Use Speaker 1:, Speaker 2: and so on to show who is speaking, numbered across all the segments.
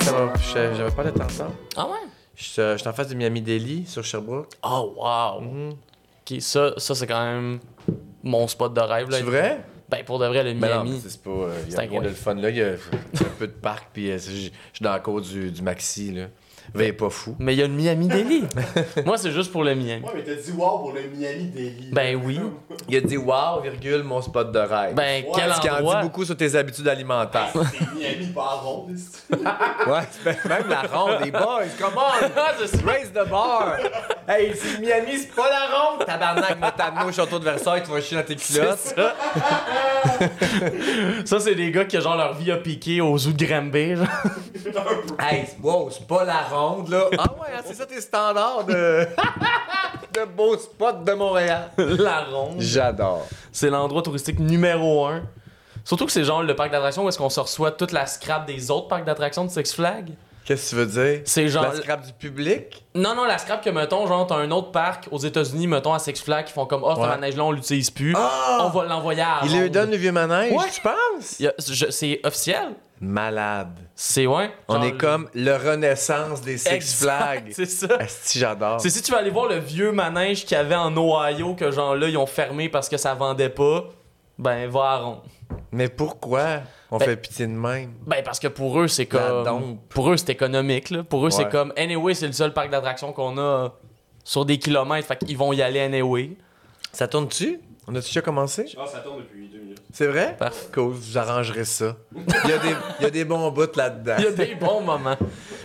Speaker 1: ça. Puis je- J'avais pas l'attention.
Speaker 2: Ah ouais?
Speaker 1: J'étais j'étais en face du Miami Deli sur Sherbrooke.
Speaker 2: Oh, wow!
Speaker 1: Mmh.
Speaker 2: Ok, ça, ça c'est quand même mon spot de rêve. là.
Speaker 1: C'est vrai?
Speaker 2: Ben, pour de vrai, le
Speaker 1: Mais non, mais
Speaker 2: Miami.
Speaker 1: c'est c'est pas. euh, y
Speaker 2: C'est
Speaker 1: a rien
Speaker 2: incroyable.
Speaker 1: de le fun là. Il y a y a un peu de parc, puis euh, c'est- je je suis dans la cour du, du maxi là. Veille pas fou.
Speaker 2: mais il y a le Miami Deli. Moi, c'est juste pour le Miami.
Speaker 3: Ouais, mais t'as dit wow pour le Miami Daily.
Speaker 2: Ben oui.
Speaker 1: Il a dit wow, virgule, mon spot de rêve.
Speaker 2: Ben,
Speaker 3: Ouais,
Speaker 2: quel
Speaker 1: ce qui en
Speaker 2: endroit.
Speaker 1: dit beaucoup sur tes habitudes alimentaires.
Speaker 3: C'est Miami pas avant,
Speaker 1: ouais, c'est- même la ronde, les boys, come on!
Speaker 2: Ah, c'est ça.
Speaker 1: Raise the bar! Hey, c'est Miami, c'est pas la ronde! Tabarnak, m'a t'amener au château de Versailles, tu vas chier dans tes culottes.
Speaker 2: ça. Ça, c'est des gars qui, genre, leur vie a piqué aux zoo de Granby. genre.
Speaker 1: Hey, wow, c'est pas la ronde, là. Ah ouais, hein, c'est ça tes standards de... de beaux spots de Montréal.
Speaker 2: La ronde.
Speaker 1: J'adore.
Speaker 2: C'est l'endroit touristique numéro un. Surtout que c'est genre le parc d'attractions où est-ce qu'on se reçoit toute la scrap des autres parcs d'attractions de Six Flags.
Speaker 1: Qu'est-ce que tu veux dire?
Speaker 2: C'est genre...
Speaker 1: La scrap du public?
Speaker 2: Non, non, la scrap que, mettons, genre, t'as un autre parc aux États-Unis, mettons, à Six Flags, qui font comme, oh, ce
Speaker 1: Ouais.
Speaker 2: manège-là, on l'utilise plus.
Speaker 1: Ah!
Speaker 2: On va l'envoyer à la
Speaker 1: Il lui
Speaker 2: ronde.
Speaker 1: donne le vieux manège,
Speaker 2: Ouais.
Speaker 1: tu penses?
Speaker 2: Il y a- je- C'est officiel.
Speaker 1: Malade.
Speaker 2: C'est, ouais.
Speaker 1: On
Speaker 2: Genre,
Speaker 1: est comme le renaissance des Six
Speaker 2: Exact,
Speaker 1: Flags.
Speaker 2: C'est ça.
Speaker 1: Asti, j'adore.
Speaker 2: C'est si tu vas aller voir le vieux manège qu'il y avait en Ohio que genre là ils ont fermé parce que ça vendait pas, ben va à Ronde.
Speaker 1: Mais pourquoi on
Speaker 2: Ben-
Speaker 1: fait pitié de même?
Speaker 2: Ben parce que pour eux c'est
Speaker 1: La
Speaker 2: comme
Speaker 1: dompe.
Speaker 2: pour eux c'est économique là, pour eux c'est
Speaker 1: Ouais.
Speaker 2: comme anyway, c'est le seul parc d'attractions qu'on a euh, sur des kilomètres, fait qu'ils vont y aller anyway.
Speaker 1: Ça tourne-tu? On a-tu déjà commencé?
Speaker 3: Non, ça tourne depuis deux minutes.
Speaker 1: C'est vrai?
Speaker 2: Parfait.
Speaker 1: Cool, vous arrangerez ça. Il y a des, il y a des bons bouts là-dedans.
Speaker 2: Il y a des bons moments.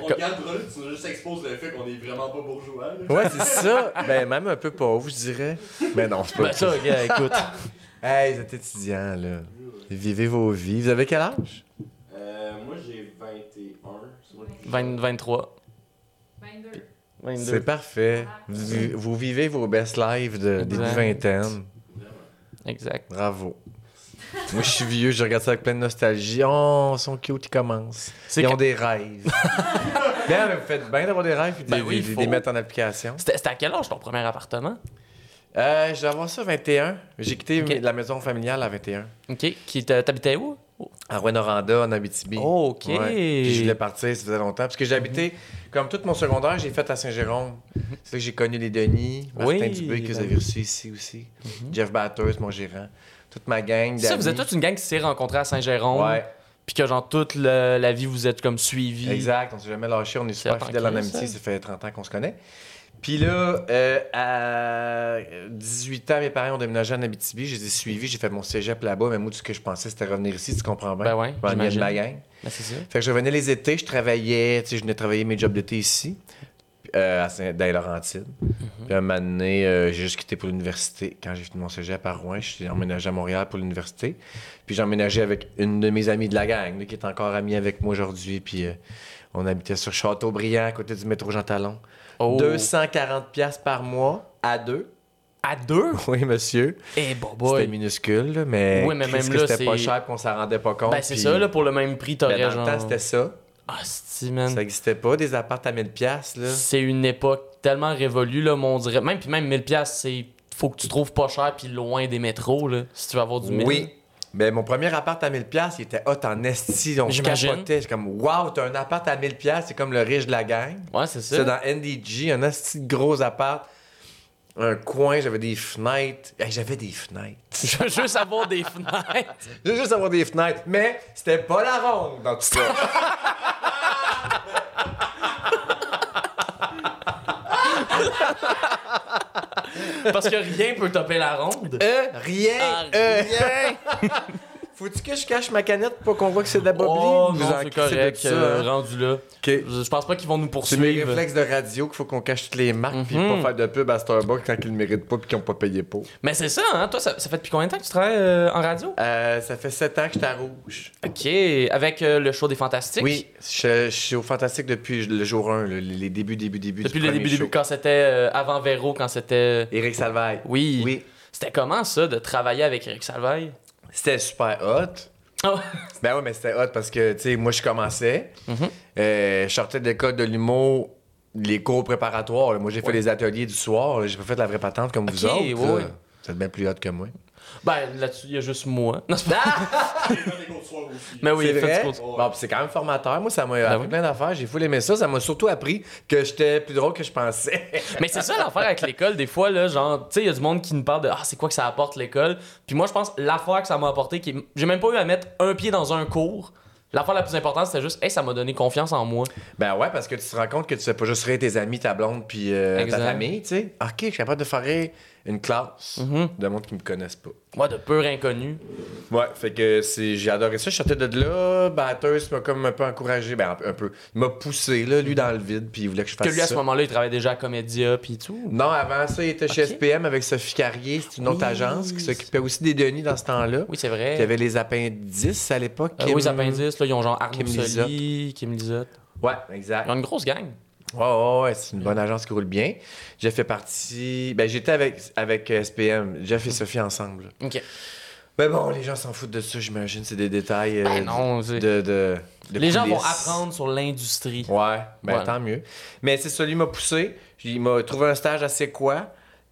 Speaker 3: On
Speaker 2: Comme-
Speaker 3: gardera là, tu nous juste exposes le fait qu'on est vraiment pas bourgeois. là.
Speaker 1: Ouais, c'est ça. Ben, même un peu pauvre, je dirais. Mais non, c'est pas
Speaker 2: Ben ça, gars, écoute.
Speaker 1: Hey, vous êtes étudiants, là. Vivez vos vies. Vous avez quel âge?
Speaker 3: Euh, moi j'ai 21. c'est moi qui-
Speaker 2: 20, 23,
Speaker 4: 22.
Speaker 1: C'est
Speaker 2: 22.
Speaker 1: parfait. Vous, vous vivez vos best lives de début
Speaker 2: Exact.
Speaker 1: vingtaine.
Speaker 2: Exact.
Speaker 1: Bravo. Moi, je suis vieux, je regarde ça avec pleine nostalgie. Oh, ils sont cute, ils commencent.
Speaker 2: C'est
Speaker 1: Ils ont
Speaker 2: quand-
Speaker 1: des rêves. bien, mais vous faites bien d'avoir des rêves et de
Speaker 2: Ben
Speaker 1: les-
Speaker 2: oui,
Speaker 1: de les
Speaker 2: faut.
Speaker 1: mettre en application.
Speaker 2: C'était c'était à quel âge ton premier appartement
Speaker 1: Euh, je vais avoir ça 21. J'ai quitté
Speaker 2: Ok.
Speaker 1: mes- la maison familiale à 21.
Speaker 2: OK, qui t'a- t'habitais où
Speaker 1: À Rouen-Oranda, en Abitibi.
Speaker 2: Oh, ok. Mhm.
Speaker 1: Puis je voulais partir, ça faisait longtemps. Parce que j'habitais, comme tout mon secondaire, j'ai fait à Saint-Jérôme. C'est là que j'ai connu les Denis, Martin
Speaker 2: Oui,
Speaker 1: Dubé, que vous
Speaker 2: ben
Speaker 1: avez reçu ici aussi. Jeff Batters, mon gérant. Toute ma gang
Speaker 2: Ça, vous êtes
Speaker 1: d'amis.
Speaker 2: toute une gang qui s'est rencontrée à Saint-Jérôme.
Speaker 1: Ouais,
Speaker 2: Puis que genre toute le- la vie vous êtes comme suivi.
Speaker 1: exact. On s'est jamais lâché. On est super
Speaker 2: C'est
Speaker 1: fidèles en
Speaker 2: tranquille,
Speaker 1: amitié.
Speaker 2: ça.
Speaker 1: Ça fait 30 ans qu'on se connaît. Puis là, euh, à 18 ans, mes parents ont déménagé en Abitibi. Je les ai suivis. J'ai fait mon cégep là-bas. Mais moi, tout ce que je pensais, c'était revenir ici. Tu comprends bien?
Speaker 2: Ben ouais,
Speaker 1: Je m'ennuyais de ma gang.
Speaker 2: Ben, c'est ça.
Speaker 1: Fait que je revenais les étés, je travaillais, tu sais, je venais travailler mes jobs d'été ici, euh, à Saint- dans les Laurentides.
Speaker 2: Mm-hmm.
Speaker 1: Puis à un moment donné, euh, j'ai juste quitté pour l'université. Quand j'ai fini mon cégep à Rouen, je suis emménagé à Montréal pour l'université. Puis j'ai emménagé avec une de mes amies de la gang, là, qui est encore amie avec moi aujourd'hui. Puis euh, on habitait sur Châteaubriand, à côté du métro Jean-Talon.
Speaker 2: Oh.
Speaker 1: 240 piastres par mois, à deux.
Speaker 2: À deux?
Speaker 1: Oui, monsieur.
Speaker 2: Eh, bon,
Speaker 1: C'était
Speaker 2: boy.
Speaker 1: minuscule, là, mais,
Speaker 2: Oui, mais
Speaker 1: Christ
Speaker 2: même
Speaker 1: que
Speaker 2: là,
Speaker 1: c'était pas
Speaker 2: c'est-
Speaker 1: cher, qu'on s'en rendait pas compte.
Speaker 2: Ben, c'est
Speaker 1: puis-
Speaker 2: ça, là, pour le même prix,
Speaker 1: Ben,
Speaker 2: t'aurais
Speaker 1: dans le
Speaker 2: genre.
Speaker 1: temps, c'était ça.
Speaker 2: Ah, c'ti, man.
Speaker 1: Ça n'existait pas, des apparts à 1000 pièces là.
Speaker 2: C'est une époque tellement révolue, là, mon on dirait. Même, puis même 1000$, piastres, c'est. Faut que tu trouves pas cher, puis loin des métros, là, si tu veux avoir du mille.
Speaker 1: Oui. Mais Ben, mon premier appart à 1000 pièces, il était hot en esti, on
Speaker 2: J'imagine.
Speaker 1: capotait, c'est comme waouh, t'as un appart à 1000 pièces, c'est comme le riche de la gang.
Speaker 2: Ouais, c'est ça.
Speaker 1: C'est dans NDG, un esti de gros appart, un coin, j'avais des fenêtres, Hey, j'avais des fenêtres.
Speaker 2: Je veux juste avoir des fenêtres.
Speaker 1: Je veux juste avoir des fenêtres, mais c'était pas la ronde dans tout ça.
Speaker 2: Parce que rien peut taper la ronde.
Speaker 1: Euh, rien,
Speaker 2: Ah,
Speaker 1: euh, rien. Faut-tu que je cache ma canette pour qu'on voit que c'est de la bobine?
Speaker 2: Oh,
Speaker 1: Vous
Speaker 2: non,
Speaker 1: en
Speaker 2: c'est
Speaker 1: crissez de
Speaker 2: correct,
Speaker 1: ça,
Speaker 2: euh,
Speaker 1: hein?
Speaker 2: rendu là.
Speaker 1: Ok.
Speaker 2: Je je pense pas qu'ils vont nous
Speaker 1: C'est mes
Speaker 2: poursuivre.
Speaker 1: réflexes Mhm. de radio qu'il faut qu'on cache toutes les marques puis pas faire de pub à Starbucks quand ils ne méritent pas puis qu'ils n'ont pas payé pour.
Speaker 2: Mais c'est ça, hein? Toi, ça, ça fait depuis combien de temps que tu travailles euh, en radio?
Speaker 1: Euh, ça fait 7 ans que j'étais à Rouge.
Speaker 2: Ok, avec euh, le show des Fantastiques.
Speaker 1: Oui, je, je suis au Fantastique depuis le jour 1, le- les débuts, débuts, débuts
Speaker 2: Depuis
Speaker 1: du
Speaker 2: le
Speaker 1: premier
Speaker 2: début, début,
Speaker 1: show.
Speaker 2: quand c'était euh, avant Véro, quand c'était. euh,
Speaker 1: Éric Salvaille.
Speaker 2: Oui.
Speaker 1: Oui.
Speaker 2: C'était comment ça de travailler avec Eric Salvaille?
Speaker 1: C'était super hot.
Speaker 2: Oh,
Speaker 1: Ben oui, mais c'était hot parce que, tu sais, moi, je commençais. Euh, je sortais de l'école de l'humour, les cours préparatoires. là. Moi, j'ai fait les ateliers du soir. là. J'ai pas fait la vraie patente comme vous
Speaker 2: Ok,
Speaker 1: autres.
Speaker 2: ouais,
Speaker 1: là.
Speaker 2: ouais.
Speaker 1: Vous êtes bien plus hot que moi.
Speaker 2: Ben, là-dessus, il y a juste moi. Non, c'est pas...
Speaker 3: J'ai fait des cours de soir aussi.
Speaker 2: Mais Ben oui,
Speaker 1: c'est
Speaker 2: faites
Speaker 1: vrai.
Speaker 2: ce qu'on- Ben
Speaker 1: Bon, puis c'est quand même formateur. Moi, ça m'a appris
Speaker 2: oui.
Speaker 1: plein d'affaires. J'ai foulé aimé ça. Ça m'a surtout appris que j'étais plus drôle que je pensais.
Speaker 2: Mais c'est ça l'affaire avec l'école, des fois, là, genre, tu sais, il y a du monde qui nous parle de Ah, c'est quoi que ça apporte l'école. Puis moi, je pense l'affaire que ça m'a apporté, qui... est- j'ai même pas eu à mettre un pied dans un cours. L'affaire la plus importante, c'était juste, hey, ça m'a donné confiance en moi.
Speaker 1: ben ouais, parce que tu te rends compte que tu fais pas juste rire tes amis, ta blonde, puis euh, ta
Speaker 2: Exact.
Speaker 1: famille, tu sais. Ah, OK, je suis capable de faire rire une classe
Speaker 2: Mhm.
Speaker 1: de monde qui me connaissent pas.
Speaker 2: Moi, de pur inconnu.
Speaker 1: Ouais, fait que c'est- j'ai adoré ça. Je sortais de là, Batters m'a comme un peu encouragé, ben un peu. Il m'a poussé, là, lui, dans le vide, puis il voulait que je fasse
Speaker 2: Que lui, à ce
Speaker 1: ça.
Speaker 2: moment-là, il travaillait déjà à Comédia, puis tout.
Speaker 1: Non, avant ça, il était chez
Speaker 2: Ok.
Speaker 1: SPM avec Sophie Carrier, c'est une autre
Speaker 2: Oui.
Speaker 1: agence qui s'occupait aussi des Denis dans ce temps-là.
Speaker 2: Oui, c'est
Speaker 1: Il
Speaker 2: vrai.
Speaker 1: y avait les appendices à l'époque.
Speaker 2: Euh,
Speaker 1: Kim-
Speaker 2: oui, les appendices, là, ils ont genre Arnaud
Speaker 1: Kim
Speaker 2: Soli, Kim Lizotte.
Speaker 1: Ouais,
Speaker 2: Ils
Speaker 1: exact.
Speaker 2: ont une grosse gang.
Speaker 1: Ouais, ouais, ouais, c'est une bonne agence qui roule bien. J'ai fait partie. Ben, j'étais avec, avec euh, SPM, Jeff et Sophie ensemble.
Speaker 2: Ok.
Speaker 1: Mais bon, les gens s'en foutent de ça, j'imagine. C'est des détails. euh,
Speaker 2: Ben non,
Speaker 1: de,
Speaker 2: c'est-
Speaker 1: de, de
Speaker 2: les gens vont
Speaker 1: coulisses.
Speaker 2: apprendre sur l'industrie.
Speaker 1: Ouais, ben
Speaker 2: Ouais.
Speaker 1: tant mieux. Mais c'est ça, lui m'a poussé. Il m'a trouvé un stage à C'est quoi.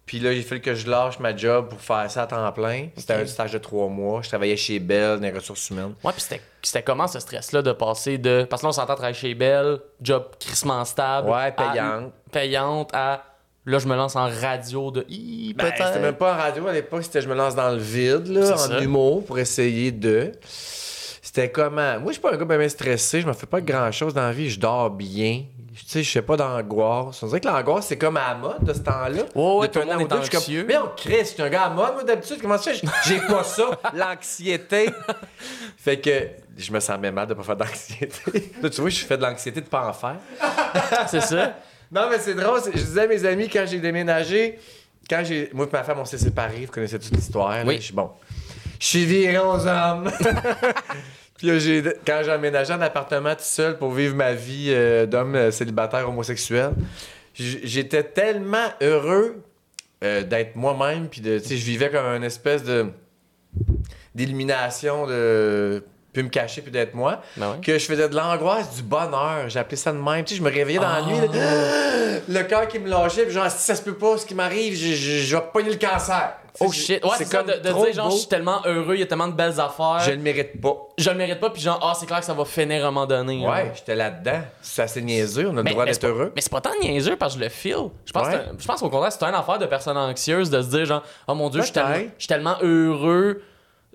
Speaker 1: Puis là, j'ai fait que je lâche ma job pour faire ça à temps plein. C'était
Speaker 2: Ok.
Speaker 1: un stage de trois mois. Je travaillais chez Bell, dans les ressources humaines.
Speaker 2: Ouais, puis c'était- c'était comment ce stress-là de passer de. Parce que là, on s'entend travailler chez Bell, job crissement stable.
Speaker 1: Ouais,
Speaker 2: à-
Speaker 1: payante.
Speaker 2: payante à. Là, je me lance en radio de. Hi,
Speaker 1: Ben,
Speaker 2: peut-être.
Speaker 1: c'était même pas en radio à l'époque, c'était je me lance dans le vide, là, en
Speaker 2: C'est ça.
Speaker 1: humour, pour essayer de. C'était comment? Moi, je suis pas un gars bien stressé, je me fais pas grand chose dans la vie, je dors bien. Tu sais, je sais pas d'angoisse. On dirait que l'angoisse, c'est comme à la mode de ce temps-là.
Speaker 2: Ouais, ouais,
Speaker 1: Depuis
Speaker 2: tout le
Speaker 1: un an
Speaker 2: monde
Speaker 1: ou
Speaker 2: est
Speaker 1: deux, je suis comme,
Speaker 2: anxieux.
Speaker 1: Mais on crée, je suis un gars à la mode, moi, d'habitude. Comment ça? fait? J'ai pas ça, l'anxiété. Fait que je me sens même mal de pas faire d'anxiété. Là, tu vois, je fais de l'anxiété de pas en faire.
Speaker 2: C'est ça.
Speaker 1: Non, mais c'est drôle. c'est- Je disais à mes amis, quand j'ai déménagé, quand j'ai. Moi et ma femme, on s'est séparés. Vous connaissez toute l'histoire. là.
Speaker 2: Oui.
Speaker 1: Je suis bon. Je suis viré aux hommes. Puis là, j'ai- quand j'ai emménagé en appartement tout seul pour vivre ma vie euh, d'homme euh, célibataire homosexuel, j- j'étais tellement heureux euh, d'être moi-même. Puis de. Tu sais, je vivais comme une espèce de. d'illumination de. Puis me cacher, puis d'être moi
Speaker 2: Ben ouais.
Speaker 1: que je faisais de l'angoisse, du bonheur. J'appelais ça de même. Tu sais, je me réveillais dans la
Speaker 2: Ah.
Speaker 1: nuit, là, le cœur qui me lâchait, puis genre, si ça se peut pas, ce qui m'arrive, je, je, je vais pogner le cancer. Tu sais,
Speaker 2: Oh shit. Ouais, c'est ça, de, de
Speaker 1: trop
Speaker 2: dire genre,
Speaker 1: beau.
Speaker 2: je suis tellement heureux, il y a tellement de belles affaires.
Speaker 1: Je
Speaker 2: Je,
Speaker 1: le mérite pas.
Speaker 2: le mérite pas, puis genre, ah, c'est clair que ça va finir à un moment donné. hein. là.
Speaker 1: Ouais, j'étais là-dedans. Ça, c'est niaiseux. On a le
Speaker 2: Mais-
Speaker 1: droit
Speaker 2: mais
Speaker 1: d'être
Speaker 2: c'est pas-
Speaker 1: heureux.
Speaker 2: Mais c'est pas tant niaiseux parce que je le feel. Je pense,
Speaker 1: Ouais.
Speaker 2: que c'est un- je pense qu'au contraire, c'est une affaire de personne anxieuse de se dire genre, oh mon dieu, je suis
Speaker 1: Peut-être.
Speaker 2: tellement, je suis tellement heureux.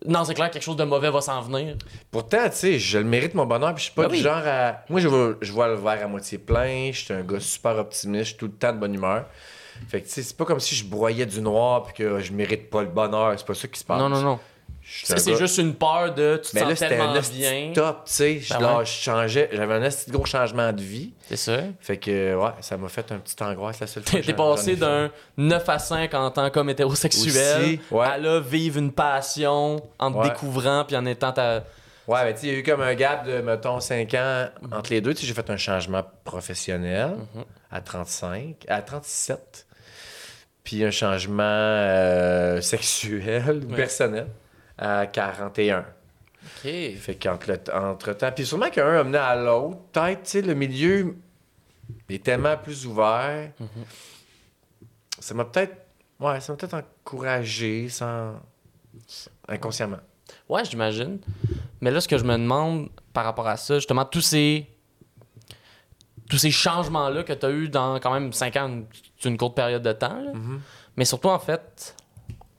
Speaker 2: Non, c'est clair, quelque chose de mauvais va s'en venir.
Speaker 1: Pourtant, tu sais, je le mérite mon bonheur, puis je suis pas
Speaker 2: Ben
Speaker 1: du
Speaker 2: oui.
Speaker 1: genre à. Moi, je vois, je vois le verre à moitié plein, je suis un gars super optimiste, je suis tout le temps de bonne humeur. Fait que, tu sais, c'est pas comme si je broyais du noir, puis que je mérite pas le bonheur. C'est pas ça qui se passe.
Speaker 2: Non, non, non.
Speaker 1: Je suis
Speaker 2: Ça,
Speaker 1: un
Speaker 2: C'est
Speaker 1: gars-
Speaker 2: juste une peur de tu te
Speaker 1: Mais là,
Speaker 2: sens
Speaker 1: c'était
Speaker 2: tellement
Speaker 1: un
Speaker 2: bien.
Speaker 1: hostie top, tu sais. Je,
Speaker 2: Ben
Speaker 1: là,
Speaker 2: ouais.
Speaker 1: je changeais. J'avais un petit gros changement de vie.
Speaker 2: C'est ça.
Speaker 1: Fait que, ouais, ça m'a fait un petit angoisse la seule fois.
Speaker 2: T'es
Speaker 1: que
Speaker 2: t'es
Speaker 1: j'en- j'en ai
Speaker 2: passé
Speaker 1: fait.
Speaker 2: d'un 9 à 5 en tant qu'homme hétérosexuel
Speaker 1: Aussi, ouais.
Speaker 2: à là vivre une passion en te
Speaker 1: Ouais.
Speaker 2: découvrant puis en étant ta.
Speaker 1: Ouais, mais tu sais, il y a eu comme un gap de, mettons, 5 ans entre les deux. Tu sais, j'ai fait un changement professionnel
Speaker 2: Mm-hmm.
Speaker 1: à 35, à 37. Puis un changement euh, sexuel, ou
Speaker 2: Ouais.
Speaker 1: personnel, à 41.
Speaker 2: Ok.
Speaker 1: Fait qu'entre le- entre-temps, puis sûrement qu'un a mené à l'autre, peut-être, tu sais, le milieu est tellement plus ouvert. Ça m'a peut-être. Ouais, ça m'a peut-être encouragé sans. inconsciemment.
Speaker 2: Ouais, j'imagine. Mais là, ce que je me demande par rapport à ça, justement, tous ces, tous ces changements-là que tu as eu dans quand même 5 ans, une- c'est une courte période de temps. là.
Speaker 1: Mm-hmm.
Speaker 2: Mais surtout, en fait,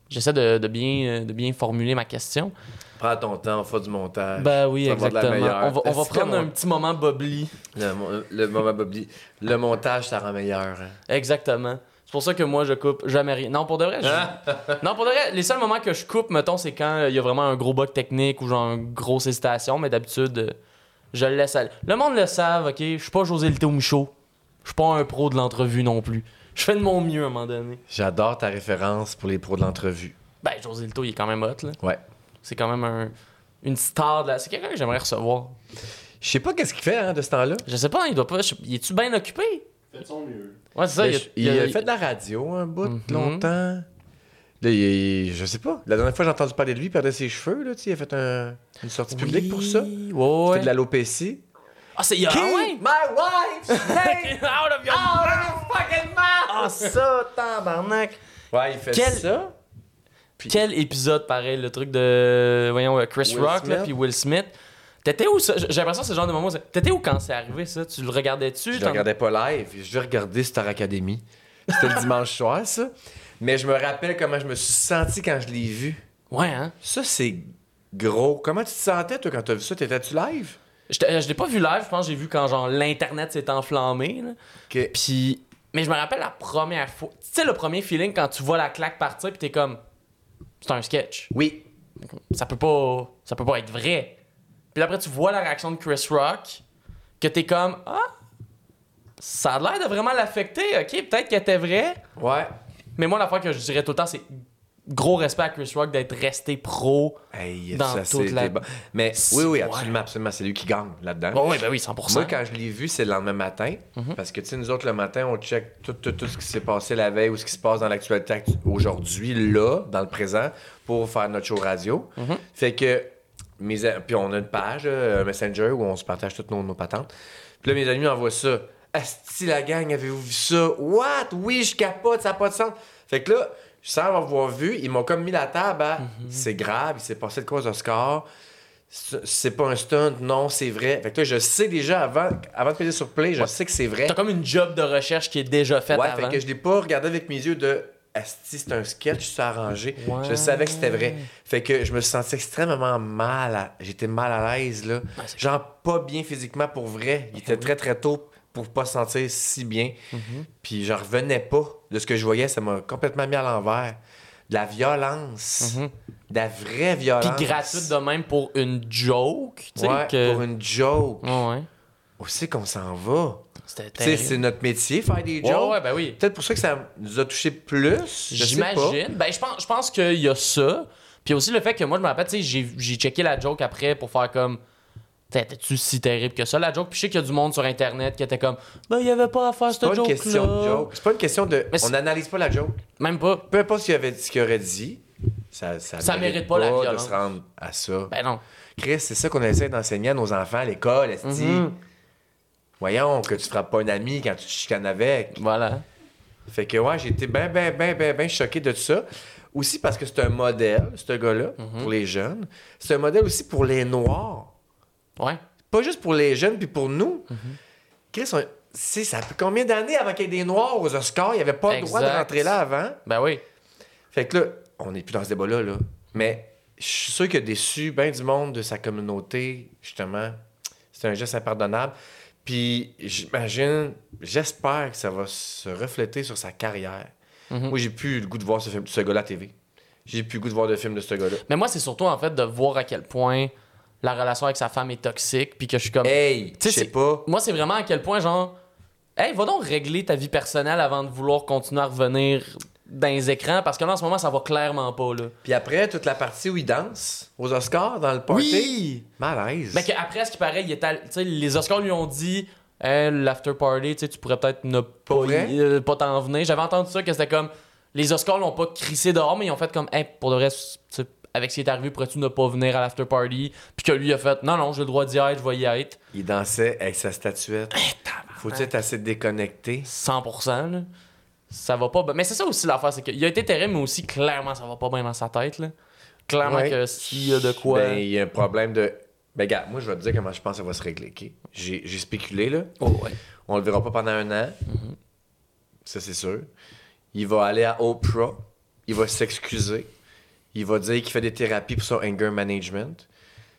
Speaker 2: j'essaie de, de bien, euh, de bien formuler ma question.
Speaker 1: Prends ton temps, on fait du montage.
Speaker 2: Ben oui,
Speaker 1: Ça va de la
Speaker 2: exactement.
Speaker 1: meilleure.
Speaker 2: On va, on va
Speaker 1: Est-ce que
Speaker 2: prendre
Speaker 1: mon-
Speaker 2: un petit moment Bobli.
Speaker 1: Le, mon- le moment Bobby. Le montage, ça rend meilleur. hein.
Speaker 2: Exactement. C'est pour ça que moi, je coupe jamais rien. Non, pour de vrai, je-
Speaker 1: Hein?
Speaker 2: Non, pour de vrai, les seuls moments que je coupe, mettons, c'est quand euh, il y a vraiment un gros bug technique ou genre une grosse hésitation, mais d'habitude, euh, je le laisse aller. Le monde le savent, ok? Je suis pas José Lito Michaud. Je suis pas un pro de l'entrevue non plus. Je fais de mon mieux à un moment donné.
Speaker 1: J'adore ta référence pour les pros de l'entrevue.
Speaker 2: Ben, José Lito, il est quand même hot, là.
Speaker 1: Ouais.
Speaker 2: C'est quand même un- une star de la... C'est quelqu'un que j'aimerais recevoir.
Speaker 1: Je sais pas qu'est-ce qu'il fait hein, de ce temps-là.
Speaker 2: Je sais pas, il doit pas... je- Il est-tu bien occupé?
Speaker 3: Faites son mieux.
Speaker 2: Ouais, c'est ça.
Speaker 1: Mais
Speaker 2: Il,
Speaker 1: Ben, je- il, a fait de la radio un bout
Speaker 2: Mhm.
Speaker 1: longtemps. Là, il- il- je sais pas. La dernière fois j'ai entendu parler de lui, il perdait ses cheveux. Là, tu sais, il a fait un- une sortie publique pour ça.
Speaker 2: Oui,
Speaker 1: Il
Speaker 2: Ouais,
Speaker 1: fait de l'alopécie.
Speaker 2: Ah, c'est... Ah, ouais?
Speaker 1: my wife! Oh,
Speaker 2: Get out of your-
Speaker 1: fucking mouth!
Speaker 2: Ah, ça, tabarnak!
Speaker 1: Ouais, il fait
Speaker 2: Quel-
Speaker 1: ça. Puis-
Speaker 2: Quel épisode, pareil, le truc de voyons, euh, Chris
Speaker 1: Will
Speaker 2: Rock là,
Speaker 1: Smith.
Speaker 2: puis Will Smith. T'étais où ça? J'ai l'impression que c'est le genre de moment où... c'est- T'étais où quand c'est arrivé, ça? Tu le regardais-tu?
Speaker 1: Je le
Speaker 2: T'en-
Speaker 1: regardais pas live, je regardais Star Academy. C'était le dimanche soir, ça. Mais je me rappelle comment je me suis senti quand je l'ai vu.
Speaker 2: Ouais, hein?
Speaker 1: Ça, c'est gros. Comment tu te sentais, toi, quand t'as vu ça? T'étais-tu live?
Speaker 2: J'étais- euh, Je l'ai pas vu live, je pense que j'ai vu quand genre l'Internet s'est enflammé. là.
Speaker 1: Que...
Speaker 2: Puis... Mais je me rappelle la première fois... Tu sais, le premier feeling quand tu vois la claque partir puis t'es comme... C'est un sketch.
Speaker 1: Oui.
Speaker 2: ça peut pas ça peut pas être vrai. Puis après tu vois la réaction de Chris Rock que t'es comme ah ça a l'air de vraiment l'affecter. OK, peut-être qu'elle était vraie.
Speaker 1: Ouais.
Speaker 2: Mais moi l'affaire que je dirais tout le temps c'est gros respect à Chris Rock d'être resté pro.
Speaker 1: Hey,
Speaker 2: Dans
Speaker 1: ça,
Speaker 2: toute
Speaker 1: c'est
Speaker 2: la-
Speaker 1: bon. Mais oui, oui,
Speaker 2: Ouais.
Speaker 1: absolument, absolument. C'est lui qui gagne là-dedans.
Speaker 2: Oh oui, ben oui, 100%.
Speaker 1: Moi, quand je l'ai vu, c'est le lendemain matin. Parce que, tu sais, nous autres, le matin, on check tout, tout, tout ce qui s'est passé la veille ou ce qui se passe dans l'actualité actu- aujourd'hui, là, dans le présent, pour faire notre show radio. Fait que, mes a- puis on a une page, euh, Messenger, où on se partage toutes nos, nos patentes. Puis là, mes amis m'envoient ça. Asti, la gang, avez-vous vu ça? What? Oui, je capote, ça n'a pas de sens. Fait que là, sans avoir vu, ils m'ont comme mis la table à c'est grave, il s'est passé de quoi aux Oscars? C'est c'est pas un stunt, non, c'est vrai. Fait que là, je sais déjà avant, avant de peser sur play, je sais que c'est vrai.
Speaker 2: T'as comme une job de recherche qui est déjà faite
Speaker 1: ouais,
Speaker 2: avant.
Speaker 1: fait que je l'ai pas regardé avec mes yeux de Asti, c'est un sketch, c'est arrangé.
Speaker 2: Ouais.
Speaker 1: Je savais que c'était vrai. Fait que je me suis senti extrêmement mal. à- J'étais mal à l'aise, là.
Speaker 2: c'est-
Speaker 1: Genre, pas bien physiquement pour vrai. Il était très, très tôt pour pas se sentir si bien.
Speaker 2: Mm-hmm.
Speaker 1: Puis j'en revenais pas de ce que je voyais. Ça m'a complètement mis à l'envers. De la violence. De la vraie violence.
Speaker 2: Mm-hmm. Puis Mhm. gratuite de même pour une joke, tu sais
Speaker 1: Ouais,
Speaker 2: que
Speaker 1: pour une joke.
Speaker 2: Ouais, ouais.
Speaker 1: Où c'est qu'on s'en va? Tu
Speaker 2: C'était
Speaker 1: sais,
Speaker 2: terrible.
Speaker 1: c'est notre métier, faire des
Speaker 2: Ouais,
Speaker 1: jokes.
Speaker 2: ouais, ben oui.
Speaker 1: Peut-être pour ça que ça nous a touché plus. je sais pas.
Speaker 2: J'imagine. Ben, je pense, je pense qu'il y a ça. Puis aussi le fait que moi, je me rappelle, tu sais, j'ai j'ai checké la joke après pour faire comme. T'es-tu si terrible que ça, la joke? Puis je sais qu'il y a du monde sur Internet qui était comme. Ben, il y avait pas à faire
Speaker 1: C'est
Speaker 2: cette
Speaker 1: pas une
Speaker 2: joke-là.
Speaker 1: question de joke. C'est pas une question de.
Speaker 2: Mais c'est-
Speaker 1: On n'analyse pas la joke.
Speaker 2: Même pas.
Speaker 1: Peu importe ce qu'il avait- ce qu'il aurait dit, ça, ça,
Speaker 2: Ça mérite pas la
Speaker 1: de
Speaker 2: violence.
Speaker 1: se rendre à ça.
Speaker 2: Ben non.
Speaker 1: Chris, c'est ça qu'on essaie d'enseigner à nos enfants à l'école, Esti.
Speaker 2: Mhm.
Speaker 1: Voyons que tu frappes pas un ami quand tu te chicanes avec.
Speaker 2: Voilà.
Speaker 1: Fait que ouais, j'ai été ben, ben, ben, ben, ben choqué de tout ça. Aussi parce que c'est un modèle, ce gars-là,
Speaker 2: Mm-hmm.
Speaker 1: pour les jeunes. C'est un modèle aussi pour les Noirs.
Speaker 2: Ouais.
Speaker 1: Pas juste pour les jeunes, puis pour nous.
Speaker 2: Mhm.
Speaker 1: Chris, on- c'est- ça fait combien d'années avant qu'il y ait des Noirs aux Oscars? Il n'y avait pas le droit de
Speaker 2: Exact.
Speaker 1: rentrer là avant.
Speaker 2: Ben oui.
Speaker 1: Fait que là, on n'est plus dans ce débat-là, là. Mais je suis sûr qu'il a déçu bien du monde de sa communauté, justement. C'est un geste impardonnable. Puis j'imagine, j'espère que ça va se refléter sur sa carrière.
Speaker 2: Mhm.
Speaker 1: Moi, j'ai plus le goût de voir ce, film- ce gars-là à TV. J'ai plus le goût de voir de film de ce gars-là.
Speaker 2: Mais moi, c'est surtout, en fait, de voir à quel point la relation avec sa femme est toxique. Puis que je suis comme.
Speaker 1: Hey,
Speaker 2: Tu sais,
Speaker 1: je sais
Speaker 2: c'est-
Speaker 1: pas.
Speaker 2: Moi, c'est vraiment à quel point, genre, hey, va donc régler ta vie personnelle avant de vouloir continuer à revenir dans les écrans parce que là, en ce moment, ça va clairement pas, là.
Speaker 1: Puis après, toute la partie où il danse aux Oscars dans le party. Malaise.
Speaker 2: Mais qu'après, ce qui paraît, il est allé- tu sais, les Oscars lui ont dit, hey, l'after party, tu sais, tu pourrais peut-être ne pas,
Speaker 1: Pour vrai?
Speaker 2: y- euh, pas t'en venir. J'avais entendu ça, que c'était comme, les Oscars l'ont pas crissé dehors, mais ils ont fait comme, hey, pour le reste, tu sais, avec ce qui est arrivé, pourrais-tu ne pas venir à l'after party? Puis que lui a fait, non, non, j'ai le droit d'y être, je vais y être.
Speaker 1: Il dansait avec sa statuette.
Speaker 2: Eh,
Speaker 1: Faut-il être assez déconnecté?
Speaker 2: 100%, là. Ça va pas bien. Mais c'est ça aussi l'affaire, c'est qu'il a été terrible, mais aussi clairement, ça va pas bien dans sa tête, là. Clairement
Speaker 1: Ouais.
Speaker 2: que s'il y a de quoi.
Speaker 1: Ben, il y a un problème de. Ben, regarde, moi, je vais te dire comment je pense que ça va se régler. ok? J'ai j'ai spéculé, là.
Speaker 2: Oh, ouais.
Speaker 1: On le verra pas pendant un an.
Speaker 2: Mm-hmm.
Speaker 1: Ça, c'est sûr. Il va aller à Oprah. Il va s'excuser. Il va dire qu'il fait des thérapies pour son anger management.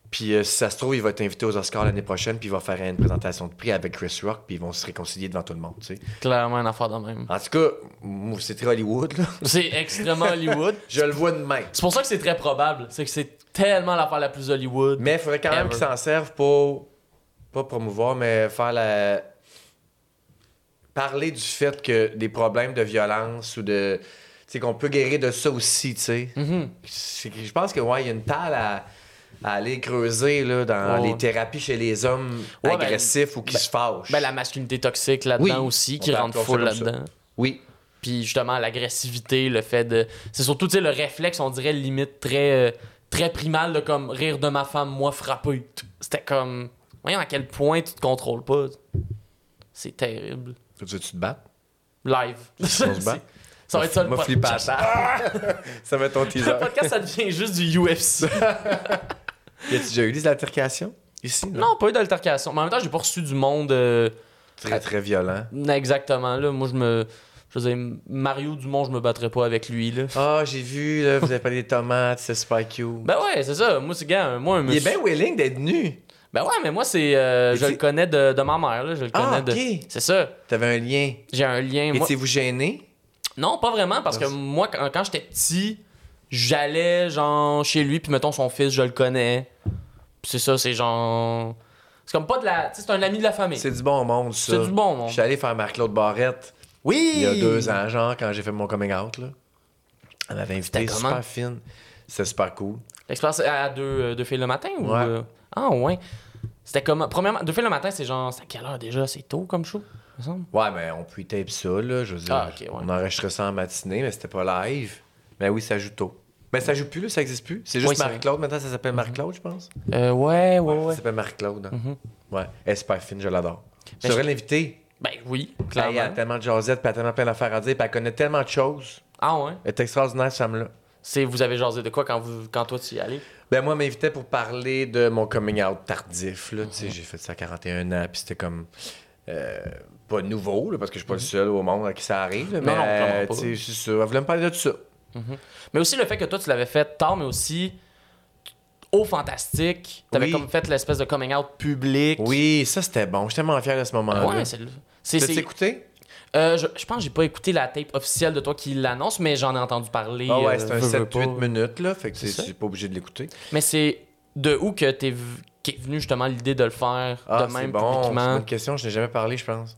Speaker 1: Puis, euh, si ça se trouve, il va être invité aux Oscars l'année prochaine, puis il va faire une présentation de prix avec Chris Rock, puis ils vont se réconcilier devant tout le monde, tu sais.
Speaker 2: Clairement, une affaire de même.
Speaker 1: En tout cas, moi, c'est très Hollywood, là.
Speaker 2: C'est extrêmement Hollywood.
Speaker 1: Je le vois de même.
Speaker 2: C'est pour ça que c'est très probable. C'est que c'est tellement l'affaire la plus Hollywood.
Speaker 1: Mais il faudrait quand même
Speaker 2: Ever.
Speaker 1: qu'ils s'en servent pour pas promouvoir, mais faire la. Parler du fait que des problèmes de violence ou de. Tu sais, qu'on peut guérir de ça aussi, tu sais.
Speaker 2: Mhm.
Speaker 1: C'est que Je pense que, ouais, il y a une table à, à aller creuser, là, dans
Speaker 2: Ouais.
Speaker 1: les thérapies chez les hommes
Speaker 2: Oh. Ouais, ben,
Speaker 1: agressifs ou qui se fâchent.
Speaker 2: Ben, la masculinité toxique là-dedans
Speaker 1: Oui.
Speaker 2: aussi,
Speaker 1: On
Speaker 2: qui
Speaker 1: peut
Speaker 2: rentre
Speaker 1: appeler ça
Speaker 2: full
Speaker 1: comme ça.
Speaker 2: là-dedans.
Speaker 1: Oui.
Speaker 2: Puis justement, l'agressivité, le fait de. C'est surtout, tu sais, le réflexe, on dirait limite très, euh, très primal de comme rire de ma femme, moi frapper. C'était comme. Voyons à quel point tu te contrôles pas. C'est terrible.
Speaker 1: Tu veux-tu te battre?
Speaker 2: Live.
Speaker 1: On se bat?
Speaker 2: Ça va être ça le
Speaker 1: M'a flippé à
Speaker 2: podcast.
Speaker 1: ça. ça va être ton teaser.
Speaker 2: Le podcast, ça devient juste du UFC.
Speaker 1: Y a-tu déjà eu des altercations ici? là?
Speaker 2: non, pas eu d'altercation. Mais en même temps, j'ai pas reçu du monde euh,
Speaker 1: Très, très violent.
Speaker 2: exactement. Là, moi, je me. Je veux dire, Mario Dumont, je me battrais pas avec lui. Là.
Speaker 1: Ah, j'ai vu, là, vous avez pas des tomates, c'est super cute.
Speaker 2: Ben ouais, c'est ça. Moi, c'est gars, moi, un
Speaker 1: Il est
Speaker 2: monsieur.
Speaker 1: bien willing d'être nu.
Speaker 2: Ben ouais, mais moi, c'est. euh,
Speaker 1: Mais
Speaker 2: je
Speaker 1: tu-
Speaker 2: le connais de, de ma mère, là. Je le connais
Speaker 1: Ah,
Speaker 2: de.
Speaker 1: ok.
Speaker 2: C'est ça.
Speaker 1: T'avais un lien.
Speaker 2: J'ai un lien. moi-
Speaker 1: Étiez-vous gêné?
Speaker 2: Non, pas vraiment, parce que
Speaker 1: Merci.
Speaker 2: moi, quand, quand j'étais petit, j'allais, genre, chez lui, puis mettons son fils, je le connais. Puis c'est ça, c'est genre. C'est comme pas de la. Tu sais, c'est un ami de la famille.
Speaker 1: C'est du bon monde, ça.
Speaker 2: C'est du bon monde.
Speaker 1: Je suis allé faire Marc-Claude Barrette
Speaker 2: Oui!
Speaker 1: il y a deux ans, genre, quand j'ai fait mon coming out. Là. Elle m'avait invité,
Speaker 2: C'était comment?
Speaker 1: super fine. C'était super cool.
Speaker 2: L'expérience à deux, euh, deux filles le matin ou.
Speaker 1: Ouais.
Speaker 2: euh, Ah, ouais. C'était comme. Premièrement, deux filles le matin, c'est genre. C'est à quelle heure déjà? C'est tôt comme show, il me semble.
Speaker 1: Ouais, mais on pre-tape ça, là. Je veux dire,
Speaker 2: Ah, ok, ouais.
Speaker 1: on enregistrait ça en matinée, mais c'était pas live. Mais oui, ça joue tôt. Mais ça joue plus, là, ça existe plus. C'est juste
Speaker 2: Oui, c'est vrai. Mhm.
Speaker 1: Marc-Claude. Maintenant, ça s'appelle Marc-Claude, je pense.
Speaker 2: Euh, ouais, ouais, ouais.
Speaker 1: Ça s'appelle Marc-Claude. hein. Ouais, elle est super fine, je l'adore. Je
Speaker 2: Mhm. je-
Speaker 1: devrais l'inviter.
Speaker 2: Ben oui,
Speaker 1: Elle a
Speaker 2: clairement.
Speaker 1: tellement de jasette, puis elle a tellement plein d'affaires à dire, puis elle connaît tellement de choses.
Speaker 2: Ah, ouais.
Speaker 1: Elle est extraordinaire, cette femme-là.
Speaker 2: C'est vous avez jasé de quoi quand, vous, quand toi tu y allais?
Speaker 1: Ben moi, elle m'invitait pour parler de mon coming out tardif. Là, tu sais, J'ai fait ça à 41 ans, puis c'était comme... euh, pas nouveau, là, parce que je suis pas le seul au monde à qui ça arrive. là,
Speaker 2: Mm-hmm.
Speaker 1: mais
Speaker 2: Non, non, clairement
Speaker 1: euh,
Speaker 2: pas.
Speaker 1: tu sais, c'est ça. Elle voulait me parler de ça.
Speaker 2: Mais aussi le fait que toi, tu l'avais fait tard, mais aussi au Fantastique. T'avais
Speaker 1: Oui.
Speaker 2: comme fait l'espèce de coming out public.
Speaker 1: Oui, ça, c'était bon. Je suis tellement fier de ce moment-là.
Speaker 2: Ouais, c'est le- c'est-
Speaker 1: T'as-tu
Speaker 2: c'est-
Speaker 1: écouté?
Speaker 2: euh, je, je pense que j'ai pas écouté la tape officielle de toi qui l'annonce, mais j'en ai entendu parler.
Speaker 1: Ah
Speaker 2: euh,
Speaker 1: ouais, c'est un
Speaker 2: veux, veux pas.
Speaker 1: 7-8 minutes, là. Fait que
Speaker 2: C'est
Speaker 1: c'est-
Speaker 2: ça.
Speaker 1: je suis pas obligé de l'écouter.
Speaker 2: Mais c'est de où que t'es v- qu'est venue justement l'idée de le faire
Speaker 1: Ah,
Speaker 2: de
Speaker 1: c'est
Speaker 2: même
Speaker 1: bon. C'est une
Speaker 2: publiquement.
Speaker 1: bonne question. Je n'ai jamais parlé, je pense.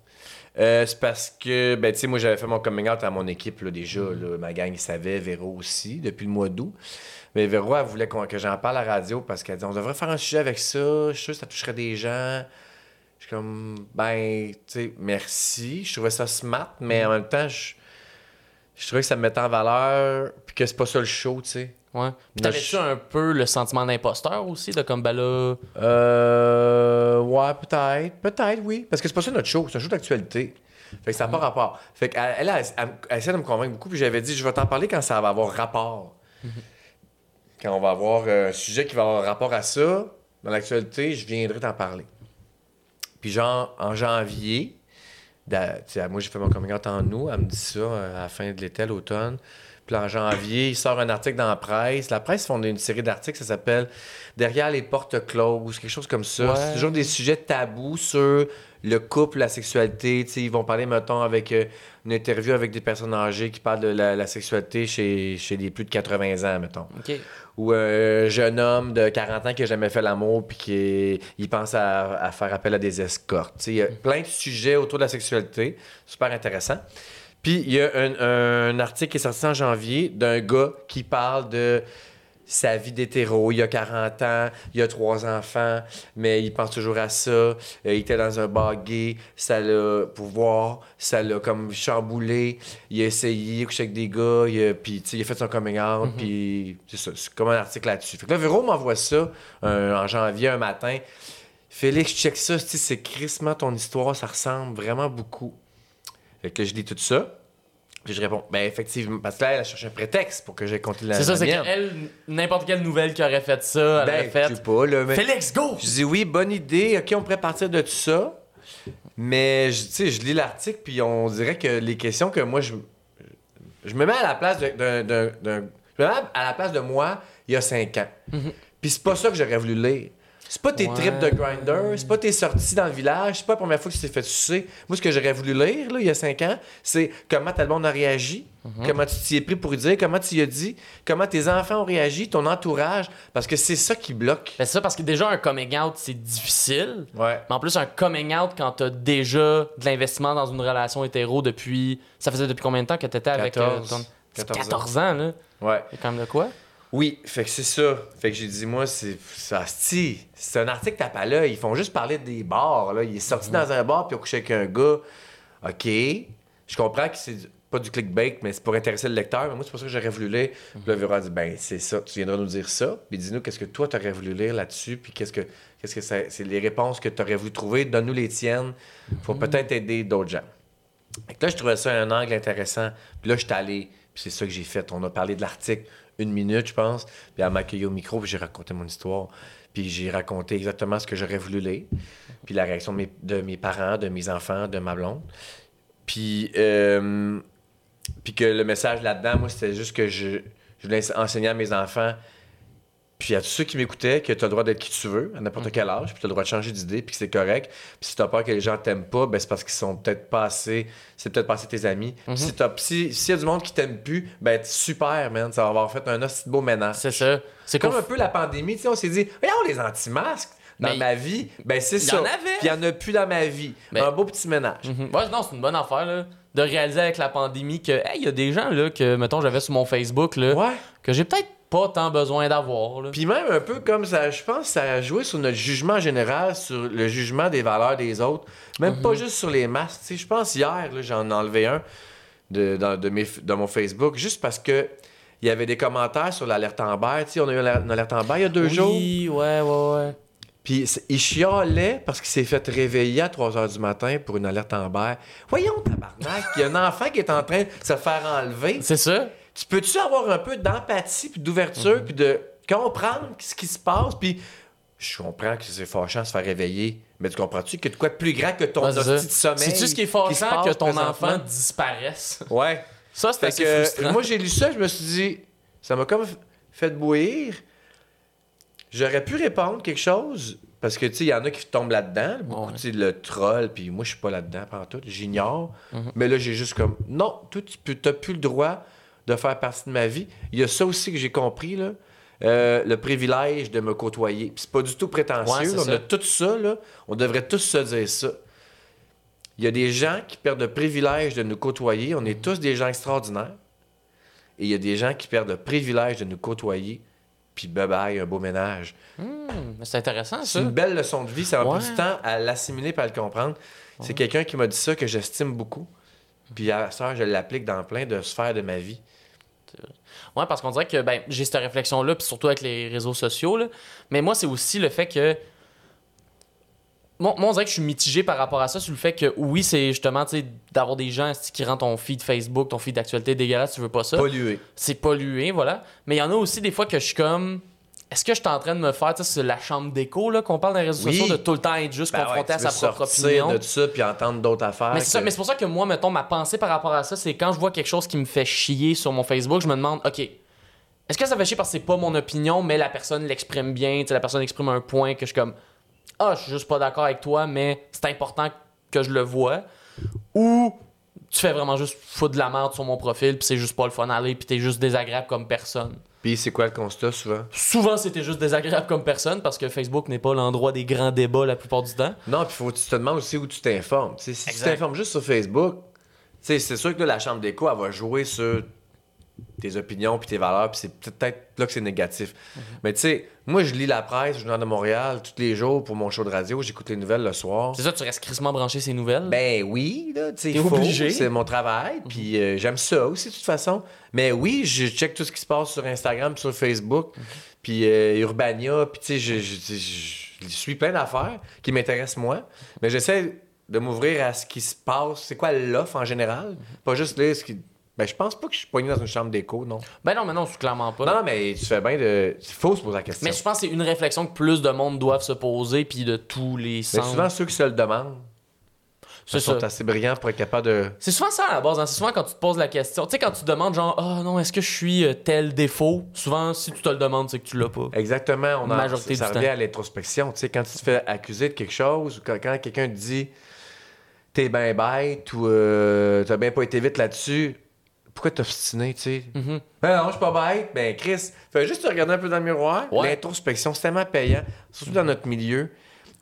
Speaker 1: Euh, c'est parce que, ben, tu sais, moi, j'avais fait mon coming out à mon équipe, là, déjà.
Speaker 2: Mm.
Speaker 1: là. ma gang, ils savaient, Véro aussi, depuis le mois d'août. Mais Véro, elle voulait qu'on- que j'en parle à la radio parce qu'elle dit on devrait faire un sujet avec ça. Je suis sûr que ça toucherait des gens. Je suis comme, ben, tu sais, merci. Je trouvais ça smart,
Speaker 2: Mm.
Speaker 1: mais en même temps, je, je trouvais que ça me mettait en valeur, puis que c'est pas ça le show, tu sais.
Speaker 2: Ouais. Puis
Speaker 1: Mais
Speaker 2: t'avais-tu
Speaker 1: je-
Speaker 2: un peu le sentiment d'imposteur aussi, de comme ben là.
Speaker 1: Euh. Ouais, peut-être. Peut-être, oui. Parce que c'est pas ça notre show. C'est un show d'actualité. Fait que ça n'a pas rapport. Fait qu'elle elle, elle, elle- elle essaie de me convaincre beaucoup. Puis j'avais dit, je vais t'en parler quand ça va avoir rapport. Quand on va avoir euh, un sujet qui va avoir rapport à ça, dans l'actualité, je viendrai t'en parler. Puis genre, en janvier, d'a- tu sais, moi j'ai fait mon coming out en août, elle me dit ça euh, à la fin de l'été, à l'automne. Puis en janvier, il sort un article dans la presse. La presse font une série d'articles, ça s'appelle Derrière les portes closes, quelque chose comme ça.
Speaker 2: Ouais.
Speaker 1: C'est toujours des sujets tabous sur le couple, la sexualité. Tu sais, ils vont parler, mettons, avec euh, une interview avec des personnes âgées qui parlent de la, la sexualité chez, chez les plus de 80 ans, mettons
Speaker 2: Ok.
Speaker 1: ou euh, un jeune homme de 40 ans qui n'a jamais fait l'amour puis qui est- il pense à, à faire appel à des escortes. Tu sais, Il y a plein de sujets autour de la sexualité, super intéressant. Puis il y a un, un article qui est sorti en janvier d'un gars qui parle de sa vie d'hétéro, il a 40 ans, il a trois enfants, mais il pense toujours à ça. Euh, il était dans un bar gay, ça l'a pouvoir, ça l'a comme chamboulé. Il a essayé, il a couché avec des gars, il a, puis tu sais, il a fait son coming
Speaker 2: Mhm.
Speaker 1: out, puis c'est ça, c'est comme un article là-dessus. Fait que là, Véro m'envoie ça un- en janvier un matin. Félix, check ça, tu sais, c'est crissement ton histoire, ça ressemble vraiment beaucoup. Fait que là, je lis tout ça. Puis je réponds, ben effectivement, parce que là, elle cherche un prétexte pour que j'ai compté Ben, la
Speaker 2: C'est ça, c'est
Speaker 1: la mienne.
Speaker 2: qu'elle, n'importe quelle nouvelle qui aurait fait ça, elle
Speaker 1: Ben,
Speaker 2: aurait
Speaker 1: je
Speaker 2: fait.
Speaker 1: sais pas, là, mais-
Speaker 2: Félix, go!
Speaker 1: je dis oui, bonne idée. OK, on pourrait partir de tout ça. Mais je, tu sais, je lis l'article, puis on dirait que les questions que moi, je, je me mets à la place de- d'un. d'un- d'un- Je me mets à la place de moi il y a cinq ans. Puis c'est pas ça que j'aurais voulu lire. C'est pas tes
Speaker 2: Ouais.
Speaker 1: trips de grinder, c'est pas tes sorties dans le village, c'est pas la première fois que tu t'es fait sucer. Moi, ce que j'aurais voulu lire, là, il y a cinq ans, c'est comment ta blonde a réagi, comment tu t'y es pris pour y dire, comment tu y as dit, comment tes enfants ont réagi, ton entourage, parce que c'est ça qui bloque.
Speaker 2: Ben, c'est ça parce que déjà un coming out c'est difficile.
Speaker 1: Ouais.
Speaker 2: Mais en plus un coming out quand t'as déjà de l'investissement dans une relation hétéro depuis ça faisait depuis combien de temps que t'étais avec euh,
Speaker 1: 14.
Speaker 2: ton- C'est
Speaker 1: 14 ans.
Speaker 2: 14 ans là.
Speaker 1: Ouais.
Speaker 2: C'est quand même de quoi
Speaker 1: Oui, fait que c'est ça. Fait que j'ai dit, moi, c'est ça, asti, c'est un article tape à l'œil. Ils font juste parler des bars. Là. Il est sorti dans un bar puis il a couché avec un gars. OK. Je comprends que c'est du- pas du clickbait, mais c'est pour intéresser le lecteur. Mais moi, c'est pour ça que j'aurais voulu lire. Puis là, Véro a dit, ben, c'est ça. Tu viendras nous dire ça. Puis dis-nous, qu'est-ce que toi, t'aurais voulu lire là-dessus? Puis qu'est-ce que qu'est-ce que ça- c'est les réponses que t'aurais voulu trouver? Donne-nous les tiennes. Faut peut-être aider d'autres gens. Fait que là, je trouvais ça un angle intéressant. Puis là, je suis allé, puis c'est ça que j'ai fait. On a parlé de l'article une minute, je pense. Puis elle m'a accueilli au micro, puis j'ai raconté mon histoire. Puis j'ai raconté exactement ce que j'aurais voulu lire. Puis la réaction de mes, de mes parents, de mes enfants, de ma blonde. Puis, euh, puis que le message là-dedans, moi, c'était juste que je, je voulais ense- enseigner à mes enfants, puis à tous ceux qui m'écoutaient, que tu as le droit d'être qui tu veux, à n'importe quel âge, puis tu as le droit de changer d'idée, puis que c'est correct. Puis si tu as peur que les gens t'aiment pas, ben c'est parce qu'ils sont peut-être pas assez, c'est peut-être pas assez tes amis. Puis si t'as- si- s'il y a du monde qui t'aime plus, ben super, man, ça va avoir fait un hostie de beau ménage.
Speaker 2: C'est ça. C'est
Speaker 1: C'est Ah, comme
Speaker 2: qu'on-
Speaker 1: un peu la pandémie, tu sais, on s'est dit, regarde les anti-masques dans
Speaker 2: Mais-
Speaker 1: ma vie, ben c'est
Speaker 2: Il y
Speaker 1: ça.
Speaker 2: en avait.
Speaker 1: Puis il y en a plus dans ma vie.
Speaker 2: Mais-
Speaker 1: Un beau petit ménage.
Speaker 2: Mhm. Ouais, non, c'est une bonne affaire, là, De réaliser avec la pandémie que, hey, il y a des gens, là, que, mettons, j'avais sur mon Facebook, là,
Speaker 1: Ouais.
Speaker 2: que j'ai peut-être pas tant besoin d'avoir, là.
Speaker 1: Puis même un peu comme ça, je pense que ça a joué sur notre jugement général, sur le jugement des valeurs des autres, même
Speaker 2: Mhm.
Speaker 1: pas juste sur les masques. tu sais. Je pense hier, là, j'en ai enlevé un de, dans- de mes, de mon Facebook, juste parce que il y avait des commentaires sur l'alerte Amber. Tu sais, on a eu une alerte Amber il y a deux
Speaker 2: oui,
Speaker 1: jours.
Speaker 2: ouais, ouais, ouais.
Speaker 1: Puis c- il chialait parce qu'il s'est fait réveiller à 3 h du matin pour une alerte Amber. Voyons, tabarnak, il y a un enfant qui est en train de se faire enlever.
Speaker 2: C'est ça.
Speaker 1: Tu peux-tu avoir un peu d'empathie, puis
Speaker 2: Mhm.
Speaker 1: d'ouverture, puis de comprendre ce qui se passe, puis je comprends que c'est fâchant de se faire réveiller, mais tu comprends-tu que de quoi de plus grand que ton
Speaker 2: Ouais, c'est ça.
Speaker 1: hostie de sommeil?
Speaker 2: C'est-tu ce qui est
Speaker 1: se
Speaker 2: fâchant
Speaker 1: passe
Speaker 2: que ton
Speaker 1: présentement?
Speaker 2: enfant disparaisse?
Speaker 1: Ouais.
Speaker 2: Ça, c'est
Speaker 1: Fait
Speaker 2: assez
Speaker 1: que,
Speaker 2: frustrant.
Speaker 1: moi, j'ai lu ça, je me suis dit, ça m'a comme f- fait bouillir. J'aurais pu répondre quelque chose, parce que, tu sais, il y en a qui tombent là-dedans, beaucoup,
Speaker 2: Ouais.
Speaker 1: tu sais, le troll, puis moi, je suis pas là-dedans, pendant tout, j'ignore.
Speaker 2: Mhm.
Speaker 1: Mais là, j'ai juste comme, non, toi, tu peux, t'as plus le droit de faire partie de ma vie. Il y a ça aussi que j'ai compris, là. euh, le privilège de me côtoyer. Puis c'est pas du tout
Speaker 2: Ouais,
Speaker 1: prétentieux.
Speaker 2: c'est
Speaker 1: là, on
Speaker 2: ça.
Speaker 1: a tout ça, là. On devrait tous se dire ça. Il y a des gens qui perdent le privilège de nous côtoyer. On est tous des gens extraordinaires. Et il y a des gens qui perdent le privilège de nous côtoyer. Puis bye bye, un beau ménage.
Speaker 2: Hmm, mais c'est intéressant,
Speaker 1: C'est
Speaker 2: ça.
Speaker 1: une belle leçon de vie. Ça m'a
Speaker 2: Ouais.
Speaker 1: pris du temps à l'assimiler et à le comprendre. C'est quelqu'un qui m'a dit ça que j'estime beaucoup. Puis à ça, je l'applique dans plein de sphères de ma vie.
Speaker 2: Ouais, parce qu'on dirait que ben, j'ai cette réflexion-là, puis surtout avec les réseaux sociaux. Là. Mais moi, c'est aussi le fait que. Moi, moi, on dirait que je suis mitigé par rapport à ça, sur le fait que oui, c'est justement tu sais, d'avoir des gens esti, qui rendent ton feed Facebook, ton feed d'actualité dégueulasse, tu veux pas ça.
Speaker 1: Pollué.
Speaker 2: C'est pollué, voilà. Mais il y en a aussi des fois que je suis comme. Est-ce que je suis en train de me faire, tu sais, c'est la chambre d'écho, là, qu'on parle dans les réseaux
Speaker 1: Oui.
Speaker 2: sociaux, de tout le temps être juste
Speaker 1: Ben ouais,
Speaker 2: confronté
Speaker 1: tu
Speaker 2: à sa
Speaker 1: veux
Speaker 2: propre
Speaker 1: sortir
Speaker 2: opinion?
Speaker 1: de ça puis entendre d'autres affaires.
Speaker 2: Mais c'est ça,
Speaker 1: que-
Speaker 2: mais c'est pour ça que moi, mettons, ma pensée par rapport à ça, c'est quand je vois quelque chose qui me fait chier sur mon Facebook, je me demande, OK, est-ce que ça fait chier parce que c'est pas mon opinion, mais la personne l'exprime bien, tu sais, la personne exprime un point que je suis comme, ah, je suis juste pas d'accord avec toi, mais c'est important que je le vois. Ou tu fais vraiment juste foutre de la merde sur mon profil, puis c'est juste pas le fun à aller, puis t'es juste désagréable comme personne.
Speaker 1: Puis c'est quoi le constat souvent?
Speaker 2: Souvent, c'était juste désagréable comme personne parce que Facebook n'est pas l'endroit des grands débats la plupart du temps.
Speaker 1: Non, puis faut que tu te demandes aussi où tu t'informes. Tu sais, Si
Speaker 2: Exact.
Speaker 1: tu t'informes juste sur Facebook, tu sais, c'est sûr que là, la chambre d'écho, elle va jouer sur tes opinions puis tes valeurs, puis c'est peut-être là que c'est négatif.
Speaker 2: Mm-hmm.
Speaker 1: Mais tu sais, moi, je lis la presse, le Journal de Montréal, tous les jours pour mon show de radio, j'écoute les nouvelles le soir.
Speaker 2: C'est ça, tu restes crissement branché ces nouvelles.
Speaker 1: Ben oui, là, tu sais,
Speaker 2: Mm. T'es
Speaker 1: faut,
Speaker 2: obligé. Mm-hmm.
Speaker 1: c'est mon travail, puis euh, j'aime ça aussi de toute façon. Mais oui, je check tout ce qui se passe sur Instagram, sur Facebook,
Speaker 2: Mm-hmm.
Speaker 1: puis euh, Urbania, puis tu sais, je, je- je- je- je suis plein d'affaires qui m'intéressent moi, mais j'essaie de m'ouvrir à ce qui se passe, c'est quoi l'offre en général,
Speaker 2: Mm-hmm.
Speaker 1: pas juste là, ce qui... Ben, je pense pas que je suis poigné dans une chambre d'écho, non.
Speaker 2: Ben non, mais non, c'est clairement pas.
Speaker 1: Non, mais tu fais bien de... Il faut se poser la question.
Speaker 2: Mais je pense que c'est une réflexion que plus de monde doivent se poser, puis de tous les
Speaker 1: Mais
Speaker 2: sens.
Speaker 1: souvent, ceux qui se le demandent,
Speaker 2: c'est
Speaker 1: sont
Speaker 2: ça.
Speaker 1: assez brillants pour être capables de...
Speaker 2: C'est souvent ça à la base, hein. c'est souvent quand tu te poses la question. Tu sais, quand tu te demandes, genre, ah non, est-ce que je suis euh, tel défaut Souvent, si tu te le demandes, c'est que tu l'as pas.
Speaker 1: Exactement. On en,
Speaker 2: Majorité
Speaker 1: ça
Speaker 2: du
Speaker 1: revient
Speaker 2: temps.
Speaker 1: à l'introspection. Tu sais, quand tu te fais accuser de quelque chose ou quand, quand quelqu'un te dit t'es bien bête ou euh, t'as bien pas été vite là-dessus, pourquoi t'obstiner, tu sais?
Speaker 2: Mhm.
Speaker 1: Ben non, je suis pas bête. Ben Chris, fais juste te regarder un peu dans le miroir.
Speaker 2: Ouais.
Speaker 1: L'introspection, c'est tellement payant, surtout dans notre milieu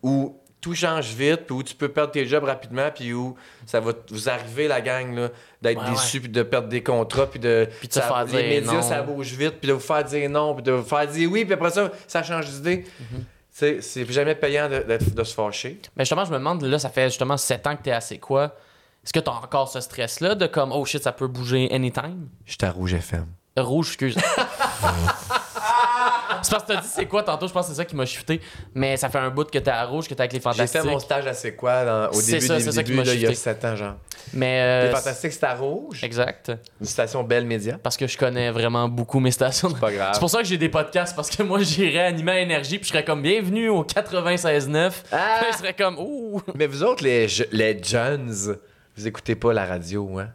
Speaker 1: où tout change vite, puis où tu peux perdre tes jobs rapidement, puis où ça va t- vous arriver, la gang, là, d'être
Speaker 2: Ouais,
Speaker 1: déçu, puis de perdre des contrats, puis de...
Speaker 2: Puis de se
Speaker 1: ça,
Speaker 2: faire
Speaker 1: les
Speaker 2: dire
Speaker 1: médias,
Speaker 2: non.
Speaker 1: ça bouge vite, puis de vous faire dire non, puis de vous faire dire oui, puis après ça, ça change d'idée.
Speaker 2: Mhm.
Speaker 1: C'est- C'est plus jamais payant de, d'être- de se fâcher.
Speaker 2: Mais justement, je me demande, là, ça fait justement 7 ans que t'es assez quoi Est-ce que t'as encore ce stress-là de comme, oh shit, ça peut bouger anytime
Speaker 1: J'étais à Rouge FM.
Speaker 2: Rouge, excuse. C'est parce que t'as dit c'est quoi tantôt, je pense que c'est ça qui m'a chuté. Mais ça fait un bout que t'es à rouge, que t'es avec les
Speaker 1: J'ai
Speaker 2: fantastiques.
Speaker 1: fait mon stage à C'est quoi dans- au
Speaker 2: C'est
Speaker 1: début,
Speaker 2: ça,
Speaker 1: des-
Speaker 2: c'est ça qui
Speaker 1: début,
Speaker 2: m'a
Speaker 1: là, il y a
Speaker 2: shifté.
Speaker 1: 7 ans, genre.
Speaker 2: Mais.
Speaker 1: les
Speaker 2: euh,
Speaker 1: Fantastiques, c'était à Rouge,
Speaker 2: exact.
Speaker 1: une station belle média.
Speaker 2: Parce que je connais vraiment beaucoup mes stations.
Speaker 1: C'est pas grave.
Speaker 2: C'est pour ça que j'ai des podcasts, parce que moi j'irais animer à énergie, puis je serais comme bienvenue au 96.9.
Speaker 1: Ah!
Speaker 2: Puis je serais comme ouh.
Speaker 1: Mais vous autres, les, je- les jeunes, vous écoutez pas la radio, hein?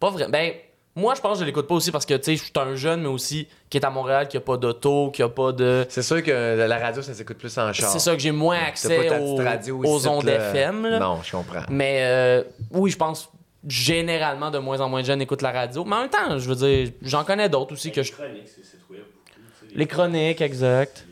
Speaker 2: Pas vrai. Ben, moi, je pense que je l'écoute pas aussi parce que, tu sais, je suis un jeune, mais aussi qui est à Montréal, qui a pas d'auto, qui a pas de.
Speaker 1: C'est sûr que la radio, ça s'écoute plus en char.
Speaker 2: C'est ça que j'ai moins
Speaker 1: T'as
Speaker 2: accès
Speaker 1: pas ta
Speaker 2: aux,
Speaker 1: petite radio
Speaker 2: aux
Speaker 1: ici,
Speaker 2: ondes
Speaker 1: là.
Speaker 2: FM. là.
Speaker 1: Non, je comprends.
Speaker 2: Mais euh, oui, je pense généralement de moins en moins de jeunes écoutent la radio. Mais en même temps, je veux dire, j'en connais d'autres aussi que je.
Speaker 3: chroniques, c'est c'est trouvé beaucoup.
Speaker 2: Les chroniques, exact.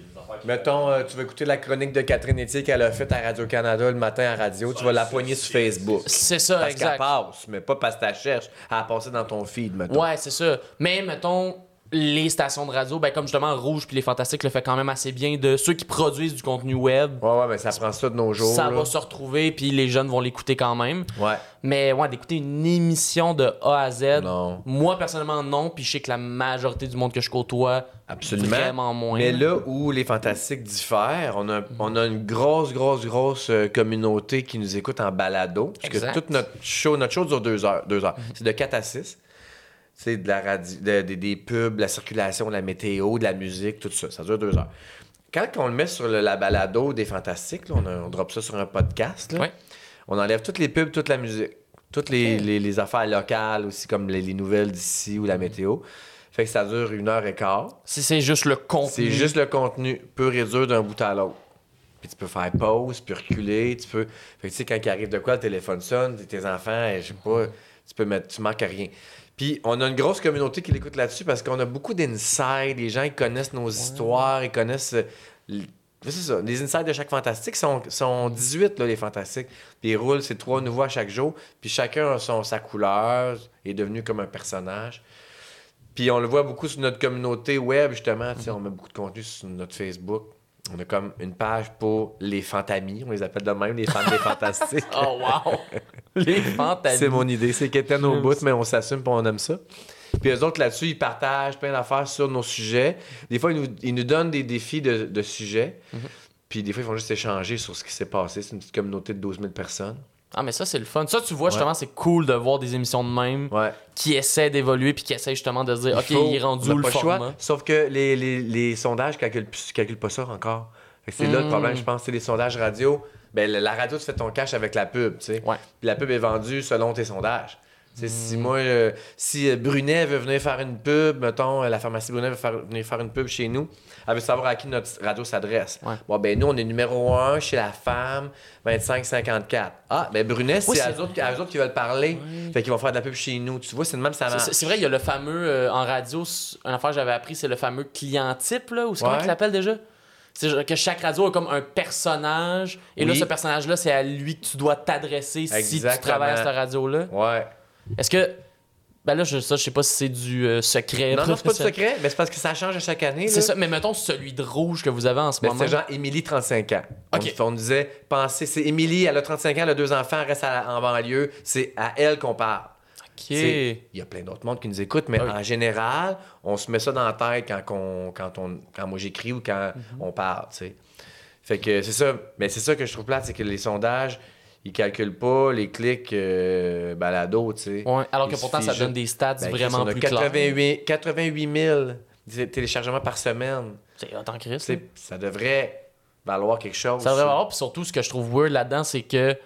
Speaker 1: Mettons, euh, tu veux écouter la chronique de Catherine Etier qu'elle a faite à Radio-Canada le matin à radio, tu vas la poigner sur Facebook.
Speaker 2: C'est ça,
Speaker 1: Parce qu'elle
Speaker 2: exact.
Speaker 1: passe, mais pas parce que tu cherches. Elle a passé dans ton feed, mettons.
Speaker 2: Ouais, c'est ça. Mais mettons les stations de radio, ben comme justement Rouge puis les Fantastiques le fait quand même assez bien de ceux qui produisent du contenu web.
Speaker 1: Ouais, ouais, mais ça prend ça de nos jours.
Speaker 2: ça
Speaker 1: là.
Speaker 2: va se retrouver puis les jeunes vont l'écouter quand même.
Speaker 1: Ouais.
Speaker 2: Mais ouais, d'écouter une émission de A à Z.
Speaker 1: Non.
Speaker 2: Moi personnellement non, puis je sais que la majorité du monde que je côtoie
Speaker 1: Absolument.
Speaker 2: vraiment moins.
Speaker 1: Mais là où les fantastiques diffèrent, on a, on a une grosse, grosse, grosse euh, communauté qui nous écoute en balado. Parce
Speaker 2: Exact. Mhm.
Speaker 1: que toute notre show, notre show dure deux heures. Deux heures. C'est de 4 à 6. C'est de la radio, de- des- des pubs, la circulation, la météo, de la musique, tout ça. Ça dure deux heures. Quand on le met sur le- la balado des fantastiques, là, on, a- on drop ça sur un podcast. là,
Speaker 2: Ouais.
Speaker 1: On enlève toutes les pubs, toute la musique, toutes les, les- les affaires locales aussi, comme les, les nouvelles d'ici
Speaker 2: Mhm.
Speaker 1: ou la météo. Fait que ça dure une heure et quart.
Speaker 2: si c'est juste le contenu.
Speaker 1: C'est juste le contenu pur et dur d'un bout à l'autre. Puis tu peux faire pause, puis reculer, tu peux. Fait que tu sais, quand il arrive de quoi, le téléphone sonne, t'es- tes enfants, eh, je sais pas, tu peux mettre, tu manques à rien. Puis on a une grosse communauté qui l'écoute là-dessus parce qu'on a beaucoup d'insides, les gens ils connaissent nos histoires, ils connaissent. euh, l- c'est ça, les insides de chaque fantastique sont, sont 18, là, les fantastiques. Puis ils roulent, c'est trois nouveaux à chaque jour, puis chacun a son, sa couleur, est devenu comme un personnage. Puis on le voit beaucoup sur notre communauté web, justement. tu sais, On met beaucoup de contenu sur notre Facebook. On a comme une page pour les fantamis. On les appelle de même, les fans des fantastiques.
Speaker 2: Oh wow. les fantastiques.
Speaker 1: C'est mon idée. C'est qu'étaient nos bouts, mais on s'assume et on aime ça. Puis eux autres, là-dessus, ils partagent plein d'affaires sur nos sujets. Des fois, ils nous, ils nous donnent des défis de, de sujets. Puis des fois, ils vont juste échanger sur ce qui s'est passé. C'est une petite communauté de 12 000 personnes.
Speaker 2: Ah mais ça c'est le fun. Ça tu vois justement c'est cool de voir des émissions de même
Speaker 1: Ouais.
Speaker 2: qui essaient d'évoluer puis qui essaient justement de se dire OK,
Speaker 1: faut-
Speaker 2: il est rendu
Speaker 1: on a
Speaker 2: où le
Speaker 1: pas
Speaker 2: format.
Speaker 1: Sauf que les, les, les sondages calculent, plus- calculent pas ça encore. Fait que C'est là le
Speaker 2: Mm.
Speaker 1: problème, je pense. C'est les sondages radio. Ben, la- la radio, tu fais ton cash avec la pub. tu sais.
Speaker 2: Ouais. Hmm.
Speaker 1: Puis la pub est vendue selon tes sondages. Tu sais, Si moi, euh, si euh, Brunet veut venir faire une pub, mettons, euh, la pharmacie Brunet veut faire- venir faire une pub chez nous, elle veut savoir à qui notre radio s'adresse.
Speaker 2: Ouais.
Speaker 1: Bon, ben nous, on est numéro 1 chez la femme, 25-54. Ah, ben Brunet, c'est
Speaker 2: Oui,
Speaker 1: à
Speaker 2: c'est-
Speaker 1: eux autres, à eux autres qui veulent parler. Fait qu'ils vont faire de la pub chez nous. Tu vois, c'est de même, ça
Speaker 2: C'est-
Speaker 1: marche.
Speaker 2: C'est c'est vrai, il y a le fameux, euh, en radio, c- une affaire que j'avais appris, c'est le fameux client type, là, ou c'est comment
Speaker 1: Ouais.
Speaker 2: tu l'appelles déjà? C'est genre que chaque radio a comme un personnage, et là,
Speaker 1: Oui.
Speaker 2: ce personnage-là, c'est à lui que tu dois t'adresser si tu
Speaker 1: Exactement.
Speaker 2: travailles à cette radio-là.
Speaker 1: Ouais.
Speaker 2: Est-ce que. Ben là, je, ça, je sais pas si c'est du euh, secret.
Speaker 1: Non, non, c'est pas de
Speaker 2: professionnel.
Speaker 1: secret, mais c'est parce que ça change à chaque année.
Speaker 2: C'est ça, mais mettons celui de rouge que vous avez en ce
Speaker 1: Mais
Speaker 2: moment.
Speaker 1: c'était genre Émilie, 35 ans. On-
Speaker 2: Ok.
Speaker 1: On, disait, pensez, c'est Émilie, elle a 35 ans, elle a deux enfants, elle reste à la- en banlieue, c'est à elle qu'on parle.
Speaker 2: Ok.
Speaker 1: C'est- Il y a plein d'autres mondes qui nous écoutent, mais
Speaker 2: Ah oui.
Speaker 1: en général, on se met ça dans la tête quand, qu'on- quand, on, quand moi j'écris ou quand on parle, tu sais. Fait que c'est ça. Mais c'est ça que je trouve plate, c'est que les sondages, ils calculent pas les clics euh, balado, tu sais.
Speaker 2: Ouais, alors que
Speaker 1: Il
Speaker 2: pourtant,
Speaker 1: suffit
Speaker 2: ça
Speaker 1: juste-
Speaker 2: donne des stats
Speaker 1: Ben, Chris,
Speaker 2: vraiment
Speaker 1: on a
Speaker 2: plus claires.
Speaker 1: 88, 88 000 téléchargements par semaine.
Speaker 2: C'est autant que
Speaker 1: Tu sais, ça devrait valoir quelque chose.
Speaker 2: Ça devrait avoir. Puis surtout, ce que je trouve weird là-dedans, c'est que, tu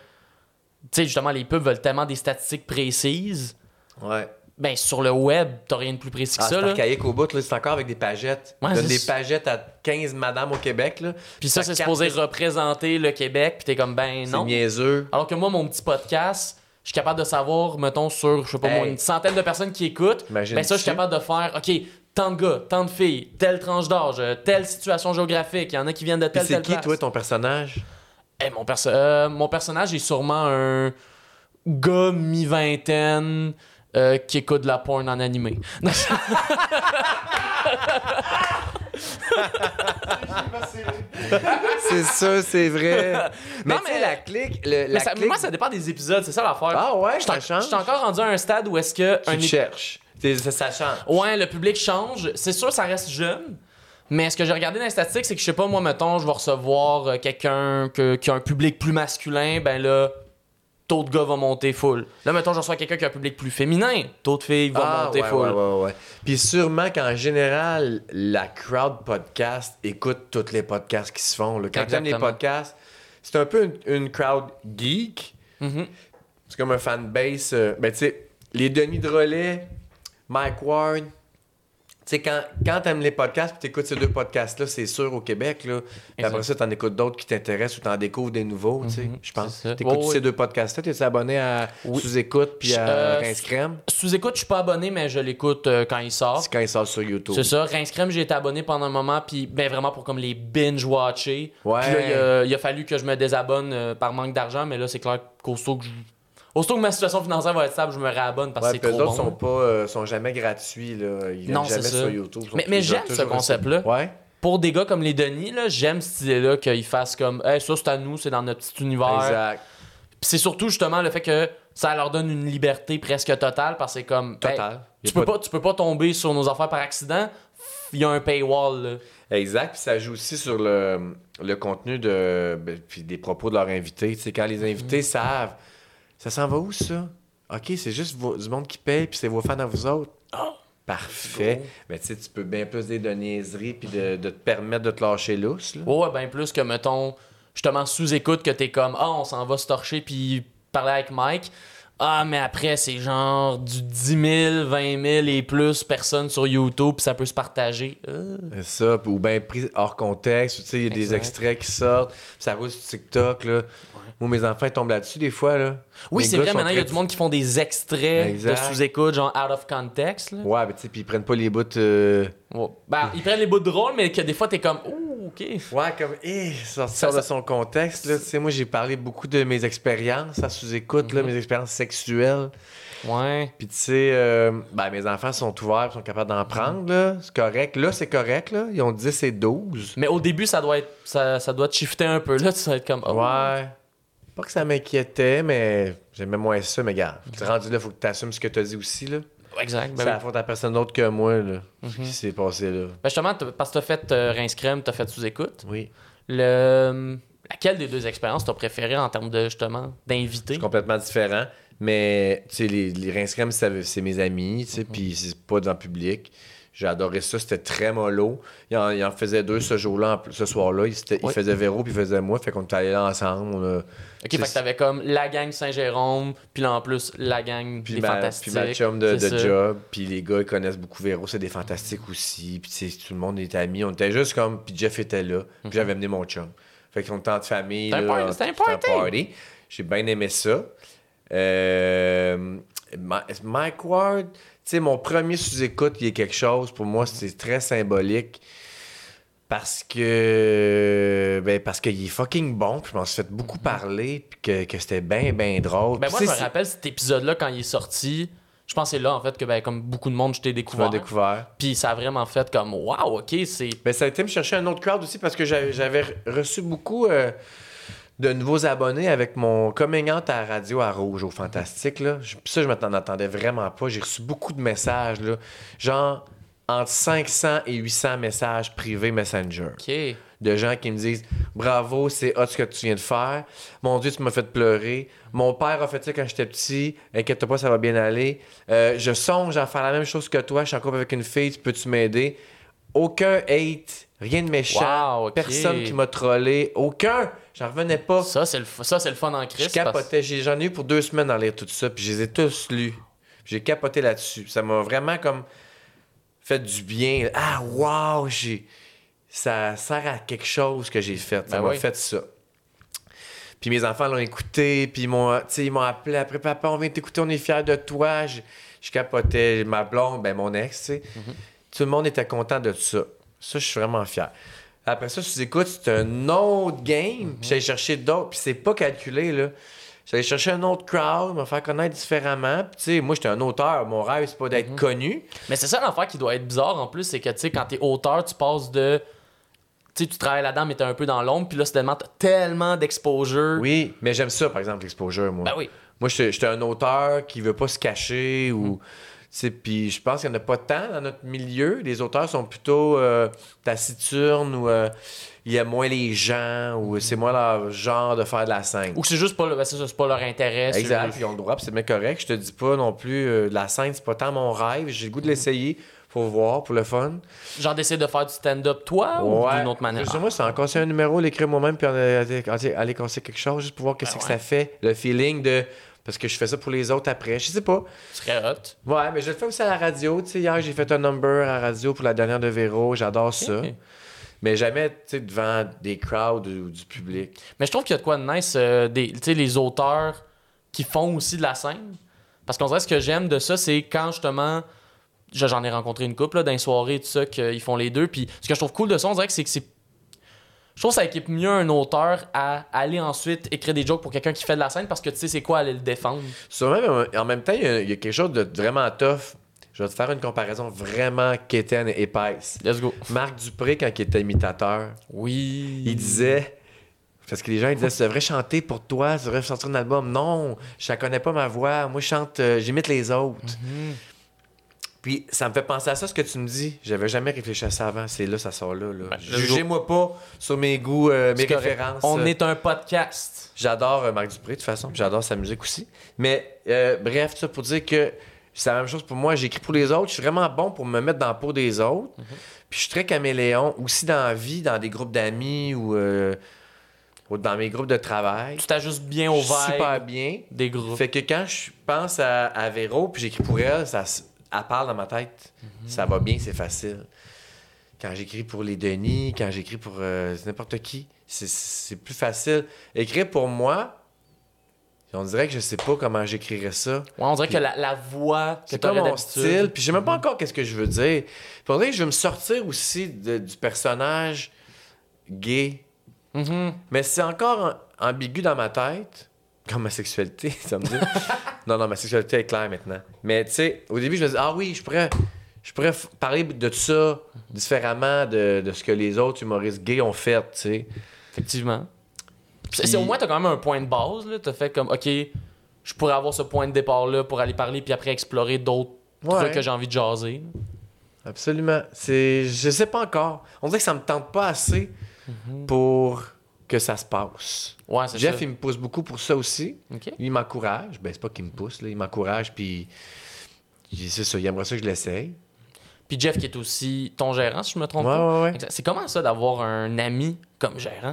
Speaker 2: sais, justement, les pubs veulent tellement des statistiques précises.
Speaker 1: Ouais.
Speaker 2: Ben, sur le web, t'as rien de plus précis que
Speaker 1: Ah,
Speaker 2: ça,
Speaker 1: c'est
Speaker 2: là.
Speaker 1: archaïque au bout, là. C'est encore avec des pagettes.
Speaker 2: Ouais,
Speaker 1: Donne
Speaker 2: c'est
Speaker 1: des
Speaker 2: ça.
Speaker 1: pagettes à 15 madames au Québec, là.
Speaker 2: Puis ça,
Speaker 1: Ça
Speaker 2: c'est
Speaker 1: capte-
Speaker 2: supposé représenter le Québec, puis t'es comme, ben
Speaker 1: C'est
Speaker 2: non.
Speaker 1: niaiseux.
Speaker 2: Alors que moi, mon petit podcast, je suis capable de savoir, mettons, sur, je sais pas moi,
Speaker 1: Hey.
Speaker 2: une centaine de personnes qui écoutent,
Speaker 1: Imagine
Speaker 2: ben ça, je suis
Speaker 1: tu.
Speaker 2: capable de faire, OK, tant de gars, tant de filles, telle tranche d'âge, euh, telle situation géographique, il y en a qui viennent de
Speaker 1: Puis
Speaker 2: telle,
Speaker 1: c'est
Speaker 2: telle
Speaker 1: qui,
Speaker 2: place.
Speaker 1: toi, ton personnage?
Speaker 2: Eh, mon, perso- euh, mon personnage est sûrement un gars mi-vingtaine euh, qui écoute de la porn en animé. Non,
Speaker 1: c'est ça, c'est vrai. mais
Speaker 2: Non,
Speaker 1: tu sais,
Speaker 2: mais-
Speaker 1: la clique. le-
Speaker 2: mais
Speaker 1: la
Speaker 2: ça-
Speaker 1: clique-
Speaker 2: moi, ça dépend des épisodes, c'est ça l'affaire.
Speaker 1: Ah ouais,
Speaker 2: Je
Speaker 1: ça
Speaker 2: suis en- je
Speaker 1: change.
Speaker 2: suis encore rendu à un stade où est-ce que
Speaker 1: Tu
Speaker 2: un
Speaker 1: te
Speaker 2: é-
Speaker 1: cherches. T'es- Ça, ça change.
Speaker 2: Ouais, le public change. C'est sûr, ça reste jeune. Mais ce que j'ai regardé dans les statistiques, c'est que je sais pas, moi, mettons, je vais recevoir euh, quelqu'un que- qui a un public plus masculin, ben là, taux de gars va monter full. Là, mettons, je reçois quelqu'un qui a un public plus féminin, taux de filles va
Speaker 1: Ah,
Speaker 2: monter
Speaker 1: ouais,
Speaker 2: full.
Speaker 1: ouais, ouais, ouais. Puis sûrement qu'en général, la crowd podcast écoute tous les podcasts qui se font. là. Quand j'aime les
Speaker 2: Exactement.
Speaker 1: podcasts, c'est un peu une, une crowd geek.
Speaker 2: Mhm.
Speaker 1: C'est comme un fanbase. euh, ben, tu sais, les Denis Drolet, Mike Ward. Tu sais, quand, quand t'aimes les podcasts puis t'écoutes ces deux podcasts-là, c'est sûr au Québec. Là. Puis après ça, t'en écoutes d'autres qui t'intéressent ou t'en découvres des nouveaux, tu sais,
Speaker 2: Mhm,
Speaker 1: je pense.
Speaker 2: c'est ça.
Speaker 1: T'écoutes
Speaker 2: Ouais, ouais.
Speaker 1: ces deux podcasts-là, t'es abonné à
Speaker 2: Oui.
Speaker 1: Sous-Écoute puis à
Speaker 2: Euh,
Speaker 1: Rince Crème?
Speaker 2: Sous écoute, je suis pas abonné, mais je l'écoute euh, quand il sort.
Speaker 1: C'est quand ils sortent sur YouTube.
Speaker 2: C'est ça. Rince Crème, j'ai été abonné pendant un moment, puis ben vraiment pour comme les binge-watcher.
Speaker 1: Ouais.
Speaker 2: Puis là, il a, il a fallu que je me désabonne euh, par manque d'argent, mais là, c'est clair qu'aussitôt que je- aussitôt que ma situation financière va être stable, je me réabonne parce que
Speaker 1: Ouais,
Speaker 2: c'est
Speaker 1: puis
Speaker 2: trop
Speaker 1: eux autres
Speaker 2: bon.
Speaker 1: sont pas euh, sont jamais gratuits là, ils viennent
Speaker 2: Non,
Speaker 1: jamais
Speaker 2: c'est ça.
Speaker 1: sur YouTube. Ils sont-
Speaker 2: Mais- mais
Speaker 1: ils
Speaker 2: j'aime
Speaker 1: doivent
Speaker 2: ce
Speaker 1: toujours
Speaker 2: concept-là.
Speaker 1: rester- Ouais.
Speaker 2: Pour des gars comme les Denis, là, j'aime cette idée-là qu'ils fassent comme Hey, ça c'est à nous, c'est dans notre petit univers.
Speaker 1: Exact.
Speaker 2: Puis c'est surtout justement le fait que ça leur donne une liberté presque totale parce que c'est comme Ben,
Speaker 1: Total. Y
Speaker 2: tu
Speaker 1: a
Speaker 2: peux
Speaker 1: pas
Speaker 2: pas... tu peux pas tomber sur nos affaires par accident. Il y a un paywall. là.
Speaker 1: de- Exact, puis ça joue aussi sur le, le contenu de ben, puis des propos de leurs invités, tu sais quand
Speaker 2: Mhm.
Speaker 1: les invités savent ça s'en va où ça OK, c'est juste vos- du monde qui paye puis c'est vos fans à vous autres. Parfait.
Speaker 2: Ah! Go.
Speaker 1: Mais tu sais, tu peux bien plus dire de niaiseries puis de, de te permettre de te lâcher lousse. là.
Speaker 2: Ouais, ouais, ben plus que, mettons, justement, sous-écoute, que t'es comme, ah, on s'en va se torcher puis parler avec Mike. Ah, mais après, c'est genre du 10 000, 20 000 et plus personnes sur YouTube, puis ça peut se partager. Euh.
Speaker 1: C'est Ça, puis- ou bien pris hors contexte, ou tu sais, il y a des
Speaker 2: Exact.
Speaker 1: extraits qui sortent, puis ça roule sur TikTok, là. Moi, mes enfants ils tombent là-dessus des fois, là.
Speaker 2: Oui,
Speaker 1: Les
Speaker 2: c'est
Speaker 1: gars
Speaker 2: vrai,
Speaker 1: sont
Speaker 2: maintenant, il y a
Speaker 1: très-
Speaker 2: du monde qui font des extraits
Speaker 1: Exact.
Speaker 2: de sous-écoute, genre out of context. Là.
Speaker 1: Ouais, mais tu sais, puis ils prennent pas les bouts. euh,
Speaker 2: Ouais. Ben, ils prennent les bouts de drôle, mais que des fois, t'es comme, ouh, ok.
Speaker 1: Ouais, comme, hé, sortir
Speaker 2: Ça- ça-
Speaker 1: de son contexte, là. Tu sais, moi, j'ai parlé beaucoup de mes expériences à sous-écoute, là, mes expériences sexuelles.
Speaker 2: Ouais.
Speaker 1: Puis, tu sais, euh, ben, mes enfants sont ouverts, ils sont capables d'en prendre, là. C'est correct. Là, c'est correct, là. Ils ont 10 et 12.
Speaker 2: Mais au début, ça doit être, ça, ça doit te shifter un peu. Là, tu vas être comme, oh.
Speaker 1: Ouais. Pas que ça m'inquiétait, mais j'aimais moins ça, mais gars, rendu là, faut que t'assumes ce que t'as dit aussi, là.
Speaker 2: Exact. ben
Speaker 1: C'est
Speaker 2: oui. Mhm.
Speaker 1: la faute à personne d'autre que moi, là. Ce qui s'est passé, là.
Speaker 2: Ben, justement, t'as- parce que t'as fait euh, Rince Crème, t'as fait sous-écoute.
Speaker 1: Oui.
Speaker 2: Le... Laquelle des deux expériences t'as préféré en termes de justement d'invité?
Speaker 1: C'est complètement différent. Mais, tu sais, les, les Rince Crème, ça- c'est mes amis,
Speaker 2: Mhm.
Speaker 1: tu sais, puis c'est pas dans le public. J'ai adoré ça, c'était très mollo. Il en, il en faisait deux ce jour-là, en plus- ce soir-là. Il, s'était- il
Speaker 2: Oui.
Speaker 1: faisait Véro, puis il faisait moi. Fait qu'on était allés là ensemble. on a-
Speaker 2: Ok, fait que t'avais comme la gang Saint-Jérôme, puis là en plus la gang
Speaker 1: puis
Speaker 2: des
Speaker 1: ma,
Speaker 2: Fantastiques.
Speaker 1: puis ma chum de,
Speaker 2: c'est
Speaker 1: de
Speaker 2: ça.
Speaker 1: job, puis les gars, ils connaissent beaucoup Véro, c'est des fantastiques aussi. Puis tu sais, tout le monde était amis. On était juste comme, puis Jeff était là, puis j'avais amené mon chum. Fait qu'on était en famille.
Speaker 2: Mhm. C'était un
Speaker 1: là,
Speaker 2: party,
Speaker 1: en-
Speaker 2: c'était un
Speaker 1: c'était
Speaker 2: party.
Speaker 1: J'ai bien aimé ça. Euh, Ma- Mike Ward, tu sais, mon premier sous-écoute, il y a quelque chose. Pour
Speaker 2: Mhm.
Speaker 1: moi, c'est très symbolique. Parce que. Ben, parce qu'il est fucking bon, puis je m'en suis fait beaucoup parler, puis que, que c'était bien, bien drôle.
Speaker 2: Mhm. Ben
Speaker 1: Puis
Speaker 2: moi
Speaker 1: tu
Speaker 2: je
Speaker 1: sais,
Speaker 2: me rappelle cet épisode-là quand il est sorti. Je pense que c'est là en fait que ben comme beaucoup de monde je t'ai
Speaker 1: tu m'as
Speaker 2: découvert.
Speaker 1: découvert.
Speaker 2: Puis ça a vraiment fait comme Waouh, ok, c'est.
Speaker 1: Ben, ça a été me chercher un autre crowd aussi parce que j'avais j'avais reçu beaucoup euh, de nouveaux abonnés avec mon coming out à la radio à Rouge au Fantastique. Là. Je- ça, je m'en attendais vraiment pas. J'ai reçu beaucoup de messages. Là. Genre entre 500 et 800 messages privés Messenger
Speaker 2: Ok.
Speaker 1: de gens qui me disent bravo, c'est hot ce que tu viens de faire. Mon Dieu, tu m'as fait pleurer. Mon père a fait ça quand j'étais petit. Inquiète-toi pas, ça va bien aller. Euh, je songe à faire la même chose que toi. Je suis en couple avec une fille. Tu peux-tu m'aider? Aucun hate, rien de méchant.
Speaker 2: Wow, ok.
Speaker 1: Personne qui m'a trollé. Aucun! J'en revenais pas.
Speaker 2: Ça, c'est le, f- ça, c'est le fun en
Speaker 1: Je
Speaker 2: Christ. parce-
Speaker 1: capotais. J'ai- J'en ai eu pour deux semaines à lire tout ça, puis je les ai tous lus. J'ai capoté là-dessus. Ça m'a vraiment comme fait du bien. Ah, wow, j'ai... Ça sert à quelque chose que j'ai fait. Ça
Speaker 2: Ben
Speaker 1: m'a
Speaker 2: oui.
Speaker 1: fait ça. Puis mes enfants l'ont écouté, puis ils m'ont, tu sais, ils m'ont appelé après, papa, on vient t'écouter, on est fiers de toi. Je, je capotais, ma blonde, ben mon ex, tu sais.
Speaker 2: Mhm.
Speaker 1: Tout le monde était content de ça. Ça, je suis vraiment fier. Après ça, tu écoutes, c'est un autre
Speaker 2: Mhm.
Speaker 1: game, puis j'allais chercher d'autres, puis c'est pas calculé, là. J'allais chercher un autre crowd, me faire connaître différemment. Puis, tu sais, moi, j'étais un auteur. Mon rêve, c'est pas
Speaker 2: Mhm.
Speaker 1: d'être connu.
Speaker 2: Mais c'est ça l'affaire qui doit être bizarre en plus, c'est que tu sais, quand t'es auteur, tu passes de. Tu sais, tu travailles là-dedans, mais t'es un peu dans l'ombre, puis là, soudainement, t'as tellement d'exposure.
Speaker 1: Oui, mais j'aime ça, par exemple, l'exposure, moi.
Speaker 2: Ben oui.
Speaker 1: Moi, j'étais j'étais un auteur qui veut pas se cacher ou. C'est- Puis je pense qu'il n'y en a pas tant dans notre milieu. Les auteurs sont plutôt euh, taciturnes ou euh, il y a moins les gens ou c'est moins leur genre de faire de la scène.
Speaker 2: Ou que c'est juste pas, le- ben, c'est ça, c'est pas leur intérêt. c'est-
Speaker 1: Exact, ils ont le droit, puis c'est bien correct. Je te dis pas non plus, euh, la scène, c'est pas tant mon rêve. J'ai le goût de l'essayer pour voir, pour le fun.
Speaker 2: Genre d'essayer de faire du stand-up toi Ah, ou d'une autre manière.
Speaker 1: Juste, moi, c'est encore un numéro, l'écrire moi-même, puis en- aller aller- aller conseiller quelque chose, juste pour voir qu'est-ce
Speaker 2: Ben
Speaker 1: que
Speaker 2: ouais.
Speaker 1: ça fait, le feeling de. Parce que je fais ça pour les autres après. Je sais pas.
Speaker 2: Ce serait hot.
Speaker 1: Ouais, mais je le fais aussi à la radio. Tu sais, hier, j'ai fait un number à la radio pour la dernière de Véro. J'adore ça.
Speaker 2: Ok.
Speaker 1: Mais jamais, tu sais, devant des crowds ou du public.
Speaker 2: Mais je trouve qu'il y a de quoi de nice, euh, des, tu sais, les auteurs qui font aussi de la scène. Parce qu'on dirait ce que j'aime de ça, c'est quand justement, je- j'en ai rencontré une couple là, dans les soirées et tout ça, qu'ils font les deux. Puis ce que je trouve cool de ça, on dirait que c'est que c'est. Je trouve que ça équipe mieux un auteur à aller ensuite écrire des jokes pour quelqu'un qui fait de la scène parce que tu sais c'est quoi aller le défendre.
Speaker 1: Sûrement, mais en en même temps, il y, a- il y a quelque chose de vraiment tough. Je vais te faire une comparaison vraiment quétaine et épaisse.
Speaker 2: Let's go.
Speaker 1: Marc Dupré, quand il était imitateur,
Speaker 2: Oui.
Speaker 1: il disait. Parce que les gens ils disaient, tu devrais chanter pour toi, tu devrais sortir un album. Non, je ne connais pas ma voix. Moi, je chante, euh, j'imite les autres.
Speaker 2: Mhm.
Speaker 1: Puis ça me fait penser à ça, ce que tu me dis. J'avais jamais réfléchi à ça avant. C'est là, ça sort là. là.
Speaker 2: Ben, let's go.
Speaker 1: Jugez-moi pas sur mes goûts, euh, mes
Speaker 2: C'est correct.
Speaker 1: références.
Speaker 2: On
Speaker 1: euh,
Speaker 2: est un podcast.
Speaker 1: J'adore euh, Marc Dupré, de toute façon, puis j'adore sa musique aussi. Mais euh, bref, ça pour dire que c'est la même chose pour moi. J'écris pour les autres. Je suis vraiment bon pour me mettre dans la peau des autres. Puis je suis très caméléon, aussi dans la vie, dans des groupes d'amis ou, euh, ou dans mes groupes de travail.
Speaker 2: Tu t'ajustes bien
Speaker 1: Je
Speaker 2: au
Speaker 1: suis super
Speaker 2: verre
Speaker 1: bien.
Speaker 2: des groupes.
Speaker 1: Fait que quand je pense à, à Véro, puis j'écris pour elle, ça, s- elle parle dans ma tête. Ça va bien, c'est facile. Quand j'écris pour les Denis, quand j'écris pour euh, n'importe qui, c'est- c'est plus facile. Écrire pour moi, on dirait que je sais pas comment j'écrirais ça.
Speaker 2: Ouais, on dirait que la, la voix que
Speaker 1: C'est pas
Speaker 2: t'aurais
Speaker 1: mon
Speaker 2: d'habitude.
Speaker 1: style, puis je sais même pas encore qu'est-ce que je veux dire. Puis on dirait que je veux me sortir aussi de- du personnage gay.
Speaker 2: Mhm.
Speaker 1: Mais c'est encore en- ambigu dans ma tête, comme ma sexualité, ça me dit. non, non, ma sexualité est claire maintenant. Mais tu sais, au début, je me dis, ah oui, je pourrais, je pourrais f- parler de tout ça différemment de, de ce que les autres humoristes gays ont fait, tu sais.
Speaker 2: Effectivement. C'est-
Speaker 1: Puis-
Speaker 2: C'est au moins, t'as quand même un point de base. là. T'as fait comme, OK, je pourrais avoir ce point de départ-là pour aller parler, puis après explorer d'autres
Speaker 1: Ouais.
Speaker 2: trucs que j'ai envie de jaser.
Speaker 1: Absolument. C'est, je sais pas encore. On dirait que ça me tente pas assez pour que ça se passe.
Speaker 2: Ouais, Mhm. c'est
Speaker 1: Jeff,
Speaker 2: ça.
Speaker 1: il me pousse beaucoup pour ça aussi.
Speaker 2: OK.
Speaker 1: Il m'encourage. Ben, c'est pas qu'il me pousse, là. Il m'encourage, puis... il- C'est ça, il aimerait ça que je l'essaye.
Speaker 2: Puis Jeff, qui est aussi ton gérant, si je me
Speaker 1: Ouais,
Speaker 2: trompe pas.
Speaker 1: ouais, ouais.
Speaker 2: Exact. C'est comment ça d'avoir un ami comme gérant?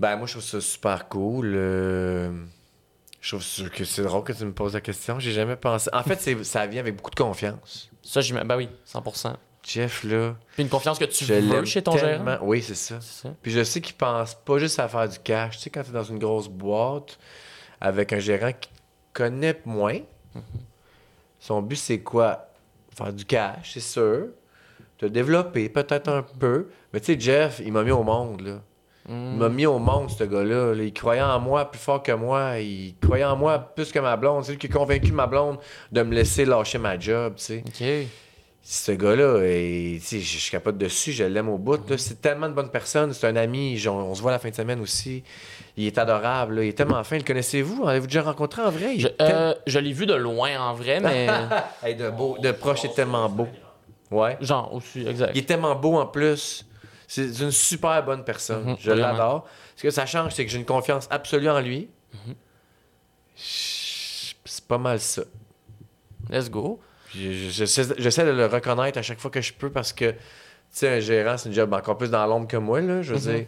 Speaker 1: Ben, moi, je trouve ça super cool. euh, Je trouve ça- que c'est drôle que tu me poses la question. J'ai jamais pensé. En fait, c'est- ça vient avec beaucoup de confiance.
Speaker 2: Ça, j'y mets- Ben oui, 100%.
Speaker 1: Jeff, là,
Speaker 2: Puis une confiance que tu
Speaker 1: je
Speaker 2: veux
Speaker 1: l'aime
Speaker 2: chez ton gérant.
Speaker 1: tellement. Oui, c'est ça.
Speaker 2: C'est ça.
Speaker 1: Puis je sais qu'il pense pas juste à faire du cash. Tu sais, quand t'es dans une grosse boîte avec un gérant qui connaît moins,
Speaker 2: Mm-hmm.
Speaker 1: son but, c'est quoi? Faire du cash, c'est sûr. Te développer, peut-être un peu. Mais tu sais, Jeff, il m'a mis au monde, là. Il
Speaker 2: Mm.
Speaker 1: m'a mis au monde, ce gars-là. là. Il croyait en moi plus fort que moi. Il croyait en moi plus que ma blonde. C'est lui qui a convaincu ma blonde de me laisser lâcher ma job, tu sais.
Speaker 2: OK.
Speaker 1: Ce gars-là, et, tu sais, je suis capable dessus, je l'aime au bout.
Speaker 2: Mm.
Speaker 1: là. C'est tellement de bonnes personnes. C'est un ami. J'en- on se voit la fin de semaine aussi. Il est adorable. là. Il est tellement fin. Le connaissez-vous? Avez-vous déjà rencontré en vrai? Il
Speaker 2: Je,
Speaker 1: est tel-
Speaker 2: euh, je l'ai vu de loin, en vrai, mais...
Speaker 1: Hey, de, beau, de proche, il est tellement beau. Ouais.
Speaker 2: Genre, aussi, exact.
Speaker 1: Il est tellement beau en plus. C'est une super bonne personne.
Speaker 2: Mhm,
Speaker 1: je
Speaker 2: vraiment.
Speaker 1: l'adore. Ce que ça change, c'est que j'ai une confiance absolue en lui.
Speaker 2: Mhm.
Speaker 1: Ch- C'est pas mal ça.
Speaker 2: Let's go.
Speaker 1: Puis je- je- J'essaie j'essaie de le reconnaître à chaque fois que je peux parce que, tu sais, un gérant, c'est une job encore plus dans l'ombre que moi, là. Je veux
Speaker 2: Mhm.
Speaker 1: dire.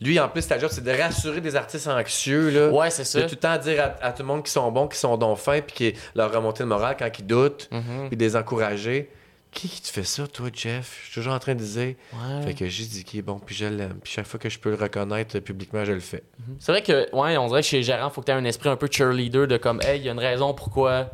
Speaker 1: Lui, en plus, ta job, c'est de rassurer des artistes anxieux, là.
Speaker 2: Ouais, c'est ça.
Speaker 1: Euh, De tout le temps dire à, à tout le monde qu'ils sont bons, qu'ils sont donc fins, puis qu'ils- leur remonter le moral quand ils doutent,
Speaker 2: Mhm.
Speaker 1: puis de les encourager. Qui qui te fait ça, toi, Jeff? Je suis toujours en train de dire.
Speaker 2: Ouais.
Speaker 1: Fait que j'ai dit qu'il est bon, puis je l'aime. Puis chaque fois que je peux le reconnaître euh, publiquement, je le fais.
Speaker 2: C'est vrai que, ouais, on dirait que chez Gérant, faut que tu aies un esprit un peu cheerleader de comme, hey, il y a une raison pourquoi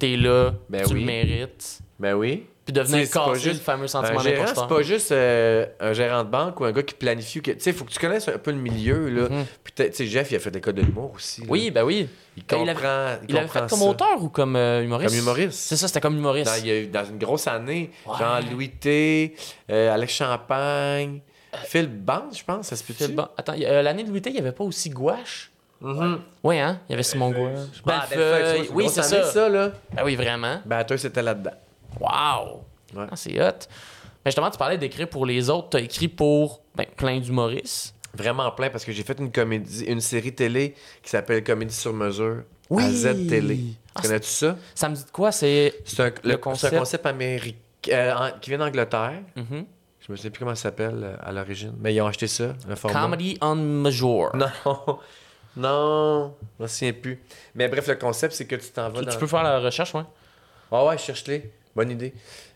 Speaker 2: t'es là,
Speaker 1: Ben
Speaker 2: tu
Speaker 1: oui.
Speaker 2: le mérites.
Speaker 1: Ben oui.
Speaker 2: Puis de venir
Speaker 1: C'est- c'est pas
Speaker 2: casser
Speaker 1: juste-
Speaker 2: le fameux
Speaker 1: Un
Speaker 2: sentiment
Speaker 1: gérant,
Speaker 2: d'imposteur.
Speaker 1: c'est pas juste euh, un gérant de banque ou un gars qui planifie. ou que- Tu sais, faut que tu connaisses un peu le milieu, là.
Speaker 2: Mhm.
Speaker 1: Puis t'as- tu sais, Jeff, il a fait des codes de l'humour aussi. là.
Speaker 2: Oui, ben oui.
Speaker 1: il
Speaker 2: ben,
Speaker 1: comprend.
Speaker 2: il
Speaker 1: Il,
Speaker 2: l'avait- Il l'avait
Speaker 1: comprend
Speaker 2: fait comme
Speaker 1: ça.
Speaker 2: auteur ou comme euh, humoriste
Speaker 1: Comme humoriste.
Speaker 2: C'est ça, c'était comme humoriste.
Speaker 1: Dans, il y a eu- dans une grosse année,
Speaker 2: Ouais.
Speaker 1: genre Louis T, euh, Alex Champagne, Phil Band, je pense, ça se peut
Speaker 2: Phil Ban- Attends, il y a- euh, l'année de Louis T, il n'y avait pas aussi Gouache
Speaker 1: Mhm.
Speaker 2: Oui, hein? Il y avait Simon Gouin.
Speaker 3: Bellefeuille.
Speaker 1: Ah, Bellefeuille, tu
Speaker 2: Bellefeuille.
Speaker 1: vois,
Speaker 2: Ben, euh, Oui,
Speaker 1: grosse
Speaker 2: c'est
Speaker 1: année,
Speaker 2: ça.
Speaker 1: ça, là.
Speaker 2: Ben oui, vraiment.
Speaker 1: Ben, toi, c'était là-dedans.
Speaker 2: Wow!
Speaker 1: Ouais.
Speaker 2: Ah, c'est hot. Mais justement, tu parlais d'écrire pour les autres. Tu as écrit pour ben, plein d'humoristes.
Speaker 1: Vraiment plein parce que j'ai fait une comédie, une série télé qui s'appelle Comédie sur mesure
Speaker 2: Oui.
Speaker 1: à Z télé.
Speaker 2: Ah,
Speaker 1: Connais-tu ça?
Speaker 2: Ça me dit de quoi? C'est.
Speaker 1: C'est un, le- c'est un
Speaker 2: concept.
Speaker 1: concept, américain euh, en- qui vient d'Angleterre.
Speaker 2: Mhm.
Speaker 1: Je me souviens plus comment ça s'appelle euh, à l'origine, mais ils ont acheté ça, le format.
Speaker 2: Comedy on Major.
Speaker 1: Non, non, je me souviens plus. Mais bref, le concept, c'est que tu t'en vas
Speaker 2: Tu,
Speaker 1: dans...
Speaker 2: tu peux faire la recherche, ouais.
Speaker 1: Ah ouais, cherche-les. Bonne idée.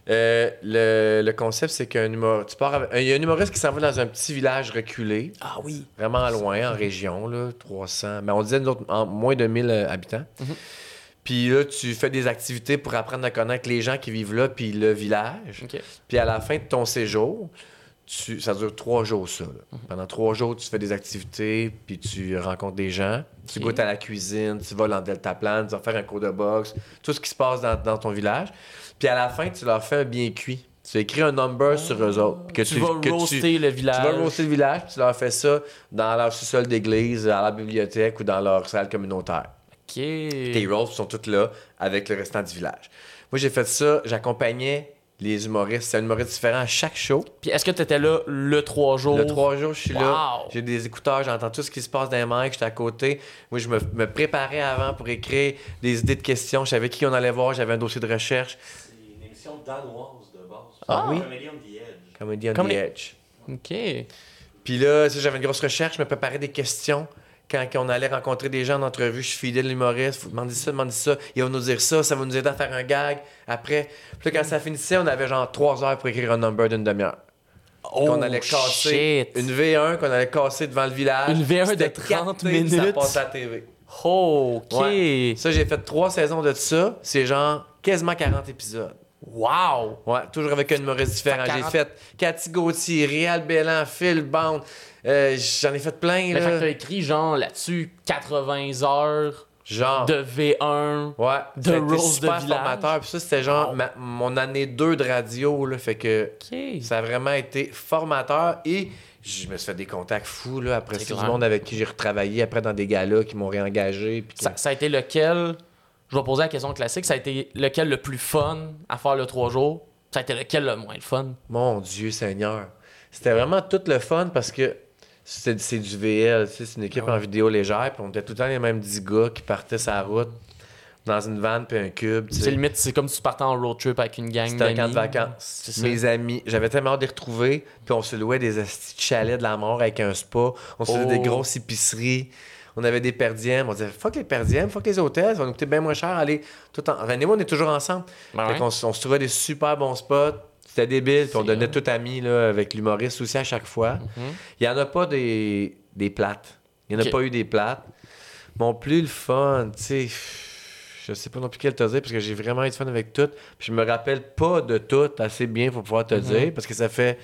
Speaker 1: Euh, le, le concept, c'est qu'un humoriste... Tu pars avec- Il y a un humoriste qui s'en va dans un petit village reculé,
Speaker 2: Ah oui.
Speaker 1: vraiment loin, en région, là, 300... Mais on disait, nous autres, en moins de 1000 euh, habitants.
Speaker 2: Mhm.
Speaker 1: Puis là, tu fais des activités pour apprendre à connaître les gens qui vivent là, puis le village.
Speaker 2: OK.
Speaker 1: Puis à la fin de ton séjour, tu, ça dure trois jours, ça. là.
Speaker 2: Mm-hmm.
Speaker 1: Pendant trois jours, tu fais des activités, puis tu rencontres des gens, tu
Speaker 2: Ok.
Speaker 1: goûtes à la cuisine, tu voles en deltaplane, tu vas faire un cours de boxe, tout ce qui se passe dans, dans ton village. Puis à la fin, tu leur fais un bien cuit. Tu écris un number sur eux autres. Que
Speaker 2: Tu, vas
Speaker 1: que
Speaker 2: roaster le village.
Speaker 1: tu vas roaster le village, puis tu leur fais ça dans leur sous-sol d'église, à la bibliothèque ou dans leur salle communautaire. Tes
Speaker 2: OK.
Speaker 1: roasts sont toutes là avec le restant du village. Moi, j'ai fait ça, j'accompagnais les humoristes. C'est un humoriste différent à chaque show.
Speaker 2: Puis est-ce que tu étais là le trois jours?
Speaker 1: Le trois jours, je suis là.
Speaker 2: Oh, Wow.
Speaker 1: J'ai des écouteurs, j'entends tout ce qui se passe dans les mics, j'étais à côté. Moi, je me, me préparais avant pour écrire des idées de questions. Je savais qui on allait voir, j'avais un dossier de recherche.
Speaker 3: C'est une émission danoise de base.
Speaker 1: Ah oui?
Speaker 3: Comedy on the Edge.
Speaker 1: Comedy on
Speaker 2: Comme
Speaker 1: the
Speaker 2: les-
Speaker 1: Edge.
Speaker 2: OK.
Speaker 1: Puis là, tu sais, j'avais une grosse recherche, je me préparais des questions. Quand quand on allait rencontrer des gens en entrevue, je suis fidèle l'humoriste, vous demandez ça, demandez ça, ils vont nous dire ça, ça va nous aider à faire un gag. Après, puis là, quand ça finissait, on avait genre trois heures pour écrire un number d'une demi-heure.
Speaker 2: Oh,
Speaker 1: qu'on allait casser.
Speaker 2: shit.
Speaker 1: Une V1 qu'on allait casser devant le village.
Speaker 2: Une V1 de
Speaker 1: C'était
Speaker 2: 30
Speaker 1: capté, puis Ça
Speaker 2: minutes.
Speaker 1: passait à la TV.
Speaker 2: OK.
Speaker 1: Ouais. Ça, j'ai fait trois saisons de ça. C'est genre quasiment 40 épisodes.
Speaker 2: Wow.
Speaker 1: Ouais, toujours avec un humoriste différent.
Speaker 2: Fait
Speaker 1: J'ai
Speaker 2: 40.
Speaker 1: fait Cathy Gauthier, Réal Bellan, Phil Bond. Euh, J'en ai fait plein,
Speaker 2: Mais fait que
Speaker 1: là.
Speaker 2: t'as écrit genre là-dessus 80 heures
Speaker 1: Genre.
Speaker 2: de V1.
Speaker 1: Ouais.
Speaker 2: de
Speaker 1: ça a été
Speaker 2: Rose de
Speaker 1: super
Speaker 2: village.
Speaker 1: formateur. Puis ça, c'était genre ma- mon année 2 de radio, là. Fait que
Speaker 2: OK.
Speaker 1: ça a vraiment été formateur et je me suis fait des contacts fous, là. Après,
Speaker 2: C'est
Speaker 1: c'est du
Speaker 2: clair.
Speaker 1: monde avec qui j'ai retravaillé après dans des galas qui m'ont réengagé. Puis qui-
Speaker 2: Ça, ça a été lequel, je vais poser la question classique, ça a été lequel le plus fun à faire le 3 jours? Ça a été lequel le moins le fun?
Speaker 1: Mon Dieu Seigneur. C'était vraiment tout le fun parce que c'est c'est du VL, tu sais, c'est une équipe
Speaker 2: Ah ouais.
Speaker 1: en vidéo légère, puis on était tout le temps les mêmes 10 gars qui partaient sa route dans une vanne puis un cube. tu sais.
Speaker 2: C'est limite, c'est comme si tu partais en road trip avec une gang
Speaker 1: C'était un camp de
Speaker 2: d'amis.
Speaker 1: vacances.
Speaker 2: C'est ça.
Speaker 1: Mes amis, j'avais tellement hâte de les retrouver, puis on se louait des esti de chalets de la mort avec un spa, on se faisait
Speaker 2: Oh.
Speaker 1: des grosses épiceries, on avait des perdièmes, on disait fuck les perdièmes, fuck les hôtels, ça va nous coûter bien moins cher, allez, tout en... René et moi, on est toujours ensemble.
Speaker 2: Ben
Speaker 1: Fait
Speaker 2: ouais.
Speaker 1: qu'on s- on, se trouvait des super bons spots. C'était débile. Puis on
Speaker 2: C'est
Speaker 1: donnait
Speaker 2: vrai.
Speaker 1: tout amis là, avec l'humoriste aussi à chaque fois.
Speaker 2: Mhm.
Speaker 1: Il n'y en a pas des, des plates. Il n'y en
Speaker 2: Ok.
Speaker 1: a pas eu des plates. Mon plus le fun, tu sais, je sais pas non plus quel te dire parce que j'ai vraiment eu du fun avec tout. Puis je me rappelle pas de tout assez bien pour pouvoir te
Speaker 2: Mhm.
Speaker 1: dire parce que ça fait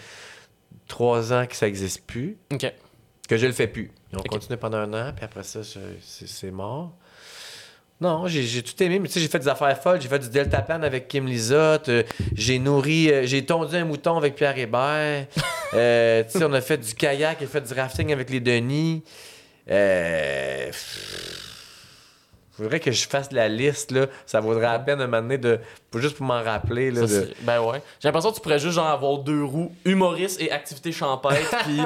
Speaker 1: trois ans que ça n'existe plus,
Speaker 2: OK.
Speaker 1: que je le fais plus. Ils ont
Speaker 2: Ok.
Speaker 1: continué pendant un an, puis après ça, je- c'est c'est mort. Non, j'ai j'ai tout aimé, mais tu sais, j'ai fait des affaires folles. J'ai fait du deltaplan avec Kim Lizotte. euh, j'ai nourri, euh, j'ai tondu un mouton avec Pierre Hébert. Euh, tu sais, on a fait du kayak, on a fait du rafting avec les Denis. Euh... Faudrait que je fasse la liste, là. Ça vaudrait la peine de m'amener de. pour- Juste pour m'en rappeler, là.
Speaker 2: Ça,
Speaker 1: de-
Speaker 2: c'est- Ben ouais. J'ai l'impression que tu pourrais juste genre avoir deux roues, humoriste et activité champêtre. puis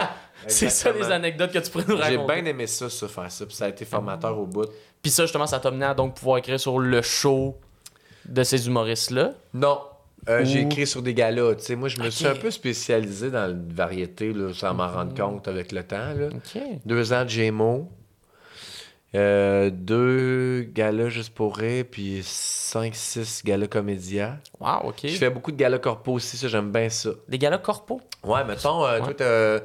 Speaker 2: c'est ça les
Speaker 1: Exactement.
Speaker 2: anecdotes que tu pourrais nous
Speaker 1: J'ai
Speaker 2: raconter.
Speaker 1: bien aimé ça, ça, faire ça. Puis ça a été formateur au bout.
Speaker 2: Puis ça, justement, ça t'a mené à donc pouvoir écrire sur le show de ces humoristes-là.
Speaker 1: Non. Euh,
Speaker 2: Ou-
Speaker 1: J'ai écrit sur des galas. Tu sais, moi, je me suis
Speaker 2: Ok. Mm.
Speaker 1: un peu spécialisé dans la variété, là, sans m'en rendre compte avec le temps. Là.
Speaker 2: OK.
Speaker 1: Deux ans de Gémeaux. Euh, deux galas juste pour rire, puis cinq, six galas comédia.
Speaker 2: Wow, OK.
Speaker 1: Je fais beaucoup de galas corpo aussi, ça, j'aime bien ça.
Speaker 2: Des galas corpo.
Speaker 1: Ouais, mettons, euh,
Speaker 2: Ouais.
Speaker 1: toi, t'as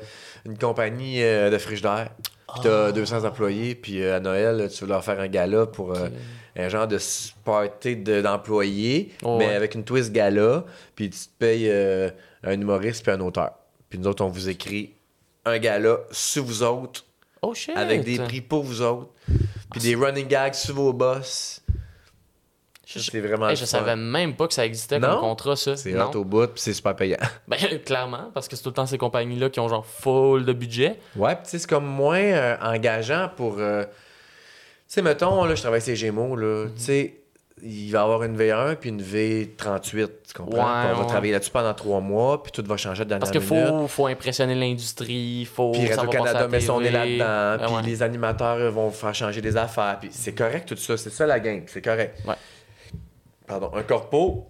Speaker 1: une compagnie euh, de frigidaire, puis t'as
Speaker 2: Ah.
Speaker 1: 200 employés, puis euh, à Noël, tu veux leur faire un gala pour euh, un genre de s- party de- d'employés,
Speaker 2: Oh,
Speaker 1: mais
Speaker 2: ouais.
Speaker 1: avec une twist gala, puis tu te payes euh, un humoriste puis un auteur. Puis nous autres, on vous écrit un gala sur vous autres,
Speaker 2: Oh shit. Ah,
Speaker 1: avec des prix pour vous autres, puis des running gags sur vos boss.
Speaker 2: Je,
Speaker 1: C'est vraiment
Speaker 2: Hey,
Speaker 1: le
Speaker 2: je
Speaker 1: fun.
Speaker 2: savais même pas que ça existait
Speaker 1: Non?
Speaker 2: comme contrat, ça.
Speaker 1: C'est
Speaker 2: Non.
Speaker 1: hot au bout, puis c'est super payant.
Speaker 2: Ben, clairement, parce que c'est tout le temps ces compagnies-là qui ont genre full de budget.
Speaker 1: Ouais, puis tu sais, c'est comme moins euh, engageant pour. euh, sais, mettons, là, je travaille ces Gémeaux, là,
Speaker 2: Mhm.
Speaker 1: tu sais, il va y avoir une V1 puis une V38, tu comprends?
Speaker 2: Ouais,
Speaker 1: Puis on va
Speaker 2: ouais.
Speaker 1: travailler là-dessus pendant trois mois, puis tout va changer de dernière
Speaker 2: Parce qu'il
Speaker 1: minute.
Speaker 2: faut, faut impressionner l'industrie, faut.
Speaker 1: Puis
Speaker 2: ça va passer à
Speaker 1: Radio-Canada
Speaker 2: la
Speaker 1: met son nez
Speaker 2: TV.
Speaker 1: là-dedans, puis
Speaker 2: Ouais, ouais.
Speaker 1: les animateurs euh, vont faire changer des affaires, puis c'est correct tout ça, c'est ça la game, c'est correct.
Speaker 2: Ouais.
Speaker 1: Pardon, un corpo,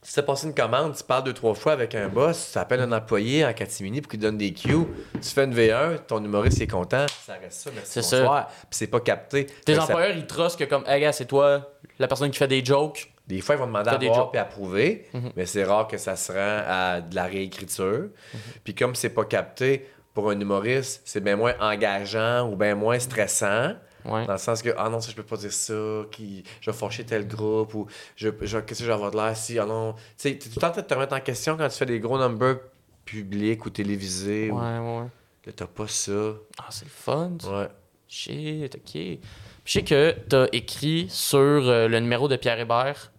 Speaker 1: si t'as passé une commande, tu parles deux, trois fois avec un boss, tu appelles un employé en catimini pour qu'il te donne des cues, tu fais une V1, ton humoriste est content, ça reste ça, merci,
Speaker 2: C'est ça.
Speaker 1: bonsoir, puis c'est pas capté. Fait
Speaker 2: Tes
Speaker 1: que ça-
Speaker 2: employeurs, ils trustent que comme, hey gars, c'est toi la personne qui fait des jokes.
Speaker 1: Des fois, ils vont demander
Speaker 2: T'as
Speaker 1: à
Speaker 2: des jobs.
Speaker 1: voir puis à prouver,
Speaker 2: Mhm.
Speaker 1: mais c'est rare que ça se rend à de la réécriture.
Speaker 2: Mm-hmm.
Speaker 1: Puis comme c'est pas capté, pour un humoriste, c'est bien moins engageant ou bien moins stressant.
Speaker 2: Ouais.
Speaker 1: Dans le sens que, ah non, ça, je peux pas dire ça, qui, je vais fâcher tel groupe, ou je, je- qu'est-ce que je vais avoir de l'air si, ah non. Tu sais, t'es tout le temps en train de te remettre en question quand tu fais des gros numbers publics ou télévisés,
Speaker 2: Ouais,
Speaker 1: ou
Speaker 2: ouais.
Speaker 1: que t'as pas ça.
Speaker 2: Ah, c'est le fun. ça.
Speaker 1: Ouais.
Speaker 2: Shit, ok. Puis je sais que t'as écrit sur euh, le numéro de Pierre Hébert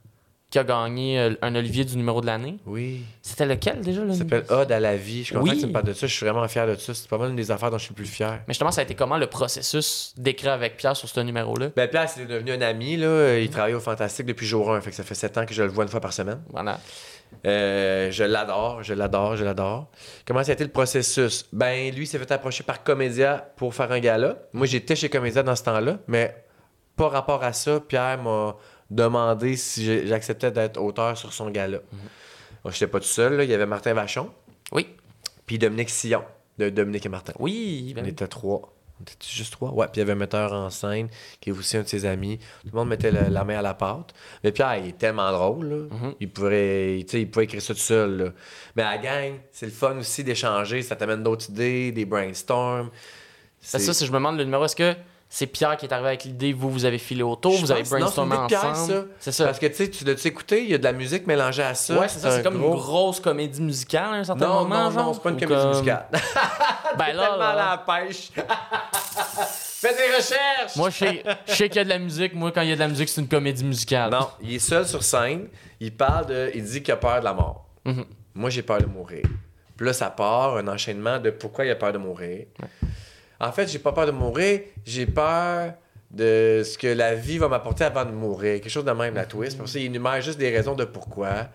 Speaker 2: qui a gagné euh, un Olivier du numéro de l'année.
Speaker 1: Oui.
Speaker 2: C'était lequel déjà le
Speaker 1: Ça s'appelle Ode à la vie. Je suis content
Speaker 2: Oui.
Speaker 1: que tu me parles de ça, je suis vraiment fier de ça. C'est pas mal une des affaires dont je suis le plus fier.
Speaker 2: Mais justement, ça a été comment le processus d'écrire avec Pierre sur ce numéro-là?
Speaker 1: Ben, Pierre, c'est devenu un ami, là. Il travaille au Fantastique depuis jour 1, fait que ça fait 7 ans que je le vois une fois par semaine.
Speaker 2: Voilà.
Speaker 1: Euh, je l'adore, je l'adore, je l'adore. Comment ça a été le processus? Ben, lui, il s'est fait approcher par Comédia pour faire un gala. Moi, j'étais chez Comédia dans ce temps-là, mais pas rapport à ça, Pierre m'a demandé si j'ai- j'acceptais d'être auteur sur son gala. Moi, j'étais pas tout seul, là. il y avait Martin Vachon,
Speaker 2: Oui.
Speaker 1: puis Dominique Sillon, de Dominique et Martin.
Speaker 2: Oui. ben
Speaker 1: On
Speaker 2: oui.
Speaker 1: était trois. On était juste trois. Ouais, puis il y avait un metteur en scène qui est aussi un de ses amis. Tout le monde mettait la, la main à la pâte. Mais Pierre, il est tellement drôle. là.
Speaker 2: Mhm.
Speaker 1: il, pourrait, tu sais, il pouvait écrire ça tout seul. là. Mais à la gang, c'est le fun aussi d'échanger. Ça t'amène d'autres idées, des brainstorms.
Speaker 2: Parce que Ben, ça, si je me demande le numéro, est-ce que c'est Pierre qui est arrivé avec l'idée, vous, vous avez filé autour,
Speaker 1: Je
Speaker 2: vous avez
Speaker 1: pense- non, c'est une
Speaker 2: brainstormé
Speaker 1: idée de Pierre,
Speaker 2: ensemble? C'est ça.
Speaker 1: Parce que tu sais, tu l'as-tu écouté? Il y a de la musique mélangée à ça.
Speaker 2: ouais, c'est ça, c'est comme
Speaker 1: gros-
Speaker 2: une grosse comédie musicale à un certain
Speaker 1: Non,
Speaker 2: moment.
Speaker 1: non,
Speaker 2: genre,
Speaker 1: non, c'est pas une
Speaker 2: ou
Speaker 1: comédie
Speaker 2: comme-
Speaker 1: musicale.
Speaker 2: Ben là,
Speaker 1: tellement à
Speaker 2: là,
Speaker 1: la pêche. Fais des recherches!
Speaker 2: moi, je sais, je sais qu'il y a de la musique. Moi, quand il y a de la musique, c'est une comédie musicale.
Speaker 1: Non, il est seul sur scène. Il parle de. Il dit qu'il a peur de la mort.
Speaker 2: Mhm.
Speaker 1: Moi, j'ai peur de mourir. Puis là, ça part, un enchaînement de pourquoi il a peur de mourir. En fait, j'ai pas peur de mourir, j'ai peur de ce que la vie va m'apporter avant de mourir. Quelque chose de même, la twist. Pour ça, il énumère juste des raisons de pourquoi.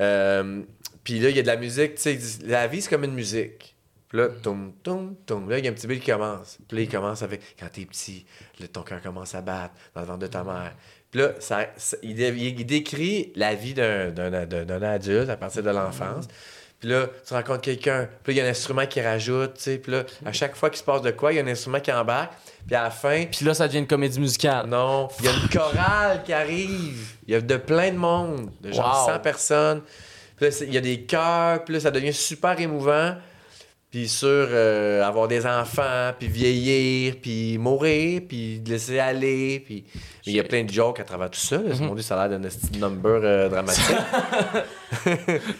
Speaker 1: Euh, puis là, il y a de la musique. Tu sais, il dit, la vie, c'est comme une musique. Puis là, toum, toum, toum. Là, il y a un petit bill qui commence. Puis là, il commence avec quand t'es petit, là, ton cœur commence à battre dans le ventre de ta mère. Puis là, ça, ça- il, dé- il décrit la vie d'un, d'un- d'un- d'un adulte à partir de l'enfance. Puis là, tu rencontres quelqu'un. Puis là, il y a un instrument qui rajoute. tu sais. Puis là, à chaque fois qu'il se passe de quoi, il y a un instrument qui embarque. Puis à la fin,
Speaker 2: Puis là, ça devient une comédie musicale.
Speaker 1: non, il y a une chorale qui arrive. Il y a de plein de monde, de genre
Speaker 2: Wow.
Speaker 1: 100 personnes. Puis là, c'est- il y a des chœurs, puis là, ça devient super émouvant. Puis sur euh, avoir des enfants, puis vieillir, puis mourir, puis laisser aller, puis... Mais il y a plein de jokes à travers tout ça. là. Mon Dieu, ça a l'air d'un petit number euh, dramatique.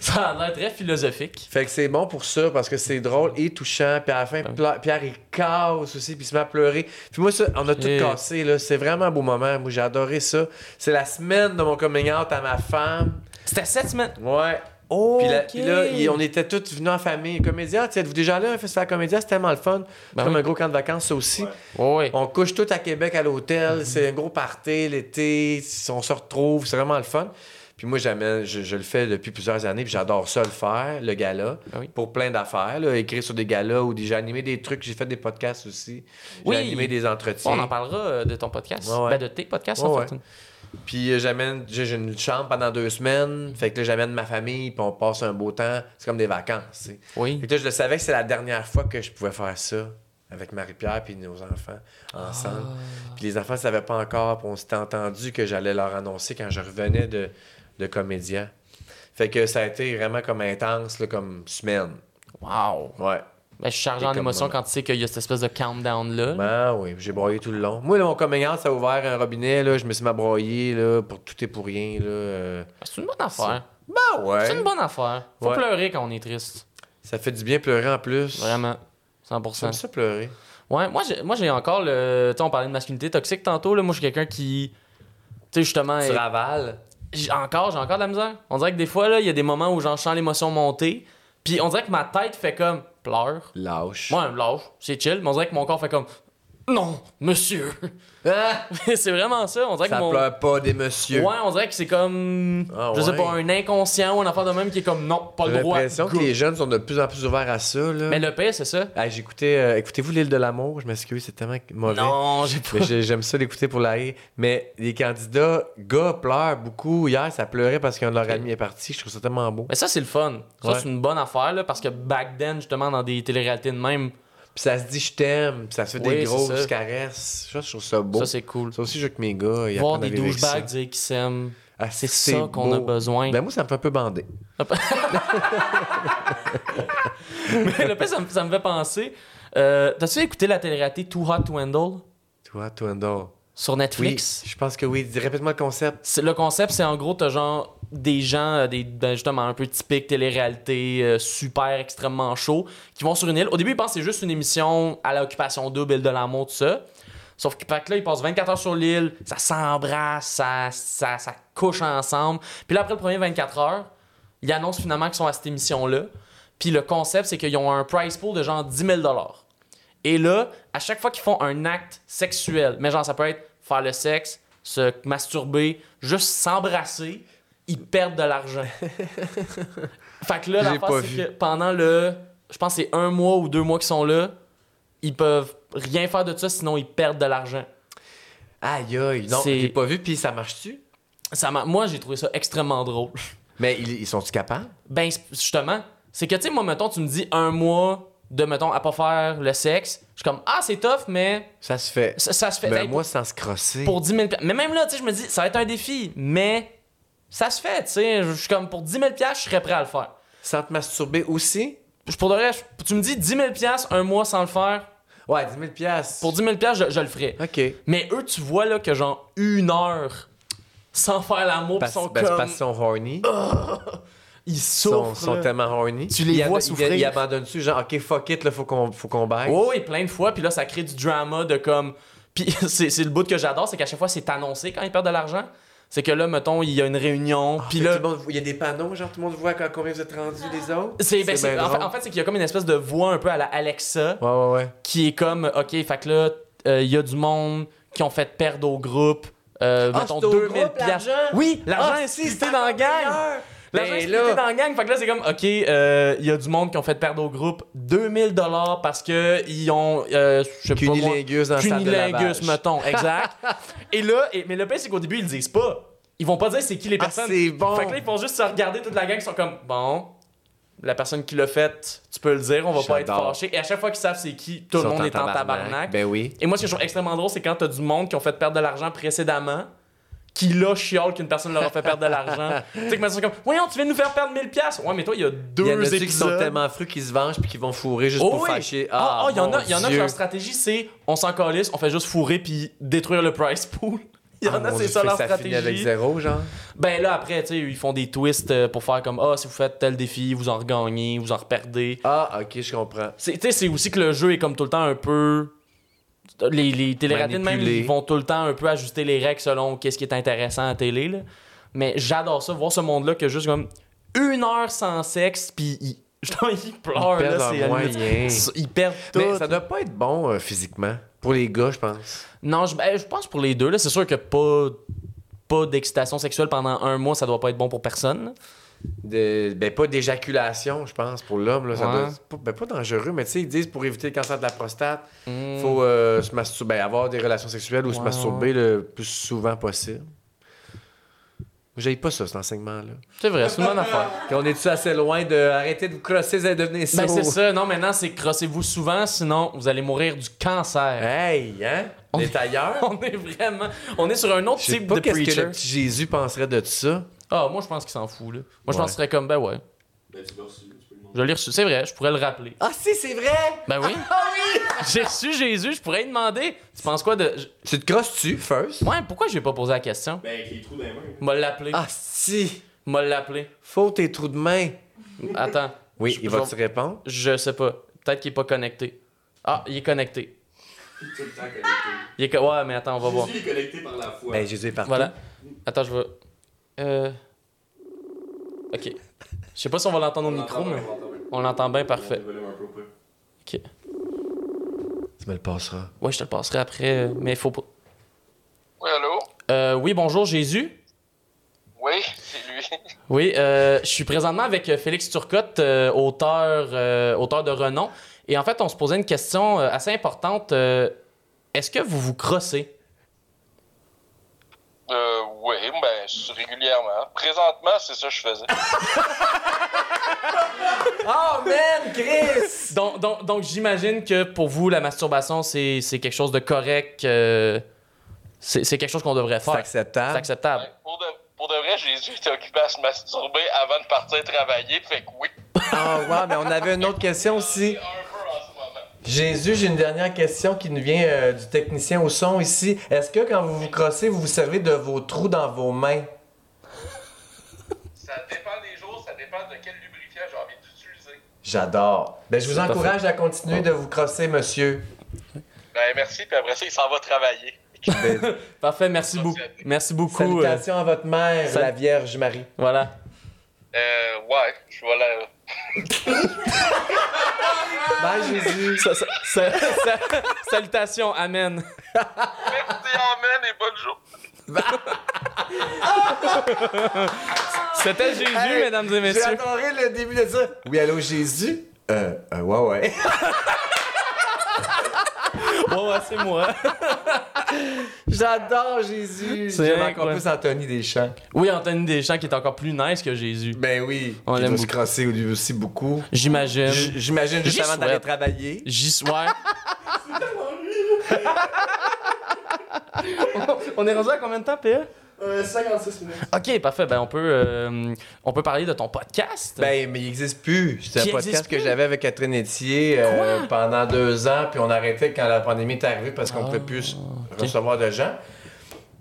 Speaker 2: Ça a l'air très philosophique.
Speaker 1: Fait que c'est bon pour ça parce que c'est drôle et touchant. Puis à la fin, Pla- Pierre, il casse aussi, puis il se met à pleurer. Puis moi, ça, on a tout
Speaker 2: Shit.
Speaker 1: cassé, là. C'est vraiment un beau moment. Moi, j'ai adoré ça. C'est la semaine de mon coming out à ma femme.
Speaker 2: C'était cette semaine.
Speaker 1: Ouais.
Speaker 2: Oh,
Speaker 1: Puis, la- puis là, il- on était tous venus en famille. Comédia, tu sais, êtes-vous déjà allé à un festival comédia? C'est tellement le fun.
Speaker 2: Ben
Speaker 1: comme
Speaker 2: oui.
Speaker 1: un gros camp de vacances, ça aussi.
Speaker 3: Ouais.
Speaker 2: Ouais, ouais.
Speaker 1: On couche tout à Québec à
Speaker 2: Mhm.
Speaker 1: l'hôtel. C'est un gros party l'été. On se retrouve. C'est vraiment le fun. Puis moi, j'amène- je, je le fais depuis plusieurs années. Puis j'adore ça le faire, le gala,
Speaker 2: Ah oui.
Speaker 1: pour plein d'affaires. là, Écrire sur des galas ou des- j'ai animé des trucs. J'ai fait des podcasts aussi. J'ai
Speaker 2: Oui.
Speaker 1: animé des entretiens.
Speaker 2: On en parlera euh, de ton podcast.
Speaker 1: Ouais, ouais.
Speaker 2: Ben, de tes podcasts, en
Speaker 1: Ouais,
Speaker 2: fait.
Speaker 1: Puis euh, j'amène, j'ai j'ai une chambre pendant deux semaines. Fait que là, j'amène ma famille. Puis on passe un beau temps. C'est comme des vacances. tu sais.
Speaker 2: Oui.
Speaker 1: Fait que là, je le savais que c'est la dernière fois que je pouvais faire ça avec Marie-Pierre puis nos enfants ensemble.
Speaker 2: Ah.
Speaker 1: Puis les enfants ne savaient pas encore, puis on s'était entendu que j'allais leur annoncer quand je revenais de, de comédien. Fait que ça a été vraiment comme intense, là, comme semaine.
Speaker 2: Wow.
Speaker 1: Ouais.
Speaker 2: Ben, je suis chargé
Speaker 1: Et
Speaker 2: en
Speaker 1: comme
Speaker 2: émotion
Speaker 1: moment.
Speaker 2: quand tu sais qu'il y a cette espèce de countdown-là.
Speaker 1: Ben oui, j'ai broyé tout le long. Moi, là, mon coming out, ça a ouvert un robinet, là, je me suis mis à broyer, là, pour tout et pour rien, là. euh.
Speaker 2: C'est une bonne affaire.
Speaker 1: Ben ouais!
Speaker 2: C'est une bonne affaire. Faut
Speaker 1: Ouais.
Speaker 2: pleurer quand on est triste.
Speaker 1: Ça fait du bien pleurer en plus.
Speaker 2: Vraiment.
Speaker 1: J'aime
Speaker 2: 100%.
Speaker 1: ça pleurer.
Speaker 2: Ouais, moi j'ai, moi, j'ai encore le. Tu sais, on parlait de masculinité toxique tantôt. Là. Moi, je suis quelqu'un qui. Tu sais, justement.
Speaker 1: Tu
Speaker 2: est-
Speaker 1: ravales.
Speaker 2: j'ai encore, j'ai encore de la misère. On dirait que des fois, là, il y a des moments où j'en sens l'émotion monter. Puis on dirait que ma tête fait comme. Pleure.
Speaker 1: Lâche.
Speaker 2: Moi, elle me lâche. C'est chill. Mais on dirait que mon corps fait comme. Non, monsieur. c'est vraiment ça. On dirait
Speaker 1: Ça
Speaker 2: que mon.
Speaker 1: pleure pas des messieurs.
Speaker 2: Ouais, on dirait que c'est comme.
Speaker 1: Ah
Speaker 2: Je sais
Speaker 1: ouais.
Speaker 2: pas, un inconscient ou un enfant de même qui est comme non, pas
Speaker 1: J'ai
Speaker 2: le droit.
Speaker 1: l'impression que
Speaker 2: Good.
Speaker 1: les jeunes sont de plus en plus ouverts à ça. Là.
Speaker 2: Mais le pire, c'est ça.
Speaker 1: Ah, J'écoutais. euh, Écoutez-vous l'île de l'amour? Je m'excuse, c'est tellement mauvais.
Speaker 2: Non, j'ai pas.
Speaker 1: Mais j'ai- J'aime ça l'écouter pour la haie. Mais les candidats gars pleurent beaucoup. Hier, ça pleurait parce qu'un de leurs amis est parti. Je trouve ça tellement beau.
Speaker 2: Mais ça, c'est le fun. Ça,
Speaker 1: Ouais.
Speaker 2: c'est une bonne affaire, là, parce que back then, justement, dans des téléréalités de même,
Speaker 1: Puis ça se dit je t'aime, puis ça se fait
Speaker 2: Oui,
Speaker 1: des
Speaker 2: c'est
Speaker 1: grosses
Speaker 2: ça.
Speaker 1: caresses. Ça, je trouve ça beau.
Speaker 2: ça,
Speaker 1: Ça,
Speaker 2: c'est cool.
Speaker 1: aussi, je veux que mes gars. ils
Speaker 2: Voir
Speaker 1: apprennent à
Speaker 2: des
Speaker 1: vivre avec
Speaker 2: douchebags
Speaker 1: ça.
Speaker 2: dire qu'ils s'aiment,
Speaker 1: Ah,
Speaker 2: c'est ça qu'on
Speaker 1: beau.
Speaker 2: a besoin.
Speaker 1: Ben, moi, ça me fait un peu bander.
Speaker 2: le pire, ça me, ça me fait penser. euh, T'as-tu écouté la téléréalité Too Hot to Handle
Speaker 1: Toi, Twindle.
Speaker 2: sur
Speaker 1: Oui,
Speaker 2: Netflix?
Speaker 1: je pense que oui. Dis- Répète-moi le concept.
Speaker 2: C'est- Le concept, c'est en gros, t'as genre des gens, euh, des, ben, justement, un peu typiques télé-réalité, euh, super, extrêmement chaud, qui vont sur une île. Au début, ils pensent que c'est juste une émission à l'occupation double, île de l'amour, tout ça. Sauf que, fait que là, ils passent 24 heures sur l'île, ça s'embrasse, ça, ça, ça couche ensemble. Puis là, après le premier 24 heures, ils annoncent finalement qu'ils sont à cette émission-là. Puis le concept, c'est qu'ils ont un price pool de genre 10 000 et là, à chaque fois qu'ils font un acte sexuel, mais genre ça peut être faire le sexe, se masturber, juste s'embrasser, ils perdent de l'argent. fait que là,
Speaker 1: J'ai
Speaker 2: l'affaire,
Speaker 1: pas
Speaker 2: c'est
Speaker 1: vu.
Speaker 2: que pendant le. Je pense que c'est un mois ou deux mois qu'ils sont là, ils peuvent rien faire de ça, sinon ils perdent de l'argent.
Speaker 1: Aïe, aïe. Non,
Speaker 2: C'est-
Speaker 1: j'ai pas vu, puis ça marche-tu?
Speaker 2: Ça m'a- Moi, j'ai trouvé ça extrêmement drôle.
Speaker 1: Mais ils, ils sont-ils capables?
Speaker 2: Ben, c'est- justement, c'est que, tu sais, moi, mettons, tu me dis un mois de, mettons, à pas faire le sexe. Je suis comme, ah, c'est tough, mais
Speaker 1: Ça se fait.
Speaker 2: ça, ça se fait.
Speaker 1: Ben,
Speaker 2: Hey,
Speaker 1: moi, sans se crosser.
Speaker 2: pour 10 000 piastres. Mais même là, tu sais, je me dis, ça va être un défi, mais ça se fait, tu sais. Je je suis comme, pour 10 000 piastres, je serais prêt à le faire.
Speaker 1: Sans te masturber aussi?
Speaker 2: Je, pour de vrai, je- tu me dis 10 000 piastres, un mois sans le faire,
Speaker 1: Ouais, 10 000 piastres.
Speaker 2: pour 10 000 piastres, je, je le ferais.
Speaker 1: OK.
Speaker 2: Mais eux, tu vois, là, que genre, une heure sans faire l'amour, ils
Speaker 1: Parce,
Speaker 2: sont
Speaker 1: ben, c'est
Speaker 2: comme...
Speaker 1: parce qu'ils sont horny.
Speaker 2: ils
Speaker 1: Ils sont,
Speaker 2: souffrent,
Speaker 1: sont
Speaker 2: là.
Speaker 1: tellement horny.
Speaker 2: Tu les
Speaker 1: Ils ab-
Speaker 2: vois
Speaker 1: ils-
Speaker 2: souffrir.
Speaker 1: Ils abandonnent dessus, genre, OK, fuck it, là, faut qu'on faut qu'on baisse.
Speaker 2: Oui, oui, plein de fois. Puis là, ça crée du drama de comme. Puis c'est c'est le bout que j'adore, c'est qu'à chaque fois, c'est annoncé quand ils perdent de l'argent. C'est que là, mettons, il y a une réunion. puis là.
Speaker 1: Ah, tout le monde- il y a des panneaux, genre, tout le monde voit à combien vous êtes rendus, les autres.
Speaker 2: C'est, ben, c'est-
Speaker 1: bien
Speaker 2: en, fait,
Speaker 1: drôle.
Speaker 2: en fait, c'est qu'il y a comme une espèce de voix un peu à la Alexa
Speaker 1: Ouais, ouais, ouais.
Speaker 2: qui est comme OK, fait que là, euh, il y a du monde qui ont fait perdre au groupe. Euh,
Speaker 1: Ah,
Speaker 2: mettons
Speaker 1: c'est au
Speaker 2: 2000
Speaker 1: groupe,
Speaker 2: piastres.
Speaker 1: l'argent?
Speaker 2: Oui, l'argent
Speaker 1: Ah,
Speaker 2: est
Speaker 1: c'est
Speaker 2: splitté dans la gang. L'argent est
Speaker 1: Ben
Speaker 2: splitté
Speaker 1: là.
Speaker 2: dans la gang. Fait que là, c'est comme, OK, euh, il y a du monde qui ont fait perdre au groupe 2000 dollars parce que ils ont, euh, je sais pas moi,
Speaker 1: Cunilingus dans la salle de
Speaker 2: cunilingus,
Speaker 1: lavage.
Speaker 2: mettons, exact. et là, et- mais le pire, c'est qu'au début, ils le disent pas. Ils vont pas dire c'est qui les
Speaker 1: Ah,
Speaker 2: personnes.
Speaker 1: c'est bon.
Speaker 2: Fait que là, ils font juste se regarder toute la gang, ils sont comme, bon, la personne qui l'a fait, tu peux le dire, on va pas être
Speaker 1: J'adore.
Speaker 2: fâché. Et à chaque fois qu'ils savent c'est qui,
Speaker 1: Ils
Speaker 2: tout le
Speaker 1: sont
Speaker 2: monde est en tabarnak.
Speaker 1: Ben oui.
Speaker 2: Et moi, ce que je trouve extrêmement drôle, c'est quand t'as du monde qui ont fait perdre de l'argent précédemment, qui là chiole qu'une personne leur a fait perdre de l'argent. tu sais, que maintenant, comme, voyons, tu viens de nous faire perdre 1000$. piastres. Ouais, mais toi, il y a deux
Speaker 1: Il y en a ceux
Speaker 2: épisodes.
Speaker 1: qui sont tellement fruits qu'ils se vengent puis qu'ils vont fourrer juste
Speaker 2: Oh
Speaker 1: pour
Speaker 2: oui.
Speaker 1: fâcher.
Speaker 2: Ah, ah, il y en a, il y en a que
Speaker 1: qui
Speaker 2: leur stratégie, c'est on s'en calisse, on fait juste fourrer puis détruire le price pool.
Speaker 1: Ah,
Speaker 2: Il y en a, c'est ça leur
Speaker 1: ça finit avec
Speaker 2: stratégie.
Speaker 1: zéro, genre.
Speaker 2: Ben là, après, tu sais, ils font des twists euh, pour faire comme, ah, si vous faites tel défi, vous en regagnez, vous en reperdez.
Speaker 1: Ah, ok, je comprends.
Speaker 2: C'est- Tu sais, c'est aussi que le jeu est comme tout le temps un peu. Les, les téléréalités de même,
Speaker 1: Manipulé.
Speaker 2: ils vont tout le temps un peu ajuster les règles selon qu'est-ce qui est intéressant à télé. Là. Mais j'adore ça, voir ce monde-là que juste comme une heure sans sexe, puis ils, justement, ils pleurent.
Speaker 1: Ils perdent
Speaker 2: là, c'est
Speaker 1: leurs
Speaker 2: hallucinant.
Speaker 1: moyens.
Speaker 2: Ils perdent tout.
Speaker 1: Mais ça doit pas être bon euh, physiquement. Pour les gars, je pense.
Speaker 2: Non, je, ben, je pense pour les deux, là, c'est sûr que pas, pas d'excitation sexuelle pendant un mois, ça doit pas être bon pour personne.
Speaker 1: De- ben, pas d'éjaculation, je pense, pour l'homme. là, ça
Speaker 2: Ouais.
Speaker 1: doit- c'est pas- ben, pas dangereux, mais tu sais, ils disent pour éviter le cancer de la prostate,
Speaker 2: Mm.
Speaker 1: faut euh, se masturber, ben, avoir des relations sexuelles ou se
Speaker 2: Ouais.
Speaker 1: masturber le plus souvent possible. J'aille pas ça, cet enseignement-là.
Speaker 2: C'est vrai, c'est une bonne affaire.
Speaker 1: On est-tu assez loin de arrêter de vous crosser et devenir
Speaker 2: Ben, c'est ça, non, maintenant, c'est crossez-vous souvent, sinon vous allez mourir du cancer.
Speaker 1: Hey, hein? On est ailleurs?
Speaker 2: On est vraiment. On est sur un autre
Speaker 1: Je sais
Speaker 2: type
Speaker 1: pas
Speaker 2: de
Speaker 1: qu'est-ce que
Speaker 2: preacher.
Speaker 1: le petit Jésus penserait de ça.
Speaker 2: Ah, moi, je pense qu'il s'en fout, là. Moi, je
Speaker 1: Ouais.
Speaker 2: pense qu'il serait comme, ben ouais.
Speaker 3: Ben, tu l'as reçu, tu peux le demander.
Speaker 2: Je l'ai reçu. C'est vrai, je pourrais le rappeler.
Speaker 1: Ah si, c'est vrai!
Speaker 2: Ben oui. J'ai reçu Jésus, je pourrais lui demander. Tu penses quoi de. je-
Speaker 1: Tu te crosses-tu, first?
Speaker 2: Ouais, pourquoi j'ai pas posé la question?
Speaker 3: Ben, avec les trous dans les mains.
Speaker 2: M'a l'appeler.
Speaker 1: Ah si!
Speaker 2: M'a l'appeler.
Speaker 1: Faut tes trous de main!
Speaker 2: Attends.
Speaker 1: Oui,
Speaker 2: Je-
Speaker 1: il
Speaker 2: je-
Speaker 1: va te répondre?
Speaker 2: Je sais pas. Peut-être qu'il est pas connecté. Ah, il est connecté.
Speaker 3: Tout le temps connecté.
Speaker 2: Il est. co- Ouais, mais attends, on va voir.
Speaker 3: Jésus est connecté par la foi.
Speaker 1: Ben, Jésus est partout.
Speaker 2: Voilà. Attends, je vais. Euh. Ok. Je sais pas si on va l'entendre au micro, mais. On l'entend bien, parfait.
Speaker 3: On l'entend bien.
Speaker 2: Ok.
Speaker 1: C'est Tu me le passeras.
Speaker 2: Ouais, je te le passerai après, euh, mais il faut pas.
Speaker 4: Oui, allô?
Speaker 2: Euh, oui, bonjour, Jésus.
Speaker 4: Oui, c'est lui.
Speaker 2: Oui, euh, je suis présentement avec euh, Félix Turcotte, euh, auteur, euh, auteur de renom. Et en fait, on se posait une question euh, assez importante. euh, Est-ce que vous vous crossez?
Speaker 4: Euh, oui, ben, je- régulièrement. Présentement, c'est ça que je faisais.
Speaker 2: Oh man, Chris! donc donc, donc, j'imagine que pour vous, la masturbation, c'est c'est quelque chose de correct. euh, c'est c'est quelque chose qu'on devrait
Speaker 1: C'est
Speaker 2: faire. C'est
Speaker 1: acceptable.
Speaker 2: acceptable.
Speaker 4: Ouais, pour, de, pour de vrai, Jésus était occupé à se masturber avant de partir travailler, fait que oui.
Speaker 1: Ah, ouais, mais on avait une autre question aussi.
Speaker 4: C'est un peu en ce moment.
Speaker 1: Jésus, j'ai une dernière question qui nous vient euh, du technicien au son ici. Est-ce que quand vous vous crossez, vous vous servez de vos trous dans vos mains?
Speaker 4: Ça dépend des jours, ça dépend de quel lubrifiant j'ai envie d'utiliser.
Speaker 1: J'adore. Ben, je vous
Speaker 2: C'est
Speaker 1: encourage à continuer de vous crosser, monsieur.
Speaker 4: Ben, merci, puis après ça, il s'en va travailler.
Speaker 1: Ben,
Speaker 2: Parfait, merci beaucoup. Merci beaucoup. euh,
Speaker 1: salutations à votre mère,
Speaker 2: salut.
Speaker 1: la Vierge Marie.
Speaker 2: voilà.
Speaker 4: Euh, ouais, je vais la...
Speaker 1: Bye, Jésus.
Speaker 2: Ça- ça- ça- ça- salutations, amen.
Speaker 4: Merci, amen, et bonne journée.
Speaker 2: C'était Jésus,
Speaker 1: Hey,
Speaker 2: mesdames et
Speaker 1: J'ai
Speaker 2: messieurs.
Speaker 1: adoré le début de ça. Oui, allô, Jésus? Euh, euh, ouais, ouais.
Speaker 2: Oh, Ouais, ouais, c'est moi.
Speaker 1: J'adore Jésus.
Speaker 2: C'est
Speaker 1: J'aime
Speaker 2: vrai,
Speaker 1: encore
Speaker 2: ouais.
Speaker 1: plus Anthony Deschamps.
Speaker 2: Oui, Anthony Deschamps qui est encore plus nice que Jésus.
Speaker 1: Ben oui.
Speaker 2: On
Speaker 1: Il
Speaker 2: l'aime
Speaker 1: doit se
Speaker 2: beaucoup.
Speaker 1: crosser lui aussi beaucoup.
Speaker 2: J'imagine.
Speaker 1: J- J'imagine juste
Speaker 2: J'y
Speaker 1: avant d'aller
Speaker 2: souhaite.
Speaker 1: travailler.
Speaker 2: J'y suis. on est rendu à combien de temps, PA?
Speaker 3: 56 Euh, minutes.
Speaker 2: Ok, parfait. Ben, on peut, euh, on peut parler de ton podcast.
Speaker 1: Ben, mais il n'existe plus. C'était
Speaker 2: Qui
Speaker 1: un podcast
Speaker 2: existe
Speaker 1: que
Speaker 2: plus?
Speaker 1: j'avais avec Catherine Etier euh, pendant deux ans, puis on arrêtait quand la pandémie est arrivée parce
Speaker 2: Ah,
Speaker 1: qu'on ne pouvait plus recevoir de gens.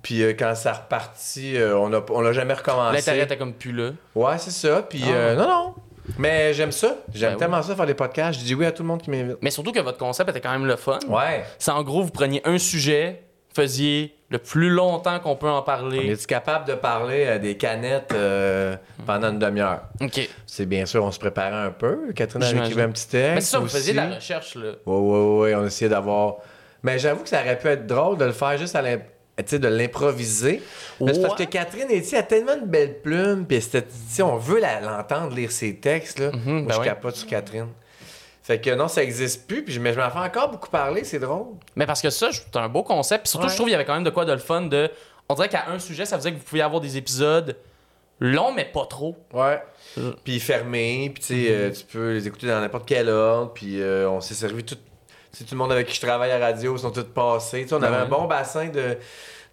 Speaker 1: Puis euh, quand ça repartit, euh, on a- on l'a jamais
Speaker 2: L'intérêt
Speaker 1: recommencé.
Speaker 2: était comme plus là.
Speaker 1: Ouais, c'est ça. Puis
Speaker 2: Ah.
Speaker 1: euh, non, non. Mais j'aime ça. J'aime
Speaker 2: Ben oui.
Speaker 1: tellement ça faire des podcasts. Je dis oui à tout le monde qui m'invite.
Speaker 2: Mais surtout que votre concept était quand même le fun.
Speaker 1: Ouais.
Speaker 2: C'est en gros, vous preniez un sujet, faisiez le plus longtemps qu'on peut en
Speaker 1: On
Speaker 2: parler.
Speaker 1: est capable de parler à des canettes euh, pendant une demi-heure?
Speaker 2: Ok.
Speaker 1: C'est bien sûr, on se préparait un peu. Catherine avait
Speaker 2: J'imagine.
Speaker 1: écrit un petit texte.
Speaker 2: Mais c'est ça, vous
Speaker 1: aussi.
Speaker 2: faisiez de la recherche, là.
Speaker 1: Ouais, ouais, ouais, on essayait d'avoir. Mais j'avoue que ça aurait pu être drôle de le faire juste à l'im- tu sais, de l'improviser. Mais c'est parce que
Speaker 2: Ouais.
Speaker 1: Catherine Etier a tellement de belles plumes, puis c'était- tu sais, on veut la- l'entendre lire ses textes. Là. Moi,
Speaker 2: ben
Speaker 1: je
Speaker 2: ouais.
Speaker 1: capote sur Catherine. Fait que non, ça existe plus, puis je, mais je m'en fais encore beaucoup parler, c'est drôle.
Speaker 2: Mais parce que ça, c'est un beau concept. Puis surtout,
Speaker 1: Ouais.
Speaker 2: je trouve qu'il y avait quand même de quoi de le fun. De... On dirait qu'à un sujet, ça faisait que vous pouviez avoir des épisodes longs, mais pas trop.
Speaker 1: Ouais.
Speaker 2: Mm.
Speaker 1: Puis fermé, puis tu sais, euh, tu peux les écouter dans n'importe quel ordre, puis euh, on s'est servi tout. tu sais, tout le monde avec qui je travaille à radio sont tous passés. Tu sais, on
Speaker 2: Ben
Speaker 1: avait un
Speaker 2: ouais.
Speaker 1: bon bassin de,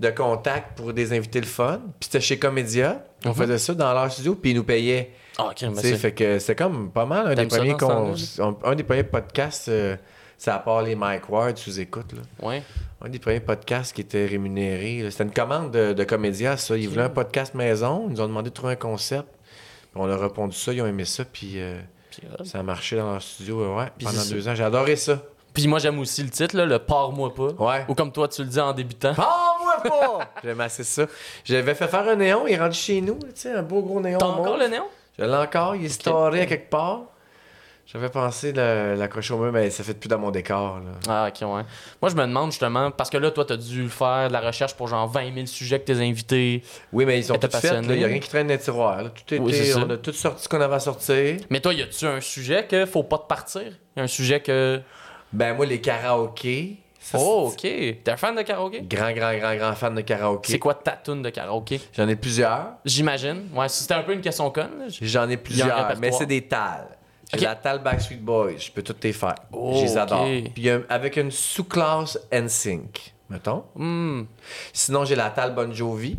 Speaker 1: de contacts pour des invités le fun. Puis c'était chez Comédia. On
Speaker 2: Mhm.
Speaker 1: faisait ça dans leur studio, puis ils nous payaient.
Speaker 2: Ah, ok,
Speaker 1: Tu sais, fait que c'est comme pas mal un des
Speaker 2: T'aimes ça
Speaker 1: premiers,
Speaker 2: dans ce
Speaker 1: qu'on- on- un des premiers podcasts, euh, ça à part les Mike Ward sous écoute. Là.
Speaker 2: Ouais.
Speaker 1: Un des premiers podcasts qui était rémunéré. là. C'était une commande de, de Comédia, ça. Ils voulaient un podcast maison. Ils nous ont demandé de trouver un concept. Puis on leur a répondu ça. Ils ont aimé ça. Puis euh,
Speaker 2: Puis, euh,
Speaker 1: ça a marché dans leur studio. euh, Ouais,
Speaker 2: Puis
Speaker 1: pendant
Speaker 2: c'est
Speaker 1: deux ans. J'ai adoré ça.
Speaker 2: Puis moi, j'aime aussi le titre, là, le Pars-moi pas.
Speaker 1: Ouais.
Speaker 2: Ou comme toi, tu le dis en débutant.
Speaker 1: Oh, moi pas! J'aime assez ça. J'avais fait faire un néon. Il est rendu chez nous. Tu sais, un beau gros néon.
Speaker 2: T'as
Speaker 1: au
Speaker 2: encore
Speaker 1: monde.
Speaker 2: le néon?
Speaker 1: Je l'ai encore. Il est storé à quelque part. J'avais pensé le- l'accrocher au mur, mais ça fait plus dans mon décor. Là.
Speaker 2: Ah, ok, ouais. Moi, je me demande justement, parce que là, toi, t'as dû faire de la recherche pour genre 20 000 sujets que t'es invité.
Speaker 1: Oui, mais ils sont
Speaker 2: Était
Speaker 1: tous faits. là. Il n'y
Speaker 2: passionné.
Speaker 1: a rien qui traîne dans les tiroirs. là. Tout
Speaker 2: Oui,
Speaker 1: était-
Speaker 2: c'est ça.
Speaker 1: on a tout sorti ce qu'on avait à sortir.
Speaker 2: Mais toi, y a-tu un sujet que faut pas te partir? Y a un sujet que.
Speaker 1: Ben moi, les karaokés. ça,
Speaker 2: Oh,
Speaker 1: c'est-
Speaker 2: ok. T'es un fan de karaoké?
Speaker 1: Grand, grand, grand, grand fan de
Speaker 2: C'est
Speaker 1: karaoké.
Speaker 2: quoi ta tune de karaoké?
Speaker 1: J'en ai plusieurs.
Speaker 2: J'imagine. Ouais, c'était un peu une question conne. là.
Speaker 1: J'en ai plusieurs,
Speaker 2: répertoire.
Speaker 1: mais c'est des tales. J'ai
Speaker 2: Ok.
Speaker 1: la tale Backstreet Boys. Je peux toutes les faire.
Speaker 2: Oh,
Speaker 1: je les adore.
Speaker 2: ok.
Speaker 1: Puis euh, avec une sous-classe NSYNC, mettons.
Speaker 2: Hmm.
Speaker 1: Sinon, j'ai la tale Bon Jovi.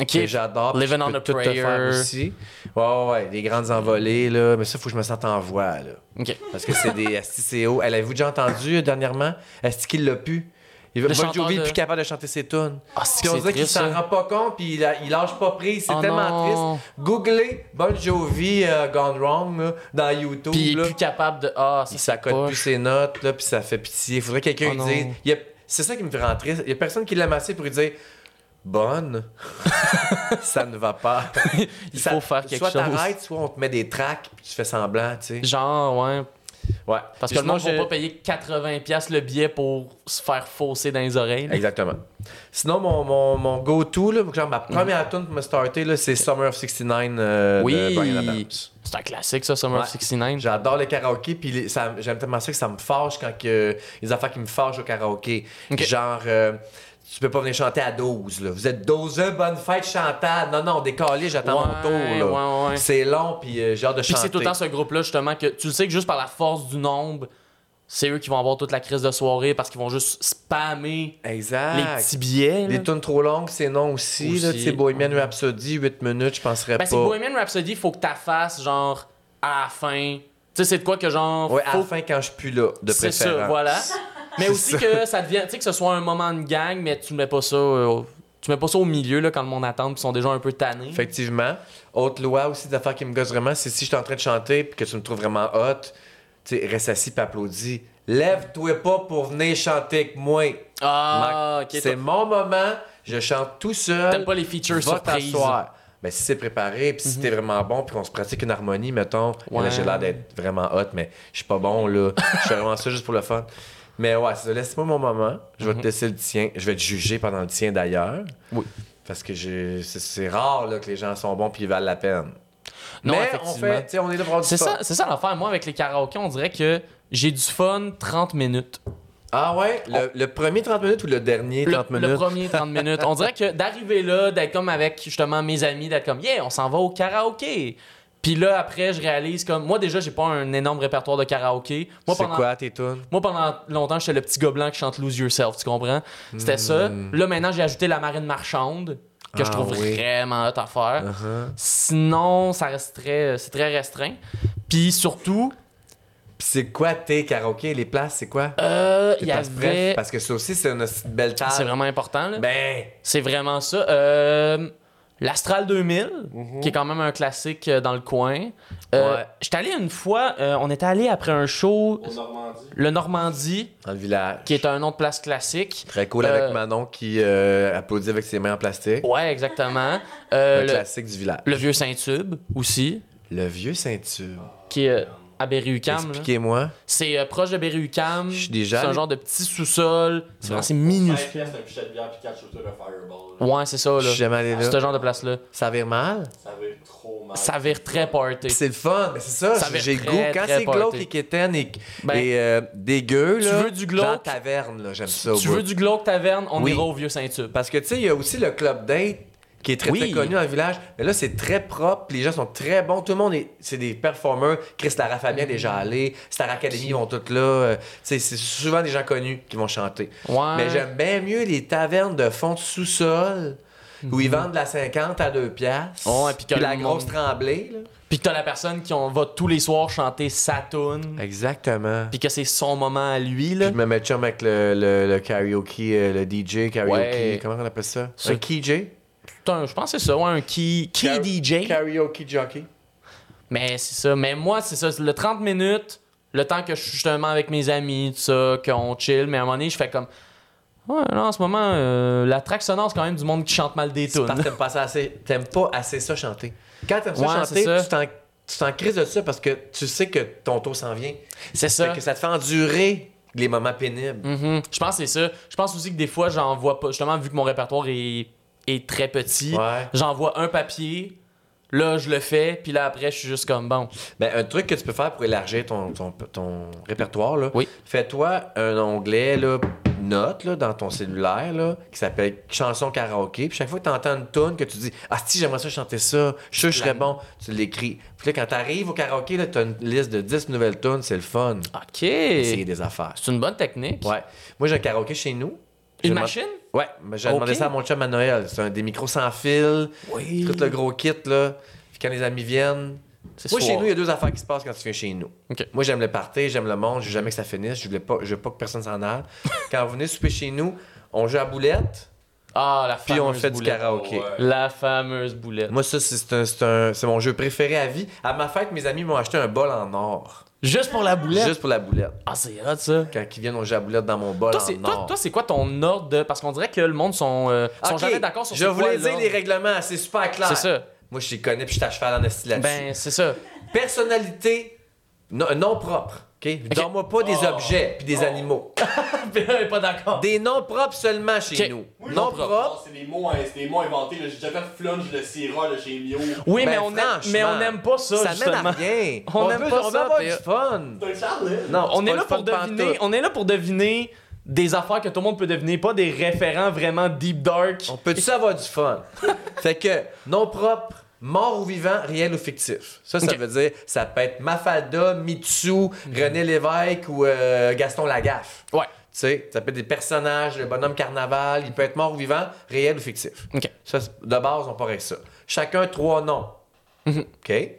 Speaker 2: Ok.
Speaker 1: Que j'adore. puis
Speaker 2: Living
Speaker 1: je
Speaker 2: on
Speaker 1: peux
Speaker 2: a
Speaker 1: toutes te
Speaker 2: Prayer.
Speaker 1: faire aussi. Ouais, ouais, ouais. Les grandes envolées, là. Mais ça, faut que je me sente en voix, là.
Speaker 2: Ok.
Speaker 1: Parce que c'est des STCO. Elle avez-vous déjà entendu euh, dernièrement? Est-ce qu'il l'a pu? Il veut
Speaker 2: Le
Speaker 1: bon
Speaker 2: chanteur
Speaker 1: Jovi est
Speaker 2: de-
Speaker 1: plus capable de chanter ses tunes.
Speaker 2: Ah, c'est
Speaker 1: Puis on
Speaker 2: que c'est
Speaker 1: dirait qu'il
Speaker 2: triste,
Speaker 1: s'en
Speaker 2: ça.
Speaker 1: rend pas compte, puis il, a- il lâche pas prise. C'est
Speaker 2: Oh
Speaker 1: tellement
Speaker 2: non.
Speaker 1: triste. Googlez Bon Jovi euh, Gone Wrong là, dans YouTube.
Speaker 2: Puis il
Speaker 1: là.
Speaker 2: est plus capable de. Ah, ça,
Speaker 1: Il
Speaker 2: c'est
Speaker 1: s'accote
Speaker 2: pas.
Speaker 1: plus ses notes, là, puis ça fait pitié. Faudrait que quelqu'un
Speaker 2: Oh
Speaker 1: lui dise.
Speaker 2: non.
Speaker 1: il y a- C'est ça qui me rend triste. Il y a personne qui l'aime assez pour lui dire Bonne. ça ne va pas.
Speaker 2: Il
Speaker 1: Ça-
Speaker 2: faut faire quelque
Speaker 1: Soit
Speaker 2: chose.
Speaker 1: t'arrêtes, soit on te met des tracks, puis tu fais semblant, tu sais.
Speaker 2: Genre, ouais.
Speaker 1: Ouais. Puis
Speaker 2: Parce que le
Speaker 1: sinon,
Speaker 2: monde ne
Speaker 1: je-
Speaker 2: va pas payer 80$ le billet pour se faire fausser dans les oreilles. là.
Speaker 1: Exactement. Sinon, mon, mon, mon go-to, là, genre ma première tune pour me starter, là, c'est Summer of 69 euh, de
Speaker 2: Mm. Oui.
Speaker 1: Brian Adams.
Speaker 2: C'est un classique, ça, Summer of
Speaker 1: Ouais.
Speaker 2: 69.
Speaker 1: J'adore le karaoké, puis les- ça- j'aime tellement ça que ça me fâche quand que, les affaires qui me fâchent au karaoké.
Speaker 2: Ok.
Speaker 1: Genre, euh, tu peux pas venir chanter à 12, là. Vous êtes 12, euh, bonne fête, chantable. Non, non, décalé, j'attends mon tour,
Speaker 2: Ouais,
Speaker 1: là.
Speaker 2: ouais, ouais.
Speaker 1: C'est long, puis euh, j'ai hâte de
Speaker 2: Puis
Speaker 1: chanter.
Speaker 2: c'est tout le temps ce groupe-là, justement, que tu le sais que juste par la force du nombre, c'est eux qui vont avoir toute la crise de soirée parce qu'ils vont juste spammer
Speaker 1: Exact.
Speaker 2: les petits billets. là.
Speaker 1: Les tunes trop longues, c'est non aussi.
Speaker 2: Aussi.
Speaker 1: là, tu sais, Bohemian Rhapsody, 8 minutes, je penserais
Speaker 2: Ben, c'est que
Speaker 1: pas.
Speaker 2: Bohemian Rhapsody, faut que tu fasses, genre, à la fin. Tu sais, c'est de quoi que, genre.
Speaker 1: Ouais, à
Speaker 2: faut
Speaker 1: la fin, quand je suis là, de
Speaker 2: C'est
Speaker 1: préférence.
Speaker 2: ça, voilà. Mais aussi que ça devient, tu sais, que ce soit un moment de gang, mais tu mets pas ça, euh, au- tu mets pas ça au milieu là, quand le monde attend, puis ils sont déjà un peu tannés.
Speaker 1: Effectivement. Autre loi aussi d'affaires qui me gosse vraiment, c'est si je suis en train de chanter puis que tu me trouves vraiment hot, tu sais, reste assis puis applaudis. Lève-toi pas pour venir chanter avec moi.
Speaker 2: ah, ok.
Speaker 1: c'est
Speaker 2: toi,
Speaker 1: mon moment, je chante tout seul.
Speaker 2: T'aimes pas les features
Speaker 1: Va
Speaker 2: surprises.
Speaker 1: t'asseoir. Mais si c'est préparé, puis si t'es vraiment bon, puis qu'on se pratique une harmonie, mettons,
Speaker 2: Mhm. Ouais.
Speaker 1: là, j'ai l'air d'être vraiment hot, mais je suis pas bon, là. Je fais vraiment ça juste pour le fun. Mais ouais, c'est ça. laisse-moi mon moment. Je vais te laisser le tien. Je vais te juger pendant le tien, d'ailleurs.
Speaker 2: Mhm. Oui.
Speaker 1: Parce que j'ai- c'est- c'est rare, là, que les gens sont bons puis ils valent la peine.
Speaker 2: Non,
Speaker 1: mais on
Speaker 2: effectivement.
Speaker 1: fait, tu sais, on est là pour avoir du
Speaker 2: C'est
Speaker 1: fun.
Speaker 2: ça, c'est ça l'affaire. Moi, avec les karaokés, on dirait que j'ai du fun 30 minutes.
Speaker 1: Ah ouais? Le, le premier 30 minutes ou le dernier
Speaker 2: Le,
Speaker 1: 30
Speaker 2: le
Speaker 1: minutes?
Speaker 2: premier 30 minutes. On dirait que d'arriver là, d'être comme avec justement mes amis, d'être comme, yeah, on s'en va au karaoké. Puis là, après, je réalise comme, moi déjà, j'ai pas un énorme répertoire de karaoké. Moi,
Speaker 1: c'est
Speaker 2: pendant
Speaker 1: quoi tes tunes?
Speaker 2: Moi, pendant longtemps, j'étais le petit gobelin qui chante Lose Yourself, tu comprends? C'était ça. Là, maintenant, j'ai ajouté la marine marchande, que je
Speaker 1: Hmm. Ah
Speaker 2: trouve
Speaker 1: oui.
Speaker 2: vraiment hot à faire.
Speaker 1: Uh-huh.
Speaker 2: Sinon, ça resterait, c'est très restreint. Puis surtout,
Speaker 1: Puis c'est quoi tes karaokés? Les places, c'est quoi?
Speaker 2: euh,
Speaker 1: Tes
Speaker 2: il y
Speaker 1: places prefs?
Speaker 2: avait.
Speaker 1: Parce que ça aussi, c'est une petite belle table.
Speaker 2: C'est vraiment important, là.
Speaker 1: Ben,
Speaker 2: C'est vraiment ça. Euh, L'Astral 2000, qui est quand même un classique euh, dans le coin. Euh,
Speaker 1: Ouais.
Speaker 2: J'étais allé une fois, euh, on était allé après un show,
Speaker 3: Au Normandie.
Speaker 2: le Normandie,
Speaker 1: dans le village.
Speaker 2: qui est un nom de place classique.
Speaker 1: Très cool
Speaker 2: Euh,
Speaker 1: avec Manon qui euh, applaudit avec ses mains en plastique.
Speaker 2: Ouais, exactement. Euh,
Speaker 1: le,
Speaker 2: le-
Speaker 1: classique du village.
Speaker 2: Le vieux Saint-Tube aussi,
Speaker 1: Le vieux ceinture.
Speaker 2: qui est euh, à Berry-UQAM. là.
Speaker 1: Expliquez-moi.
Speaker 2: C'est euh, proche de Berry-UQAM.
Speaker 1: Je suis
Speaker 2: C'est
Speaker 1: déjà
Speaker 2: un
Speaker 1: allé.
Speaker 2: genre de petit sous-sol.
Speaker 1: Non.
Speaker 2: C'est vraiment c'est
Speaker 3: 5
Speaker 2: minuscule.
Speaker 3: pièces, un pichet de bière, puis 4 shooters de fireball. là.
Speaker 2: Ouais, c'est
Speaker 1: Je
Speaker 2: ça,
Speaker 1: suis
Speaker 2: là. Ah,
Speaker 1: jamais allé
Speaker 2: C'est ce
Speaker 1: là.
Speaker 2: genre de place-là.
Speaker 1: Ça vire mal.
Speaker 3: Ça va être trop mal.
Speaker 2: Ça vire très
Speaker 1: Puis
Speaker 2: party.
Speaker 1: C'est le fun. Mais c'est ça.
Speaker 2: Ça vire
Speaker 1: J'ai le
Speaker 2: très,
Speaker 1: goût. Quand
Speaker 2: très
Speaker 1: c'est glauque
Speaker 2: party.
Speaker 1: et quétaine et,
Speaker 2: Ben,
Speaker 1: et, euh, dégueu,
Speaker 2: tu
Speaker 1: là.
Speaker 2: veux du glauque?
Speaker 1: Dans la taverne, là. J'aime ça. au
Speaker 2: Tu
Speaker 1: bout.
Speaker 2: veux du Glauque Taverne, on
Speaker 1: Oui.
Speaker 2: ira au vieux Saint-Tube.
Speaker 1: Parce que, tu sais, il y a aussi le club date qui est très,
Speaker 2: Oui.
Speaker 1: très connu dans le village. Mais là, c'est très propre. puis Les gens sont très bons. Tout le monde, est- c'est des performeurs. Chris Lara Fabien, déjà allé. Star Academy, ils vont toutes là. Euh, tu sais, c'est souvent des gens connus qui vont chanter.
Speaker 2: Ouais.
Speaker 1: Mais j'aime bien mieux les tavernes de fond de sous-sol où ils vendent de la 50 à 2 piastres.
Speaker 2: Ouais, puis que
Speaker 1: la
Speaker 2: le
Speaker 1: grosse
Speaker 2: monde-
Speaker 1: tremblée. là.
Speaker 2: Puis que t'as la personne qui on va tous les soirs chanter sa tune.
Speaker 1: Exactement.
Speaker 2: Puis que c'est son moment à lui,
Speaker 1: Puis
Speaker 2: là.
Speaker 1: je me mets chum avec le, le, le karaoké, euh, le DJ karaoke.
Speaker 2: Ouais.
Speaker 1: Comment on appelle ça?
Speaker 2: Ce-
Speaker 1: Un KJ?
Speaker 2: Putain, je pense que c'est ça, ouais, un key, key
Speaker 1: Car-
Speaker 2: DJ.
Speaker 1: Karaoke jockey.
Speaker 2: Mais c'est ça. Mais moi, c'est ça. c'est Le 30 minutes, le temps que je suis justement avec mes amis, tout ça, qu'on chill. Mais à un moment donné, je fais comme. Ouais, là, en ce moment, euh, la track sonore, c'est quand même du monde qui chante mal des
Speaker 1: C'est
Speaker 2: tunes.
Speaker 1: parce que t'aimes pas ça assez, t'aimes pas assez ça chanter. Quand t'aimes
Speaker 2: Ouais,
Speaker 1: ça
Speaker 2: c'est
Speaker 1: chanter,
Speaker 2: ça.
Speaker 1: tu t'en- tu t'en crises de ça parce que tu sais que ton tour s'en vient.
Speaker 2: C'est
Speaker 1: Fait
Speaker 2: ça.
Speaker 1: que ça te fait endurer les moments pénibles.
Speaker 2: Mhm. Je pense que c'est ça. Je pense aussi que des fois, j'en vois pas. Justement, vu que mon répertoire est, est très petit,
Speaker 1: Ouais.
Speaker 2: j'envoie un papier. Là, je le fais, puis là, après, je suis juste comme bon.
Speaker 1: Ben, un truc que tu peux faire pour élargir ton, ton, ton répertoire, là,
Speaker 2: Oui.
Speaker 1: fais-toi un onglet là, note là, dans ton cellulaire là, qui s'appelle chanson karaoké. Puis chaque fois que tu entends une tune que tu dis Ah si j'aimerais ça chanter ça, je suis sûr que je serais bon, tu l'écris. Puis là, quand tu arrives au karaoké, tu as une liste de 10 nouvelles tunes, c'est le fun.
Speaker 2: OK.
Speaker 1: Essayer
Speaker 2: C'est
Speaker 1: des affaires.
Speaker 2: une bonne technique.
Speaker 1: Ouais. Moi j'ai un karaoké chez nous. J'ai
Speaker 2: Une
Speaker 1: demandé-
Speaker 2: machine?
Speaker 1: Ouais, mais j'ai
Speaker 2: Ok.
Speaker 1: demandé ça à mon chum à Noël. C'est un des micros sans fil,
Speaker 2: Oui.
Speaker 1: tout le gros kit là. Puis quand les amis viennent,
Speaker 2: C'est
Speaker 1: moi,
Speaker 2: soir.
Speaker 1: chez nous, il y a deux affaires qui se passent quand tu viens chez nous.
Speaker 2: Ok.
Speaker 1: Moi, j'aime le party, j'aime le monde, je veux jamais que ça finisse, je voulais pas, je veux pas que personne s'en aille. quand vous venez souper chez nous, on joue à boulette,
Speaker 2: Ah, la
Speaker 1: puis
Speaker 2: fameuse
Speaker 1: on fait du
Speaker 2: boulette.
Speaker 1: karaoké.
Speaker 3: Ouais.
Speaker 2: La fameuse boulette.
Speaker 1: Moi, ça, c'est c'est un- c'est un- c'est mon jeu préféré à vie. À ma fête, mes amis m'ont acheté un bol en or.
Speaker 2: Juste pour la boulette?
Speaker 1: Juste pour la boulette.
Speaker 2: Ah, c'est hot, ça.
Speaker 1: Quand ils viennent, on joue à boulette dans mon bol
Speaker 2: Toi,
Speaker 1: en
Speaker 2: c'est,
Speaker 1: or.
Speaker 2: toi, toi, c'est quoi ton ordre de... Parce qu'on dirait que le monde sont, euh, sont
Speaker 1: Ok,
Speaker 2: jamais d'accord sur
Speaker 1: Je
Speaker 2: c'est quoi
Speaker 1: voulais dire
Speaker 2: l'ordre.
Speaker 1: les règlements, c'est super clair.
Speaker 2: C'est ça.
Speaker 1: Moi, je les connais, puis je suis à cheval en esti là-dessus.
Speaker 2: Ben, c'est ça.
Speaker 1: Personnalité, Non, non propres. OK? Donne-moi pas des objets puis des animaux. Ben,
Speaker 2: Puis là, elle est pas d'accord.
Speaker 1: Des noms propres seulement chez
Speaker 2: Ok.
Speaker 1: nous.
Speaker 3: Moi,
Speaker 1: non
Speaker 3: j'ai-
Speaker 1: propres.
Speaker 3: C'est des mots, hein, c'est des mots inventés. là. J'ai déjà fait flunge le sirop là, chez Mio.
Speaker 2: Oui,
Speaker 1: Ben,
Speaker 2: mais, on aime,
Speaker 1: franchement,
Speaker 2: mais on aime pas ça,
Speaker 1: Ça mène à
Speaker 2: justement.
Speaker 1: rien.
Speaker 2: On aime
Speaker 1: peut-
Speaker 2: pas
Speaker 1: on
Speaker 2: ça,
Speaker 1: veut avoir
Speaker 2: puis-
Speaker 1: du fun.
Speaker 3: C'est un hein? challenge.
Speaker 1: Non,
Speaker 2: On
Speaker 1: c'est
Speaker 2: est
Speaker 1: pas
Speaker 2: là
Speaker 1: le fun
Speaker 2: pour deviner,
Speaker 1: pantoute.
Speaker 2: on est là pour deviner des affaires que tout le monde peut deviner, pas des référents vraiment deep dark.
Speaker 1: On peut-tu avoir du fun? fait que, non propre, mort ou vivant, réel ou fictif. Ça, ça
Speaker 2: Ok. Mhm.
Speaker 1: veut dire, ça peut être Mafalda, Mitsu, René Lévesque ou euh, Gaston Lagaffe.
Speaker 2: Ouais.
Speaker 1: Tu sais, ça peut être des personnages, le bonhomme carnaval, il peut être mort ou vivant, réel ou fictif.
Speaker 2: Ok.
Speaker 1: Ça, c'est- de base, on part avec ça. Chacun trois noms.
Speaker 2: Mhm.
Speaker 1: OK?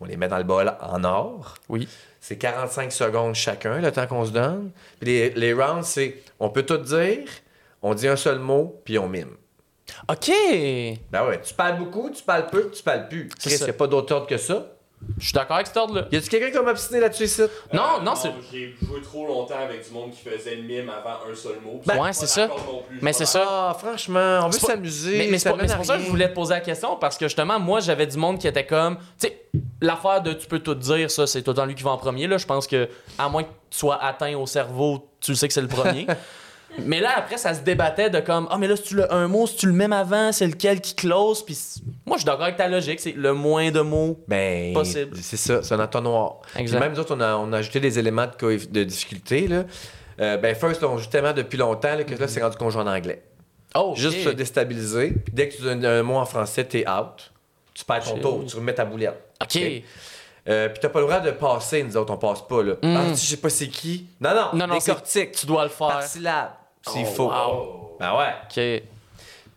Speaker 1: On les met dans le bol en or.
Speaker 2: Oui.
Speaker 1: C'est 45 secondes chacun, le temps qu'on se donne. Puis les, les rounds, c'est on peut tout dire, on dit un seul mot, puis on mime.
Speaker 2: OK. Je
Speaker 1: Ben ouais, tu parles beaucoup, tu parles peu, tu parles plus.
Speaker 2: C'est
Speaker 1: Chris,
Speaker 2: ça.
Speaker 1: y a pas d'autre ordre que ça.
Speaker 2: suis d'accord avec cet ordre-là.
Speaker 1: Y a-tu quelqu'un qui va m'obstiner là-dessus ici?
Speaker 2: Non,
Speaker 3: Euh,
Speaker 2: non, c'est.
Speaker 3: J'ai joué trop longtemps avec du monde qui faisait le mime avant un seul mot.
Speaker 2: Ben, ouais, c'est ça. Mais c'est ça.
Speaker 1: Ah, franchement, on veut
Speaker 2: C'est pas-
Speaker 1: s'amuser.
Speaker 2: Mais, mais c'est
Speaker 1: ça
Speaker 2: pas- mais
Speaker 1: mène
Speaker 2: c'est
Speaker 1: à
Speaker 2: pour ça que
Speaker 1: rien.
Speaker 2: je voulais te poser la question, parce que justement, moi, j'avais du monde qui était comme. Tu sais, l'affaire de tu peux tout dire, ça, c'est tout le temps lui qui va en premier. Là, je pense que, à moins que tu sois atteint au cerveau, tu sais que c'est le premier. mais là, après, ça se débattait de comme. Ah, mais là, si tu le un mot, si tu le même avant, c'est lequel qui close. Puis c- moi, je suis d'accord avec ta logique, c'est le moins de mots.
Speaker 1: Ben,
Speaker 2: Possible.
Speaker 1: c'est ça, c'est un entonnoir.
Speaker 2: Exact.
Speaker 1: Puis Même nous autres, on a, on a ajouté des éléments de, coef- de difficulté. Là. Euh, ben, First, on joue tellement depuis longtemps là, que là, c'est rendu qu'on joue en anglais.
Speaker 2: Oh,
Speaker 1: Juste pour se déstabiliser. Puis dès que tu donnes un mot en français, t'es out. Tu perds ton
Speaker 2: Shit.
Speaker 1: tour, tu remets ta boulette.
Speaker 2: OK.
Speaker 1: Euh, puis t'as pas le droit de passer, nous autres, on passe pas, là.
Speaker 2: Mm.
Speaker 1: Ah, tu- je sais pas c'est qui. Non, non,
Speaker 2: Non, non, c'est-
Speaker 1: décortique.
Speaker 2: Tu dois le faire.
Speaker 1: par syllabe, s'il
Speaker 2: Oh,
Speaker 1: faut.
Speaker 2: wow.
Speaker 1: Ben ouais.
Speaker 2: OK. Ouais,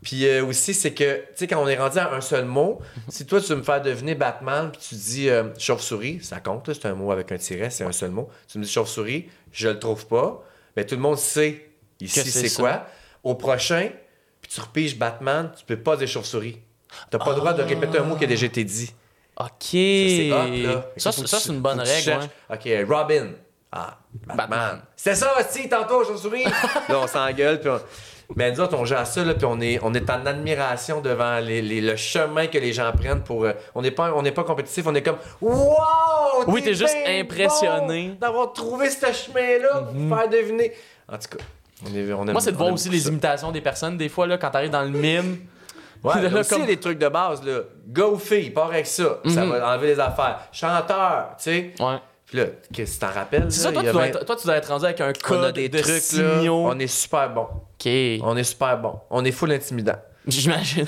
Speaker 1: Puis euh, aussi, c'est que, tu sais, quand on est rendu à un seul mot, si toi, tu veux me faire deviner Batman, puis tu dis euh, chauve-souris, ça compte, là, c'est un mot avec un tiret, c'est un seul mot. Tu me dis chauve-souris, je le trouve pas. Mais tout le monde sait ici
Speaker 2: Que c'est
Speaker 1: c'est
Speaker 2: ça.
Speaker 1: quoi. Au prochain, puis tu repiges Batman, tu peux pas dire chauve-souris. T'as pas le droit de répéter un mot qui a déjà été dit.
Speaker 2: OK.
Speaker 1: Ça, c'est hot, là.
Speaker 2: Ça,
Speaker 1: Faut
Speaker 2: c'est-
Speaker 1: que
Speaker 2: ça,
Speaker 1: tu-
Speaker 2: c'est une bonne
Speaker 1: faut que tu
Speaker 2: règle.
Speaker 1: cherches.
Speaker 2: ouais.
Speaker 1: OK, Robin. Ah, Batman.
Speaker 2: Batman.
Speaker 1: C'est ça aussi, tantôt, chauve-souris. là, on s'engueule, puis on... Mais nous autres, on joue à ça, là, puis on est, on est en admiration devant les, les- le chemin que les gens prennent pour... euh, on n'est pas, on n'est pas compétitif, on est comme « Wow!
Speaker 2: Oui, t'es juste
Speaker 1: bien
Speaker 2: impressionné.
Speaker 1: bon d'avoir trouvé ce chemin-là pour faire deviner. » En tout cas, on est, on aime-
Speaker 2: Moi, c'est de
Speaker 1: on
Speaker 2: voir
Speaker 1: aime
Speaker 2: aussi
Speaker 1: beaucoup
Speaker 2: les
Speaker 1: ça.
Speaker 2: imitations des personnes, des fois, là, quand t'arrives dans le mime.
Speaker 1: Ouais,
Speaker 2: Puis de
Speaker 1: là,
Speaker 2: là,
Speaker 1: aussi,
Speaker 2: comme-
Speaker 1: des trucs de base, là. Gars ou fille, part avec ça. Ça
Speaker 2: Mhm.
Speaker 1: va enlever les affaires. Chanteur, tu sais.
Speaker 2: Ouais.
Speaker 1: Puis là, qu'est-ce que t'en rappelles?
Speaker 2: C'est
Speaker 1: là,
Speaker 2: ça, toi
Speaker 1: il y
Speaker 2: tu,
Speaker 1: a
Speaker 2: dois
Speaker 1: vingt-
Speaker 2: être, toi, tu dois être rendu avec un code
Speaker 1: On a des
Speaker 2: de
Speaker 1: trucs,
Speaker 2: signaux.
Speaker 1: là. On est super bon.
Speaker 2: OK.
Speaker 1: On est super bon. On est full intimidant.
Speaker 2: J'imagine.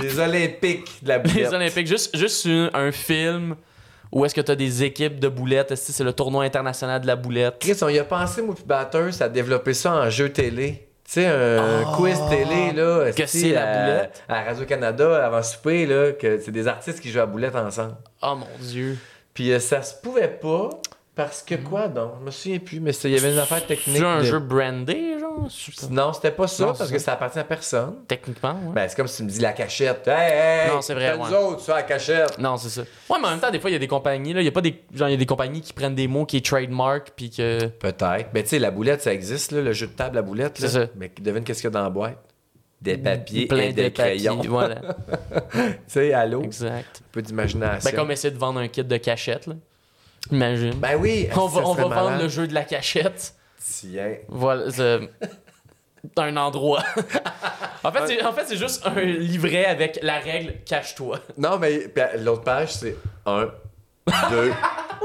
Speaker 1: Les Olympiques de la
Speaker 2: Les
Speaker 1: boulette.
Speaker 2: Olympiques, juste, juste une- un film où est-ce que t'as des équipes de boulettes. Est-ce que c'est le tournoi international de la boulette?
Speaker 1: Chris, on y a pensé, moi, puis Batteuse, à développer ça en jeu télé. Tu sais, un
Speaker 2: Ah,
Speaker 1: quiz télé, là.
Speaker 2: que
Speaker 1: esti,
Speaker 2: c'est la
Speaker 1: à-
Speaker 2: boulette.
Speaker 1: À Radio-Canada, avant souper, là, que c'est des artistes qui jouent à boulette ensemble.
Speaker 2: Oh mon Dieu.
Speaker 1: Puis euh, ça se pouvait pas, parce que quoi, donc? Je me souviens plus, mais c'est- il y avait une affaire technique.
Speaker 2: C'est un
Speaker 1: de-
Speaker 2: jeu brandé, genre? Je sais pas.
Speaker 1: Non, c'était pas ça,
Speaker 2: Non, c'est
Speaker 1: parce
Speaker 2: ça.
Speaker 1: que ça appartient à personne.
Speaker 2: Techniquement, ouais.
Speaker 1: Ben, c'est comme si tu me dis la cachette. Hey, hey,
Speaker 2: Non, c'est vrai,
Speaker 1: fais Nous
Speaker 2: ouais.
Speaker 1: autres, ça, la cachette.
Speaker 2: Non, c'est ça. Ouais, mais en même temps, des fois, il y a des compagnies, là. Il y a pas des. Genre, il y a des compagnies qui prennent des mots qui est trademark, puis que.
Speaker 1: Peut-être. Mais tu sais, la boulette, ça existe, là, le jeu de table, la boulette. là.
Speaker 2: C'est ça. Mm,
Speaker 1: Mais devine qu'est-ce qu'il y a dans la boîte? Des papiers
Speaker 2: plein
Speaker 1: et des
Speaker 2: de papiers,
Speaker 1: crayons. Tu
Speaker 2: Voilà,
Speaker 1: sais, allô? Un
Speaker 2: exact.
Speaker 1: peu d'imagination.
Speaker 2: Ben, comme essayer de vendre un kit de cachette, là. Imagine.
Speaker 1: Ben oui,
Speaker 2: on va, on va vendre le jeu de la cachette.
Speaker 1: Tiens.
Speaker 2: Voilà, c'est un endroit. en fait, c'est en fait, c'est juste un livret avec la règle cache-toi.
Speaker 1: Non, mais puis, l'autre page, c'est 1, 2,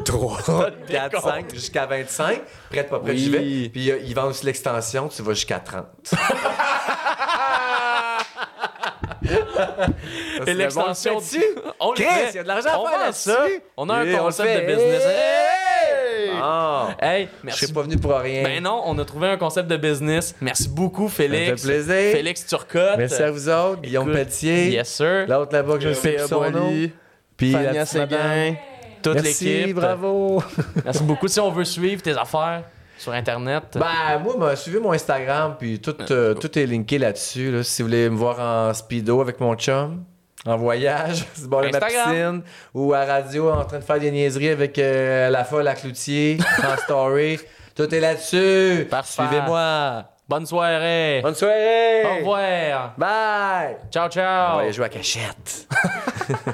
Speaker 1: 3, 4, 5, jusqu'à 25. Prêt, pas prêt,
Speaker 2: Oui.
Speaker 1: j'y vais. Puis euh, ils vendent aussi l'extension, tu vas jusqu'à 30. Ça, c'est le bon
Speaker 2: l'extension-
Speaker 1: fait-tu?
Speaker 2: On le
Speaker 1: Chris,
Speaker 2: fait.
Speaker 1: il y a de l'argent
Speaker 2: On
Speaker 1: à faire
Speaker 2: vend
Speaker 1: là-dessus.
Speaker 2: ça. On a un
Speaker 1: Et le
Speaker 2: concept de
Speaker 1: fait.
Speaker 2: business.
Speaker 1: Hey!
Speaker 2: Hey!
Speaker 1: Ah!
Speaker 2: Hey,
Speaker 1: Je suis
Speaker 2: merci.
Speaker 1: pas venu pour rien.
Speaker 2: Ben non, on a trouvé un concept de business. Merci beaucoup,
Speaker 1: Ça me
Speaker 2: Félix.
Speaker 1: fait plaisir.
Speaker 2: Félix Turcotte.
Speaker 1: Merci à vous autres. Guillaume Pelletier.
Speaker 2: Yes, sir.
Speaker 1: L'autre là-bas que je ne sais plus son nom. Puis la
Speaker 2: Fania
Speaker 1: petite madame.
Speaker 2: Séguin. Toute
Speaker 1: Merci,
Speaker 2: l'équipe.
Speaker 1: bravo.
Speaker 2: Merci beaucoup. Si on veut suivre tes affaires sur Internet.
Speaker 1: Ben, moi, m'a suivi mon Instagram, puis tout, euh, tout est linké là-dessus. là. Si vous voulez me voir en speedo avec mon chum, en voyage, c'est bon, à ma
Speaker 2: Instagram.
Speaker 1: piscine, ou à radio en train de faire des niaiseries avec euh, la folle à Cloutier, en story. Tout est là-dessus.
Speaker 2: Parfait.
Speaker 1: Suivez-moi.
Speaker 2: Bonne soirée.
Speaker 1: Bonne soirée.
Speaker 2: Au revoir.
Speaker 1: Bye.
Speaker 2: Ciao,
Speaker 1: On
Speaker 2: ciao.
Speaker 1: va aller jouer à cachette.
Speaker 3: ça.